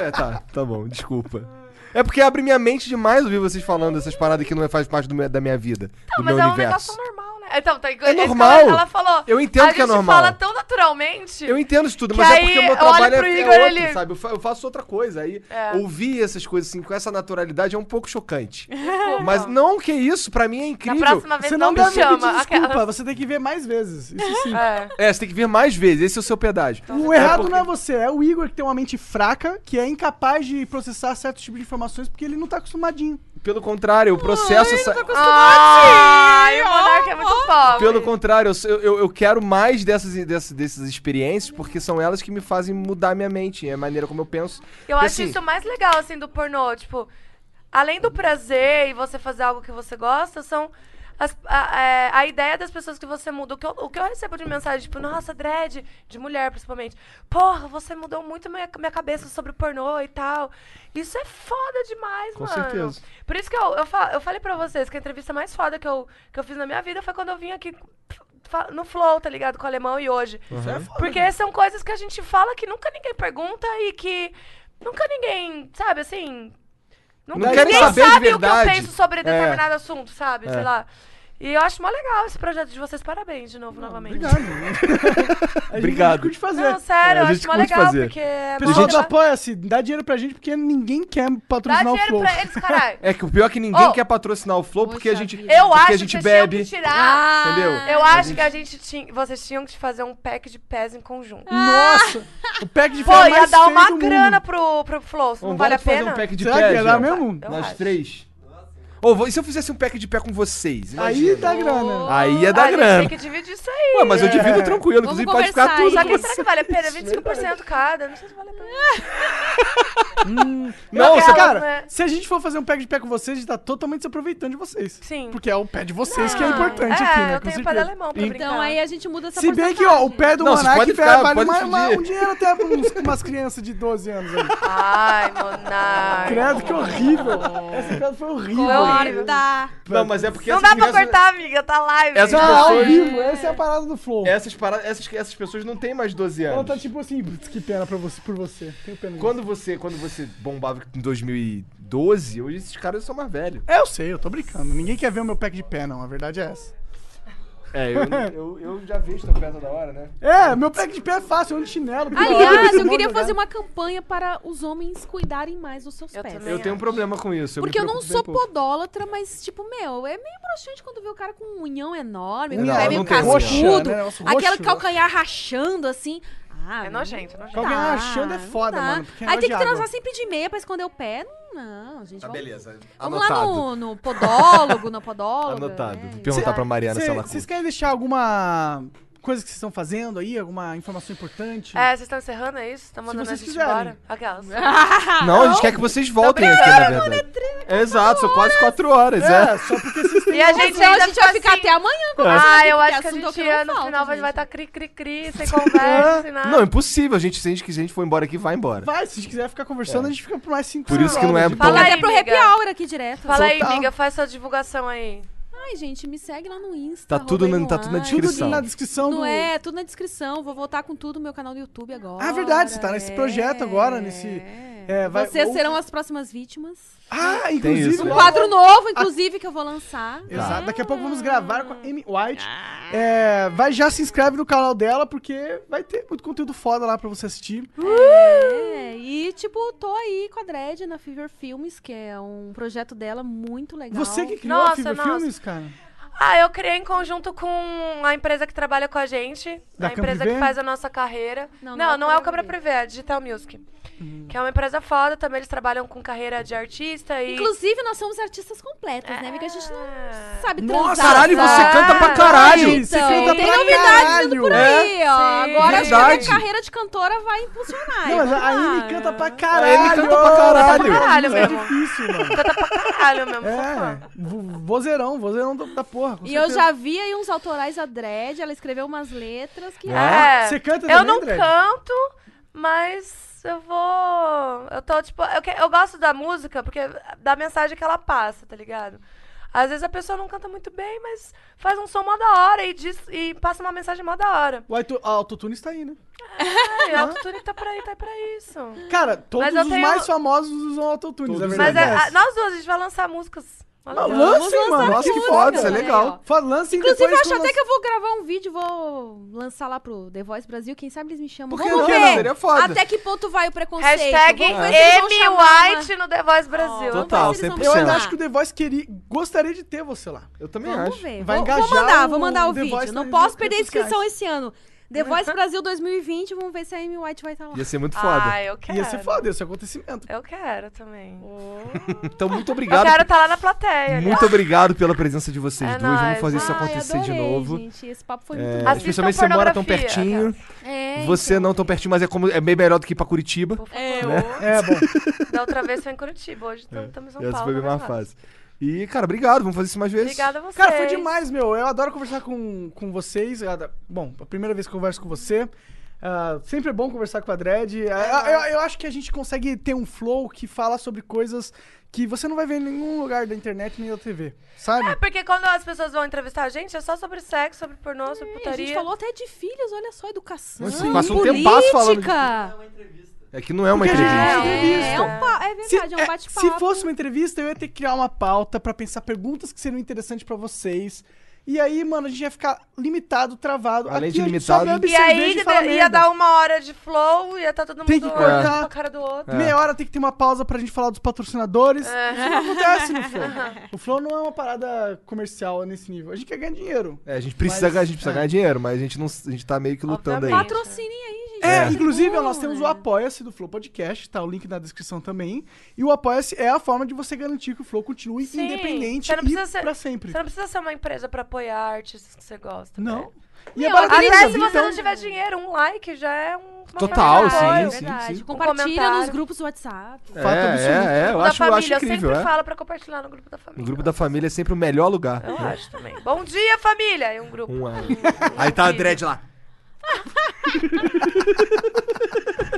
S3: É, tá, tá bom, desculpa. É porque abre minha mente demais ouvir vocês falando essas paradas que não é- faz parte do meu- da minha vida, do
S5: Mas
S3: meu
S5: é um
S3: universo.
S5: negócio normal, né? Então, tá,
S3: É normal.
S5: Ela, ela falou.
S3: Eu entendo
S5: a
S3: que é
S5: gente
S3: normal.
S5: fala tão naturalmente.
S3: Eu entendo isso tudo,
S5: Que
S3: mas é
S5: aí
S3: porque o
S5: eu
S3: meu
S5: olho
S3: trabalho é,
S5: pro
S3: é
S5: Igor,
S3: outro,
S5: ele-
S3: sabe? Eu fa- eu faço outra coisa. Aí
S5: É.
S3: ouvir essas coisas assim com essa naturalidade é um pouco chocante.
S5: É.
S3: mas não, que isso, pra mim é
S5: Na
S3: incrível.
S5: próxima vez
S2: Você
S5: não,
S2: não
S5: me
S2: deve pedir
S5: chama.
S2: desculpa,
S5: Aquela...
S2: você tem que ver mais vezes. Isso sim.
S5: É.
S3: É, você tem que vir mais vezes, esse é o seu pedágio.
S5: Tá.
S2: O errado não é você, é o Igor que tem uma mente fraca, que é incapaz de processar certos tipos de informações porque ele não tá acostumadinho.
S3: Pelo contrário, eu processo Ah, essa.
S5: tá Ai, o Monarca é muito pobre.
S3: Pelo contrário, eu sou- eu, eu, eu quero mais dessas, dessas, dessas experiências, porque são elas que me fazem mudar minha mente, é a maneira como eu penso.
S5: Eu
S3: Porque,
S5: acho
S3: assim,
S5: isso mais legal, assim, do pornô. Tipo, além do prazer e você fazer algo que você gosta, são as- a, é, a ideia das pessoas que você muda. O que, eu, o que eu recebo de mensagem, tipo, nossa, dread, de mulher principalmente. Porra, você mudou muito minha, minha cabeça sobre o pornô e tal. Isso é foda demais,
S3: Com
S5: mano.
S3: certeza.
S5: Por isso que eu, eu, fa- eu falei pra vocês que a entrevista mais foda que eu, que eu fiz na minha vida foi quando eu vim aqui fa- no Flow, tá ligado? Com o alemão e hoje.
S3: Uhum.
S2: Isso é foda.
S5: Porque são coisas que a gente fala que nunca ninguém pergunta e que nunca ninguém, sabe, assim. Nunca
S3: Não querem
S5: ninguém
S3: saber de
S5: sabe o que
S3: verdade.
S5: eu penso sobre
S3: É.
S5: determinado assunto, sabe?
S3: É.
S5: Sei lá. E eu acho mó legal esse projeto de vocês. Parabéns de novo, novamente.
S2: Obrigado. mano. A gente
S3: Obrigado.
S2: curte fazer.
S5: Não, sério,
S3: É, a
S5: eu
S3: gente
S5: acho mó
S3: curte
S5: legal,
S3: fazer.
S5: porque é mó
S2: Pessoal do
S5: legal.
S2: Apoia-se, dá dinheiro pra gente porque ninguém quer
S5: Dá
S2: patrocinar o
S5: dinheiro
S2: Flow.
S5: pra eles, caralho.
S3: É que o pior é que ninguém
S5: Oh.
S3: quer patrocinar o Flow porque a
S7: Poxa
S3: gente.
S7: vida.
S5: Eu
S3: É, porque
S5: acho
S3: a gente
S5: que vocês
S3: bebe.
S5: tinham que tirar.
S3: Entendeu?
S4: Ah.
S5: Eu acho que a gente tinha, vocês tinham que fazer um pack de pés em conjunto.
S4: Ah.
S2: Nossa! O pack de
S5: Ah! Pô,
S2: fé
S5: ia
S2: mais
S5: dar
S2: feio
S5: uma
S2: do mundo.
S5: grana pro, pro Flow, se não
S3: Vamos
S5: vale a
S3: fazer
S5: pena.
S3: um pack de
S2: Será
S3: pé.
S2: que ia dar
S3: Jean?
S2: mesmo?
S5: Eu
S3: Nós
S5: acho.
S3: três. Ou e se eu fizesse um pack de pé com vocês?
S2: Aí dá grana.
S3: Aí ia
S5: Ah, a
S3: dar
S5: gente
S3: grana.
S5: Tem que dividir isso aí.
S3: Ué, mas eu divido tranquilo,
S4: Vamos
S3: inclusive pode ficar
S4: conversar
S3: tudo.
S4: aí.
S5: Só
S3: com
S5: que
S3: você.
S5: será que vale a pena? 25% cada? Não sei se vale a pena.
S2: Não,
S5: Aquela,
S2: cara,
S5: né?
S2: se a gente for fazer um pack de pé com vocês, a gente tá totalmente se aproveitando de vocês.
S5: Sim.
S2: Porque é o pé de vocês que é
S5: Ah,
S2: importante
S5: é,
S2: aqui, né?
S5: eu
S2: com
S5: tenho
S2: certeza.
S5: pé alemão pra brincar.
S4: Então aí a gente muda essa
S2: Se bem que, ó, o
S4: porcentagem.
S2: pé é do
S3: Não, vocês
S2: Monark
S3: podem
S2: vai-
S3: ficar-
S2: vale
S3: podem
S2: uma- uma-
S3: pedir.
S2: um dinheiro até pra uns, umas crianças de 12 anos aí.
S5: Ai, monarca.
S2: Credo, que horrível. Essa piada foi horrível.
S5: Foi
S2: Não,
S5: horrível.
S4: Tá.
S3: Não, mas é porque
S5: Não
S3: essas
S5: dá pra
S3: crianças-
S5: cortar, amiga. Tá live.
S3: Essas
S2: ao
S3: pessoas.
S2: vivo. Essa é a parada do Flow.
S3: Essas, paradas, essas, essas pessoas não têm mais 12
S2: Ela tipo
S3: anos.
S2: tá tipo assim, "Putz, que pena pra você, por você. Tenho pena. de
S3: Quando você, quando você bombava em 2012, hoje esses caras são mais velhos.
S2: É, eu sei, eu tô brincando. Ninguém quer ver o meu pack de pé, não. A verdade é essa.
S3: É, eu, eu, eu já vejo teu pé toda hora, né?
S2: É, meu pack de pé é fácil, eu ando de chinelo. porque
S4: Aliás,
S2: todo
S4: Ah, é? eu
S2: mundo
S4: queria
S2: joga.
S4: fazer uma campanha para os homens cuidarem mais dos seus
S5: Eu
S4: pés.
S5: também.
S3: Eu tenho um problema com isso. me
S4: Porque eu não
S3: preocupo
S4: sou
S3: bem pouco.
S4: podólatra, mas, tipo, meu, é meio broxante quando vê o cara com um unhão enorme, com
S3: Não,
S4: o pé
S3: eu
S4: meio
S3: não tenho
S4: cascudo,
S2: roxa, né? Nossa,
S4: aquele
S2: roxo.
S4: calcanhar rachando, assim. Ah,
S5: É
S4: não
S5: nojento, é nojento.
S2: Calma. Calcanhar rachando é
S4: não
S2: foda,
S4: dá.
S2: mano, porque é
S4: Aí tem
S2: de
S4: que
S2: água.
S4: transar sempre de meia pra esconder o pé. Não, gente.
S3: Tá,
S4: vamos-
S3: beleza.
S4: Vamos
S3: Anotado.
S4: lá no, no podólogo, na podóloga.
S3: Anotado.
S4: né?
S3: Vou perguntar pra Mariana se
S2: Cê-
S3: ela
S2: Vocês
S3: curte.
S2: querem deixar alguma coisa que vocês estão fazendo aí? Alguma informação importante?
S5: É, vocês estão encerrando, é isso? Estão
S2: Se
S5: mandando a
S2: vocês
S5: gente
S2: quiserem.
S5: embora? Aquelas.
S3: Não, a gente quer que vocês voltem aqui, na verdade. Exato, são quase quatro horas, é.
S2: É, só porque vocês têm...
S5: E a
S4: Senão
S5: gente ainda
S4: a gente vai
S5: fica
S4: ficar
S5: assim,
S4: até amanhã conversando
S5: Ah,
S4: aqui,
S5: eu
S4: porque
S5: acho que a
S4: assunto
S5: gente
S4: não
S5: ia, no
S4: falta,
S5: final vai
S4: gente.
S5: vai tá estar cri-cri-cri, sem conversa, sem nada.
S3: É. Não, impossível. A gente, se a gente quiser, a gente for embora aqui, vai embora.
S2: Vai, se a gente quiser ficar conversando, a gente fica por mais cinco
S3: É. Por isso que não é
S2: horas.
S3: bom.
S5: Fala
S4: Vai
S5: aí,
S4: até pro happy
S5: miga.
S4: hour aqui direto.
S5: Fala aí,
S2: Total.
S5: amiga, faz sua divulgação aí.
S4: Ai, gente, me segue lá no Insta.
S3: Tá tudo
S4: arroba
S3: na- tá tudo na
S4: Eloá.
S3: descrição.
S2: Tudo na descrição
S4: Não
S2: do...
S4: é, tudo na descrição. Vou voltar com tudo no meu canal do YouTube agora. É.
S2: Ah, verdade, você tá nesse projeto agora, nesse- é, vai-
S4: Vocês
S2: ou-
S4: serão as próximas vítimas.
S2: Ah, inclusive...
S3: isso,
S2: logo-
S3: né?
S4: Um quadro novo, inclusive, que eu vou lançar.
S2: Exato. Daqui a pouco vamos gravar com a Amy White. É, vai já se inscreve no canal dela, porque vai ter muito conteúdo foda lá pra você assistir.
S4: É, e, tipo, tô aí com a Dredd na Fever Filmes, que é um projeto dela muito legal.
S2: Você que criou a
S5: Nossa,
S2: Fever
S5: nossa.
S2: Filmes, cara.
S5: Ah, eu criei em conjunto com a empresa que trabalha com a gente,
S2: Da
S5: a empresa
S2: Camprivé?
S5: que faz a nossa carreira.
S4: Não,
S5: Não,
S4: não é
S5: não, é o Câmara
S4: Camprivé.
S5: Privé, é a Digital Music.
S2: Hum.
S5: Que é uma empresa foda, também eles trabalham com carreira de artista e.
S4: Inclusive, nós somos artistas completos, né? Porque a gente
S5: É.
S4: não sabe
S3: Nossa,
S4: transar.
S3: caralho, você canta pra caralho!
S2: Você canta
S4: Então, tem
S2: pra
S4: novidade vindo por
S2: caralho. É?
S4: aí, ó.
S5: Sim.
S4: Agora acho que a minha
S3: Verdade.
S4: carreira de cantora vai impulsionar.
S2: Não, mas
S4: vamos
S2: a
S4: lá.
S2: Amy canta pra
S3: A
S2: caralho.
S3: Amy canta pra
S5: pra
S3: caralho.
S5: caralho
S2: Isso é
S5: mesmo.
S2: difícil, mano.
S5: Canta pra caralho mesmo, sou fã.
S2: É, vo- vozeirão, vozeirão da, da porra. com
S4: E eu
S2: certeza.
S4: já vi aí uns autorais a Dredd, ela escreveu umas letras que. ah,
S5: É,
S2: Você canta
S5: Eu
S2: também,
S5: não
S2: Dredd?
S5: canto, mas eu vou. Eu tô, tipo. Eu, que- eu gosto da música porque da mensagem que ela passa, tá ligado? Às vezes a pessoa não canta muito bem, mas faz um som mó da hora e, diz, e passa uma mensagem mó da hora.
S2: O auto- a autotune está aí, né?
S5: Ai, o autotune tá pra aí, tá aí pra isso.
S2: Cara, todos
S5: Mas eu
S2: os
S5: tenho-
S2: mais famosos usam autotunes,
S3: Todos
S2: é
S5: Mas
S2: verdade.
S5: é-
S2: é
S5: a- nós duas, a gente vai lançar músicas. Olha
S2: Não,
S5: lá.
S2: lancem, mano.
S3: Nossa, que
S4: música,
S3: foda, isso é
S4: né?
S3: legal.
S2: Fa- Lancem
S4: Inclusive, eu
S2: depois
S4: acho
S2: quando
S4: até
S2: lança-
S4: que eu vou gravar um vídeo, vou lançar lá pro The Voice Brasil, quem sabe eles me chamam.
S2: Por que não?
S4: Vamos ver
S3: Seria foda.
S4: até que ponto vai o preconceito.
S5: Hashtag
S4: Vamos ver se eles vão chamar uma-
S5: White no The Voice Brasil.
S4: Vamos
S3: Total,
S4: ver se eles vão
S3: 100%.
S2: Eu
S4: chamar.
S2: ainda acho que o The Voice queria... gostaria de ter você lá.
S3: Eu também
S4: Vamos
S3: acho.
S4: ver.
S2: Vai
S4: vou, vou
S2: engajar
S4: mandar,
S2: o-
S4: vou mandar o,
S2: o The
S4: vídeo.
S2: Voice
S4: Não
S2: nas
S4: posso
S2: redes
S4: perder a
S2: sociais.
S4: inscrição esse ano. The Voice Brasil 2020, vamos ver se a Amy White vai estar lá.
S3: Ia ser muito
S5: Ah,
S3: foda.
S5: eu quero.
S2: Ia ser foda esse acontecimento.
S5: Eu quero também.
S3: Então, muito
S5: Eu
S3: obrigado.
S5: quero estar lá na plateia. né?
S3: Muito obrigado pela presença de vocês
S5: É
S3: duas. Vamos
S5: nóis.
S3: fazer isso
S4: Ai,
S3: acontecer de
S4: adorei,
S3: novo.
S4: Gente, esse papo foi
S3: É,
S4: muito
S5: Assistam
S3: especialmente você mora tão
S5: pornografia,
S3: pertinho.
S4: bom. É,
S3: Você não tão pertinho, mas é, como, é bem melhor do que ir pra Curitiba.
S5: Por favor.
S2: É, bom.
S5: Da outra vez foi em Curitiba, hoje estamos em São
S3: Essa
S5: Paulo.
S3: foi bem
S5: tá
S3: mais
S5: mais
S3: fácil. E, cara, obrigado. Vamos fazer isso mais vezes.
S5: Obrigada a vocês.
S2: Cara, foi demais, meu. Eu adoro conversar com, com vocês. Eu adoro- Bom, a primeira vez que eu converso com você. Ah, sempre é bom conversar com a Dredd. Ah, eu, eu acho que a gente consegue ter um flow que fala sobre coisas que você não vai ver em nenhum lugar da internet nem da TV, sabe?
S5: É, porque quando as pessoas vão entrevistar a gente, é só sobre sexo, sobre pornô, sobre
S4: A
S5: putaria.
S4: gente falou até de filhos, olha só, educação,
S3: Nossa, passou um tempasso falando de-
S4: política.
S3: É que não é uma
S2: Porque a gente
S3: entrevista.
S2: não
S4: É, é,
S2: entrevista.
S4: um pa- é
S2: Se,
S4: verdade, é um
S2: é,
S4: bate-papo.
S2: se fosse uma entrevista, eu ia ter que criar uma pauta pra pensar perguntas que seriam interessantes pra vocês. E aí, mano, a gente ia ficar limitado, travado.
S3: Além
S2: Aqui
S3: de
S2: a gente só
S3: limitado-
S2: bebe
S5: E aí
S2: cerveja
S5: de-
S2: e fala
S5: ia
S2: merda.
S5: dar uma hora de flow, ia estar todo mundo
S2: Tem que
S5: olhando
S2: cortar.
S5: pra cara do outro.
S3: É.
S2: Meia hora tem que ter uma pausa pra gente falar dos patrocinadores.
S5: É.
S2: Isso não acontece no Flow. O Flow não é uma parada comercial nesse nível. A gente quer ganhar dinheiro.
S3: É, a gente precisa,
S2: Mas-
S3: a gente precisa
S2: é.
S3: ganhar dinheiro, mas a gente, não, a gente tá meio que lutando aí.
S5: Obviamente.
S4: Patrocinem aí, gente.
S2: É,
S4: Tá
S2: inclusive,
S4: bom,
S2: ó, nós temos o
S5: é.
S4: né?
S2: Apoia-se do Flow Podcast, tá o link na descrição também. E o Apoia-se é a forma de você garantir que o Flow continue
S5: Sim,
S2: independente
S5: você não
S2: e
S5: precisa ser-
S2: pra sempre.
S5: Você não precisa ser uma empresa pra apoiar artistas que você gosta.
S2: Não.
S5: velho.
S2: E é
S4: Meu,
S2: barato,
S5: Até se
S2: então-
S5: você não tiver dinheiro, um like já é um. uma
S3: Total,
S5: forma de
S3: sim,
S5: apoio.
S3: sim.
S4: Verdade,
S3: sim.
S4: compartilha
S5: Um comentário.
S4: nos grupos do WhatsApp.
S3: É,
S2: Fato absoluto.
S3: é, é, eu acho,
S5: da
S3: eu acho
S5: família, eu
S3: incrível.
S5: sempre
S3: É.
S5: falo pra compartilhar no grupo da
S3: O
S5: família.
S3: grupo da família é sempre o melhor lugar.
S5: Eu
S3: né?
S5: acho também. Bom dia, família! E um grupo.
S3: Um ano. Aí tá a dread lá.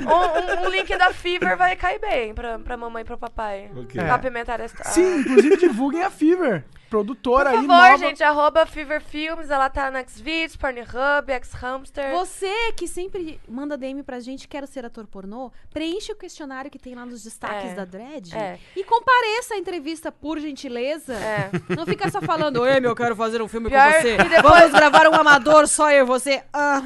S5: Um, um- um link da Fever vai cair bem pra, pra mamãe e pro papai.
S3: Ok.
S5: Pra apimentar esta.
S2: Sim, inclusive divulguem a Fever.
S5: Por
S2: produtora aí
S5: favor,
S2: nova.
S5: gente, arroba Fever Films, ela tá na Xvideos, Pornhub, Xhamster.
S4: Você que sempre manda DM pra gente, quero ser ator pornô, preenche o questionário que tem lá nos destaques
S5: É.
S4: da Dread
S5: É.
S4: e compareça à entrevista, por gentileza.
S5: É.
S4: Não fica só falando, oi, meu, eu quero fazer um filme
S5: Pior
S4: com você.
S5: que depois-
S4: Vamos gravar um amador, só eu e você. Aham.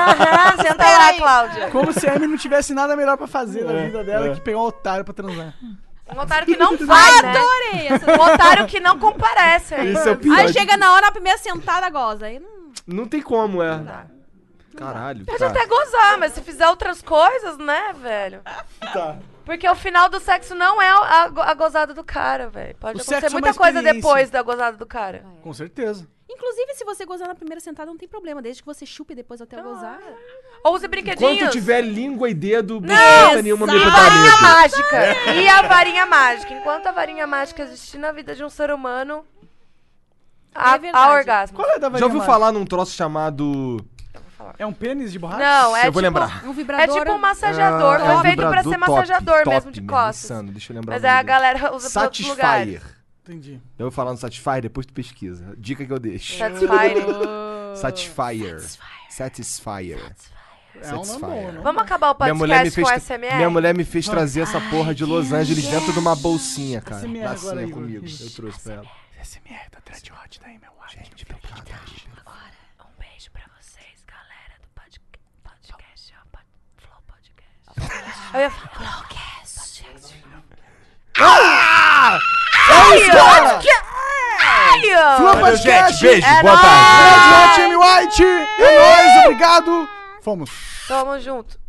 S5: Aham, senta lá, Cláudia.
S2: Como se a Amy não tivesse nada melhor pra fazer
S3: É,
S2: na vida dela que pegar um otário pra transar.
S5: Um otário que não vai, né?
S4: Adorei essa-
S5: Um otário que não comparece. aí.
S3: Isso é o pior.
S4: Aí chega na hora, a primeira sentada goza. Aí não...
S3: Não tem como, é. Caralho.
S5: Pode
S3: tá.
S5: até gozar, mas se fizer outras coisas, né, velho?
S3: Tá.
S5: Porque o final do sexo não é a, a gozada do cara, velho. Pode
S2: O sexo
S5: acontecer
S2: é uma
S5: muita coisa
S2: experiência.
S5: depois da gozada do cara.
S2: Com certeza.
S4: Inclusive, se você gozar na primeira sentada, não tem problema, desde que você chupe depois até eu gozar.
S5: Ou use brinquedinhos.
S3: Enquanto tiver língua e dedo, buceta nenhuma me
S5: E varinha mágica. E a varinha mágica. Enquanto a varinha mágica existir na vida de um ser humano, há,
S4: É verdade.
S5: há orgasmo.
S2: Qual é da
S3: Já
S2: varinha
S3: ouviu
S2: mágica?
S3: falar num troço chamado.
S2: É um pênis de borracha?
S5: Não, é
S3: eu vou
S5: tipo,
S3: lembrar. É
S4: Um
S5: É
S4: vibrador.
S5: tipo um
S3: Ah,
S5: massageador. foi feito pra ser massageador mesmo, de costas.
S3: né? Insano, deixa eu lembrar.
S5: Mas
S3: o nome
S5: aí a
S3: dele.
S5: galera usa pra outros lugares.
S3: Satisfyer.
S2: Entendi.
S3: Eu vou falar no Satisfyer, depois tu pesquisa. Dica que eu deixo.
S5: Satisfyer.
S3: Satisfyer. Satisfyer.
S2: É um nome bom, né?
S5: Vamos acabar o
S3: Minha mulher, me fez,
S5: podcast com SMR?
S3: minha mulher me fez trazer essa porra de Los Angeles dentro de uma bolsinha, cara.
S2: SMR
S3: Tá
S2: agora,
S3: assim, é
S2: Igor.
S3: comigo.
S2: Isso.
S3: Eu trouxe pra ela.
S2: SMR da Dread Hot da Amy Gente,
S5: Um beijo pra vocês, galera do podca- podcast. ó, pod- Flow Podcast. Eu ia falar. Flowcast. Ah! Ai, ó, que- Ai, ó.
S3: Gente, beijo,
S5: É
S3: boa tarde.
S5: nóis.
S2: Dread Hot, Amy White! É nóis, obrigado! Fomos.
S5: Tamo junto.